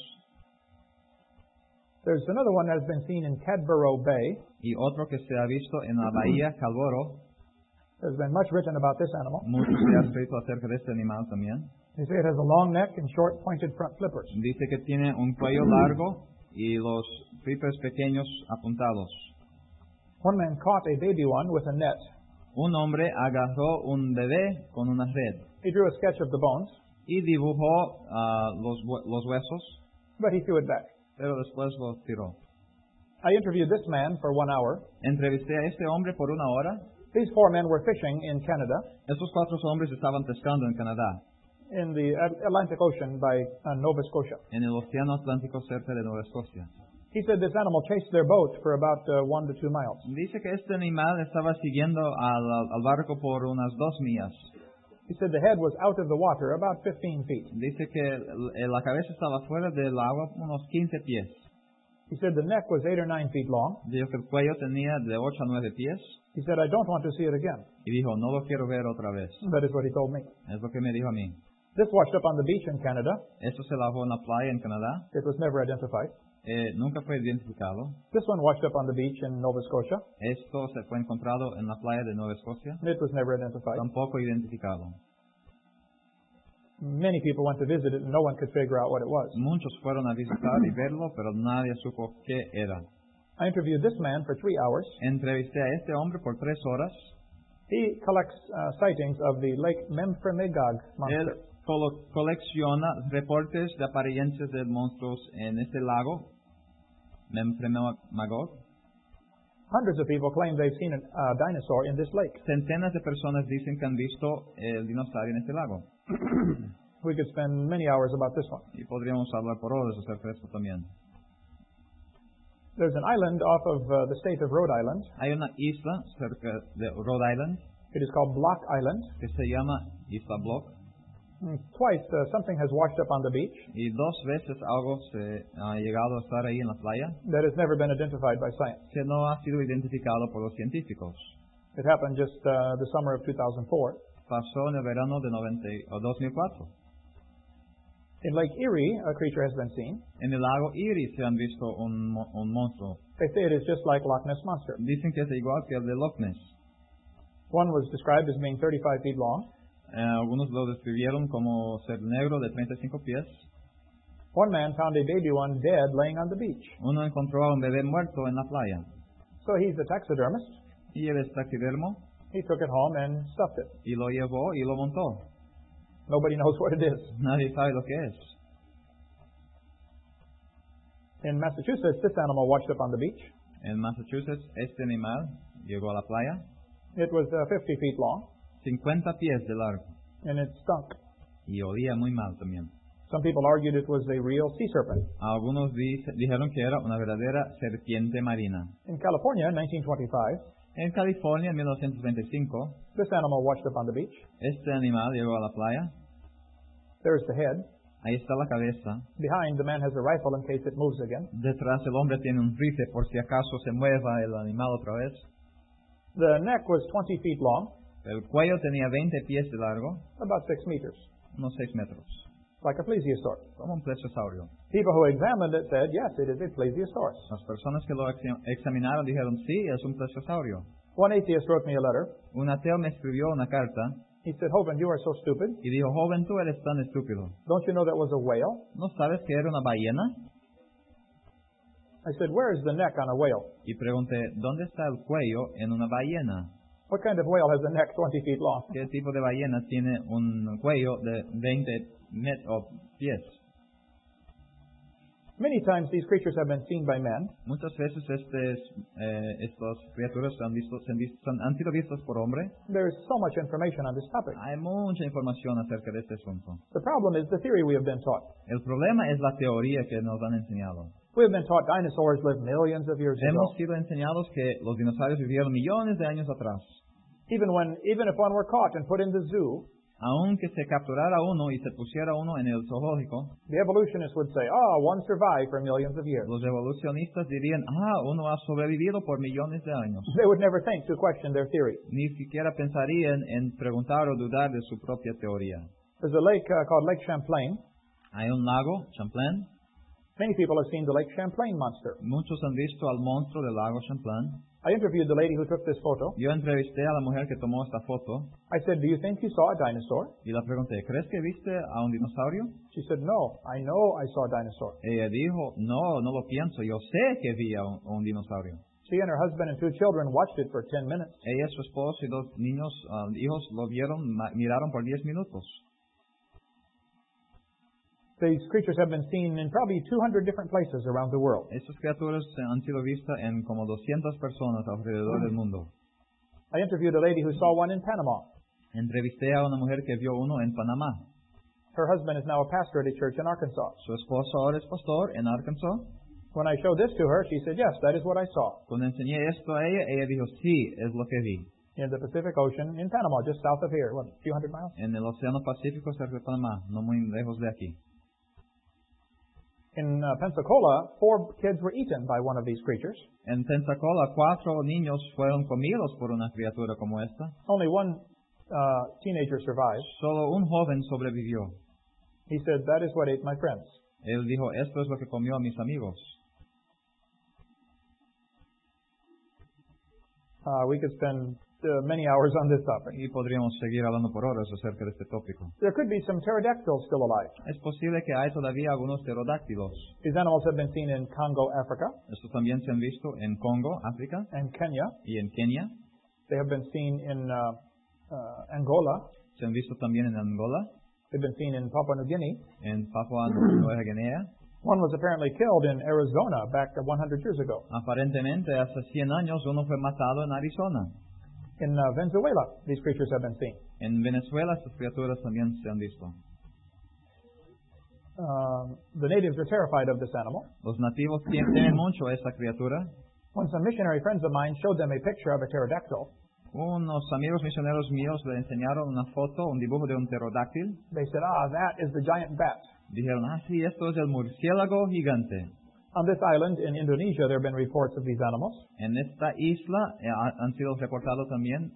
There's another one that has been seen in Cadborough Bay.
Y otro que se ha visto en la bahía Calvoro.
There's been much written about this animal.
Mucho se ha escrito acerca de este animal también.
They say it has a long neck and short pointed front flippers.
Dice que tiene un cuello largo y los flippers pequeños apuntados.
One man caught a baby one with a net.
Un hombre agarró un bebé con una red
He drew a sketch of the bones,
y dibujó ah, los, hue- los huesos,
but he threw it back.
pero después los tiró.
I interviewed this man for one hour.
Entrevisté a este hombre por una hora.
These four men were fishing in Canada,
Estos cuatro hombres estaban pescando en Canadá,
in the At- Atlantic Ocean by uh, Nova Scotia.
en el Océano Atlántico cerca de Nueva Escocia.
He said this animal chased their boat for about uh, one to two miles.
Dice que este animal estaba siguiendo al, al barco por unas dos millas.
He said the head was out of the water about 15 feet.
Dice que el- el- la cabeza estaba fuera del agua unos 15 pies.
He said the neck was eight or nine feet long.
Dijo que el cuello tenía de 8 a 9 pies
He said, I don't want to see it again.
y dijo, no lo quiero ver otra vez.
That is what he told me.
Es lo que me dijo a mí.
This washed up on the beach in Canada.
Esto se lavó en la playa en Canadá.
It was never identified.
Eh, nunca fue identificado.
This one washed up on the beach in Nova Scotia.
Esto se fue encontrado en la playa de Nueva Escocia.
It was never identified.
Tampoco identificado.
Many people went to visit it and no one could figure out what it was.
Muchos fueron a visitar y verlo, pero nadie supo qué era.
I interviewed this man for three hours.
Entrevisté a este hombre por tres horas.
He collects uh, sightings of the Lake Memphremagog
Él
monster.
colo- colecciona reportes de apariencias de monstruos en este lago, Memphemagog.
Hundreds of people claim they've seen a uh, dinosaur in this lake.
Centenas de personas dicen que han visto el dinosaurio en este lago.
We could spend many hours about this one.
Y podríamos hablar por horas acerca de esto también.
There's an island off of uh, the state of Rhode Island.
Hay una isla cerca de Rhode Island
It is called Block Island.
que se llama Isla Block
Mm, Twice uh, something has washed up on the beach
y dos veces algo se ha llegado a estar ahí en la playa
that has never been identified by science.
que no ha sido identificado por los científicos.
It happened just uh, the summer of 2004.
Pasó en el verano de 90 y- o 2004.
In Lake Erie, a creature has been seen.
En el lago Erie se han visto un, mo- un monstruo.
They say it is just like Loch Ness Monster.
Dicen que es igual que el de Loch Ness.
One was described as being 35 feet long.
Eh, algunos lo describieron como ser negro de 35 pies.
One man found a baby one dead laying on the beach.
Uno encontró a un bebé muerto en la playa.
So he's a taxidermist.
Y el taxidermo
He took it home and stuffed it.
y lo llevó y lo montó.
Nobody knows what it is.
Nadie sabe lo que es.
In Massachusetts, this animal washed up on the beach.
En Massachusetts, este animal llegó a la playa
It was uh, 50 feet long
50 pies de largo
and it stunk.
y olía muy mal también.
Some people argued it was a real sea serpent.
Algunos dice- dijeron que era una verdadera serpiente marina.
In California, in 1925,
En California, en 1925,
this animal washed up on the beach.
este animal llegó a la playa.
There's the head.
Ahí está la cabeza.
Behind, the man has a rifle in case it moves again.
Detrás el hombre tiene un rifle por si acaso se mueva el animal otra vez.
The neck was 20 feet long,
El cuello tenía 20 pies de largo,
about 6 meters,
unos 6 metros,
like a plesiosaur.
como un plesiosaurio.
People who examined it said, yes, it is a plesiosaur.
Las personas que lo exa- examinaron dijeron, sí, es un plesiosaurio.
One atheist wrote me a letter.
Un ateo me escribió una carta
He said, Hovind, you are so stupid.
y dijo, joven, tú eres tan estúpido.
Don't you know that was a whale?
¿No sabes que era una ballena?
I said, where is the neck on a whale?
Y pregunté, ¿dónde está el cuello en una ballena?
What kind of whale has a neck 20 feet long?
¿Qué tipo de ballena tiene un cuello de 20 met o pies?
Many times these creatures have been seen by men.
Muchas veces estes, eh, estas criaturas han, visto- se han visto- son- han sido vistas por hombre.
There is so much information on this topic.
Hay mucha información acerca de este asunto.
The problem is the theory we have been taught.
El problema es la teoría que nos han enseñado.
We have been taught dinosaurs lived millions of years
Hemos
ago.
sido enseñados que los dinosaurios vivieron millones de años atrás.
Even when, even if one were caught and put in the zoo,
Aunque se capturara uno y se pusiera uno en el zoológico,
the evolutionists would say, oh, one survived for millions of years.
los evolucionistas dirían, ah, uno ha sobrevivido por millones de años.
They would never think to question their theory.
Ni siquiera pensarían en preguntar o dudar de su propia teoría.
There's a lake uh, called Lake Champlain.
Hay un lago, Champlain.
Many people have seen the Lake Champlain monster.
Muchos han visto al monstruo del lago Champlain.
I interviewed the lady who took this photo.
Yo entrevisté a la mujer que tomó esta foto
I said, do you think you saw a dinosaur?
y la pregunté, ¿crees que viste a un dinosaurio?
She said, no, I know I saw a dinosaur.
Ella dijo, no, no lo pienso, yo sé que vi a un, a un dinosaurio.
She and her husband and two children watched it for 10 minutes.
Ella, su esposo y dos niños, ah, hijos, lo vieron, ma- miraron por 10 minutos.
These creatures have been seen in probably 200 different places around the world.
Estas criaturas han sido vistas en como 200 personas alrededor del mundo.
I interviewed a lady who saw one in Panama.
Entrevisté a una mujer que vio uno en Panamá.
Her husband is now a pastor at a church in Arkansas.
Su esposo ahora es pastor en Arkansas.
When I showed this to her, she said, yes, that is what I saw
Cuando enseñé esto a ella, ella dijo, sí, es lo que vi.
in the Pacific Ocean in Panama, just south of here, what, a few hundred miles?
En el Océano Pacífico cerca de Panamá, no muy lejos de aquí.
In uh, Pensacola, four kids were eaten by one of these creatures.
En Pensacola, cuatro niños fueron comidos por una criatura como esta.
Only one uh, teenager survived.
Solo un joven sobrevivió.
He said, that is what ate my friends.
Él dijo, esto es lo que comió a mis amigos.
Uh, we could spend uh, many hours on this topic.
Y podríamos seguir hablando por horas acerca de este tópico.
There could be some pterodactyls still alive.
Es posible que hay todavía algunos pterodáctilos.
These animals have been seen in Congo, Africa,
Estos también se han visto en Congo, África,
and Kenya.
y en Kenia.
They have been seen in uh, uh, Angola.
Se han visto también en Angola,
They've been seen in Papua New Guinea.
en Papua Nueva Guinea.
One was apparently killed in Arizona back 100 years ago.
Aparentemente, hace 100 años uno fue matado en Arizona.
In uh, Venezuela, these creatures have been seen.
En Venezuela, estas criaturas también se han visto.
Um, the natives are terrified of this animal.
Los nativos tie- temen mucho a esta criatura.
When some missionary friends of mine showed them a picture of a pterodactyl,
Unos amigos misioneros míos le enseñaron una foto, un dibujo de un pterodáctil.
they said, ah, that is the giant bat.
Dijeron, ah, sí, esto es el murciélago gigante.
On this island in Indonesia, there have been reports of these animals.
En esta isla eh, ha- han sido reportados también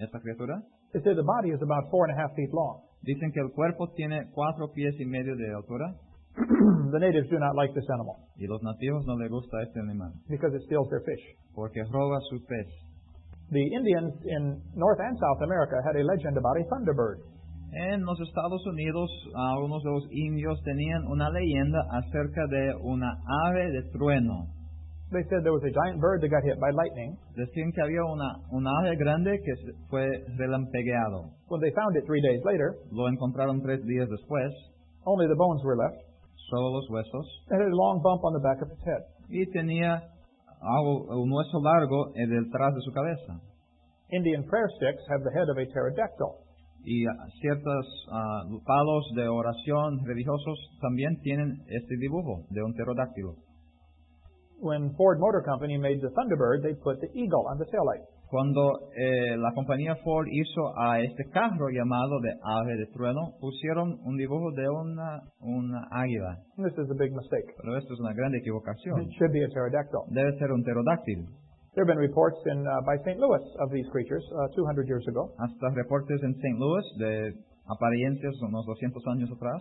esta criatura.
They say the body is about four and a half feet long.
Dicen que el cuerpo tiene cuatro pies y medio de altura
the natives do not like this animal
y los nativos no les gusta este animal
because it steals their fish.
porque roba su pez.
The Indians in North and South America had a legend about a thunderbird.
En los Estados Unidos, algunos de los indios tenían una leyenda acerca de una ave de trueno.
They said there was a giant bird that got hit by lightning.
Decían que había una, una ave grande que se- fue relampegueado.
When they found it three days later,
Lo encontraron tres días después,
only the bones were left.
solo los huesos,
It had a long bump on the back of its head.
y tenía algo- un hueso largo eh, detrás de su cabeza.
Indian prayer sticks have the head of a pterodactyl.
Y ah, ciertos ah, palos de oración religiosos también tienen este dibujo de un pterodáctilo.
When Ford Motor Company made the Thunderbird, they put the eagle on the taillight.
Cuando eh, la compañía Ford hizo a este carro llamado de ave de trueno, pusieron un dibujo de una, una águila.
And This is a big mistake.
Pero esto es una gran
It
equivocación.
should be a pterodactyl.
Debe ser un pterodáctil.
There have been reports in, uh, by St. Louis of these creatures uh, 200 years ago.
Hasta reportes en St. Louis de apariencias unos 200 años atrás.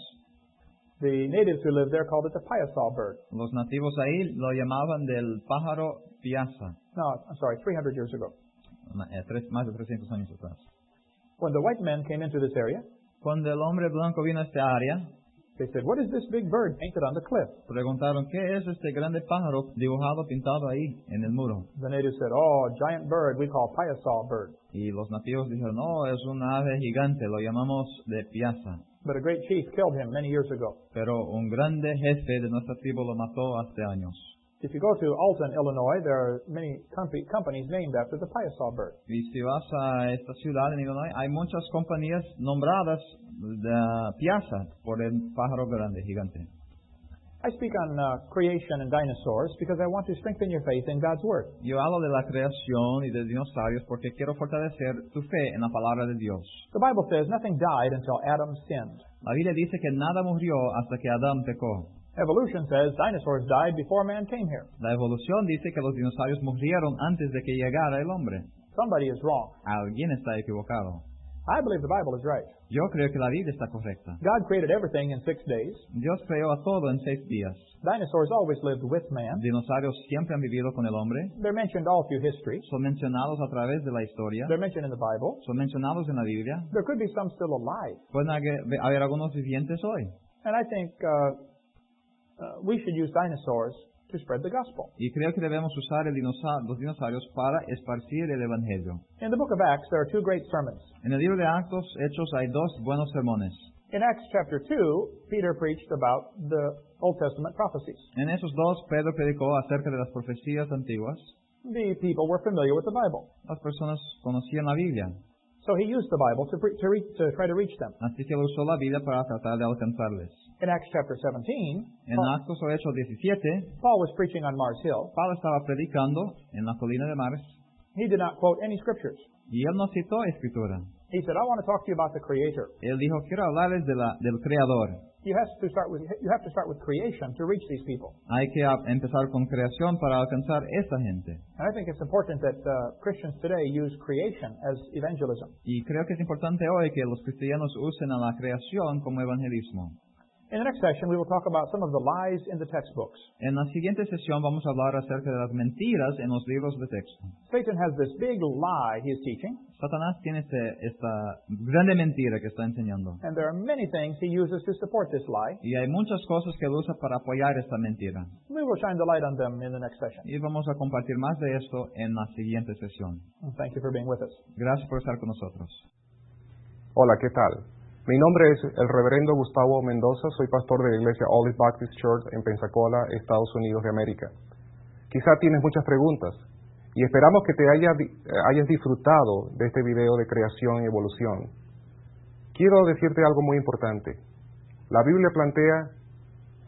The natives who lived there called it the Piasaw bird.
Los nativos ahí lo llamaban del pájaro piazza,
No, I'm sorry, 300 years ago.
una- eh, tres- más de 300 años atrás.
When the white men came into this area,
Cuando el hombre blanco vino a esta área,
they said, What is this big bird painted on the cliff?
preguntaron, ¿qué es este grande pájaro dibujado, pintado ahí en el muro?
The natives said, Oh, a giant bird we call Piasaw bird.
Y los nativos dijeron, no, es una ave gigante, lo llamamos de piazza.
But a great chief killed him many years ago.
Pero un grande jefe de nuestra tribu lo mató hace años.
If you go to Alton, Illinois, there are many com- companies named after the Piasaw bird.
Y si vas a esta ciudad en Illinois, hay muchas compañías nombradas de piazza por el pájaro grande, gigante.
I speak on uh, creation and dinosaurs because I want to strengthen your faith in God's Word.
Yo hablo de la creación y de dinosaurios porque quiero fortalecer tu fe en la palabra de Dios.
The Bible says nothing died until Adam sinned.
La Biblia dice que nada murió hasta que Adán pecó.
Evolution says dinosaurs died before man came here.
La evolución dice que los dinosaurios murieron antes de que llegara el hombre.
Somebody is wrong.
Alguien está equivocado.
I believe the Bible is right.
Yo creo que la vida está correcta.
God created everything in six days.
Dios creó a todo en seis días.
Dinosaurs always lived with man.
Dinosaurios siempre han vivido con el hombre.
They're mentioned all through history.
Son mencionados a través de la historia.
They're mentioned in the Bible.
Son mencionados en la Biblia.
There could be some still alive.
Pueden haber haber algunos vivientes hoy.
And I think uh, uh, we should use dinosaurs to spread the gospel.
Y creo que debemos usar el dinosa- los dinosaurios para esparcir el Evangelio.
In the book of Acts, there are two great sermons.
En el libro de Actos, Hechos, hay dos buenos sermones.
In Acts chapter 2, Peter preached about the Old Testament prophecies.
En esos dos, Pedro predicó acerca de las profecías antiguas.
The people were familiar with the Bible,
Las personas conocían la Biblia,
so he used the Bible to, pre- to, re- to try to reach them.
así que usó la Biblia para tratar de alcanzarles.
In Acts chapter 17,
En
Paul,
Actos o Hechos 17,
Paul was preaching on Mars Hill.
Pablo estaba predicando en la colina de Mars
He did not quote any scriptures.
y él no citó escritura.
He said, I want to talk to you about the Creator.
Él dijo, quiero hablarles de la- del Creador.
You have to start with, you have to start with creation to reach these people.
Hay que a- empezar con creación para alcanzar esta gente.
And I think it's important that uh, Christians today use creation as evangelism.
Y creo que es importante hoy que los cristianos usen a la creación como evangelismo.
In the next section, we will talk about some of the lies in the textbooks.
En la siguiente sesión vamos a hablar acerca de las mentiras en los libros de texto.
Satan has this big lie he is teaching,
Satanás tiene este- esta grande mentira que está enseñando.
and there are many things he uses to support this lie.
Y hay muchas cosas que él usa para apoyar esta mentira.
We will shine the light on them in the next session.
Y vamos a compartir más de esto en la siguiente sesión.
And Thank you for being with us.
Gracias por estar con nosotros.
Hola, ¿qué tal? Mi nombre es el Reverendo Gustavo Mendoza, soy pastor de la iglesia Olive Baptist Church en Pensacola, Estados Unidos de América. Quizá tienes muchas preguntas y esperamos que te haya di- eh, hayas disfrutado de este video de creación y evolución. Quiero decirte algo muy importante. La Biblia plantea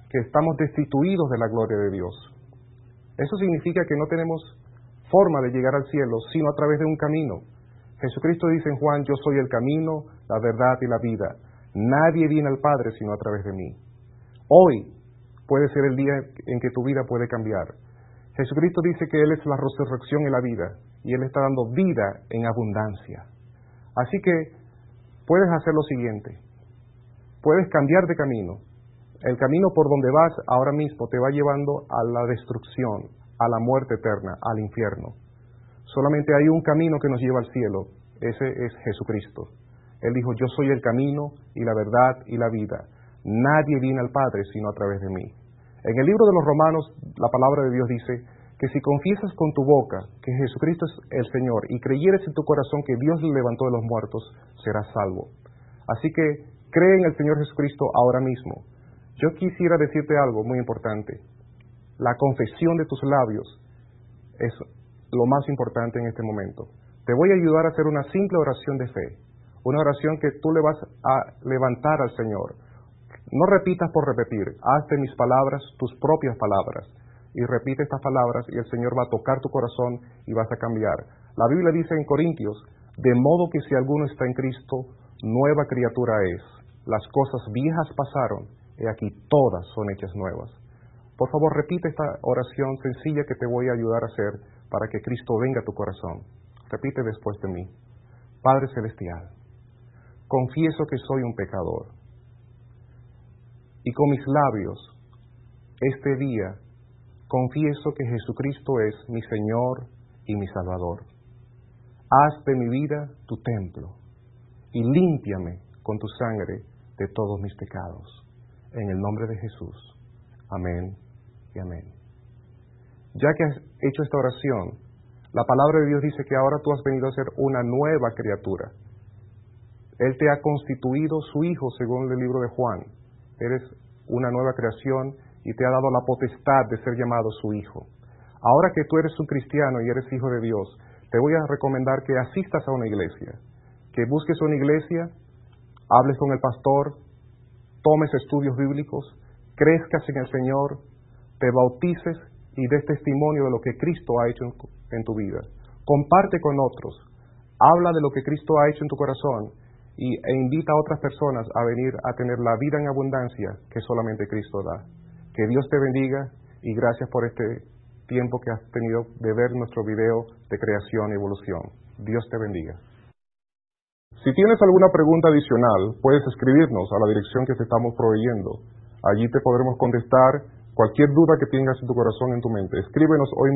que estamos destituidos de la gloria de Dios. Eso significa que no tenemos forma de llegar al cielo sino a través de un camino. Jesucristo dice en Juan, yo soy el camino, la verdad y la vida. Nadie viene al Padre sino a través de mí. Hoy puede ser el día en que tu vida puede cambiar. Jesucristo dice que Él es la resurrección y la vida, y Él está dando vida en abundancia. Así que puedes hacer lo siguiente, puedes cambiar de camino. El camino por donde vas ahora mismo te va llevando a la destrucción, a la muerte eterna, al infierno. Solamente hay un camino que nos lleva al cielo. Ese es Jesucristo. Él dijo, yo soy el camino y la verdad y la vida. Nadie viene al Padre sino a través de mí. En el libro de los Romanos, la palabra de Dios dice que si confiesas con tu boca que Jesucristo es el Señor y creyeres en tu corazón que Dios le levantó de los muertos, serás salvo. Así que cree en el Señor Jesucristo ahora mismo. Yo quisiera decirte algo muy importante. La confesión de tus labios es lo más importante en este momento. Te voy a ayudar a hacer una simple oración de fe, una oración que tú le vas a levantar al Señor. No repitas por repetir, hazte mis palabras tus propias palabras y repite estas palabras y el Señor va a tocar tu corazón y vas a cambiar. La Biblia dice en Corintios, de modo que si alguno está en Cristo, nueva criatura es. Las cosas viejas pasaron, y aquí todas son hechas nuevas. Por favor, repite esta oración sencilla que te voy a ayudar a hacer para que Cristo venga a tu corazón. Repite después de mí. Padre Celestial, confieso que soy un pecador. Y con mis labios, este día, confieso que Jesucristo es mi Señor y mi Salvador. Haz de mi vida tu templo y límpiame con tu sangre de todos mis pecados. En el nombre de Jesús. Amén y amén. Ya que has hecho esta oración, la palabra de Dios dice que ahora tú has venido a ser una nueva criatura. Él te ha constituido su hijo según el libro de Juan. Eres una nueva creación y te ha dado la potestad de ser llamado su hijo. Ahora que tú eres un cristiano y eres hijo de Dios, te voy a recomendar que asistas a una iglesia, que busques una iglesia, hables con el pastor, tomes estudios bíblicos, crezcas en el Señor, te bautices y des testimonio de lo que Cristo ha hecho en tu vida. Comparte con otros, habla de lo que Cristo ha hecho en tu corazón y, e invita a otras personas a venir a tener la vida en abundancia que solamente Cristo da. Que Dios te bendiga y gracias por este tiempo que has tenido de ver nuestro video de creación y evolución. Dios te bendiga. Si tienes alguna pregunta adicional, puedes escribirnos a la dirección que te estamos proveyendo. Allí te podremos contestar cualquier duda que tengas en tu corazón, en tu mente. Escríbenos hoy.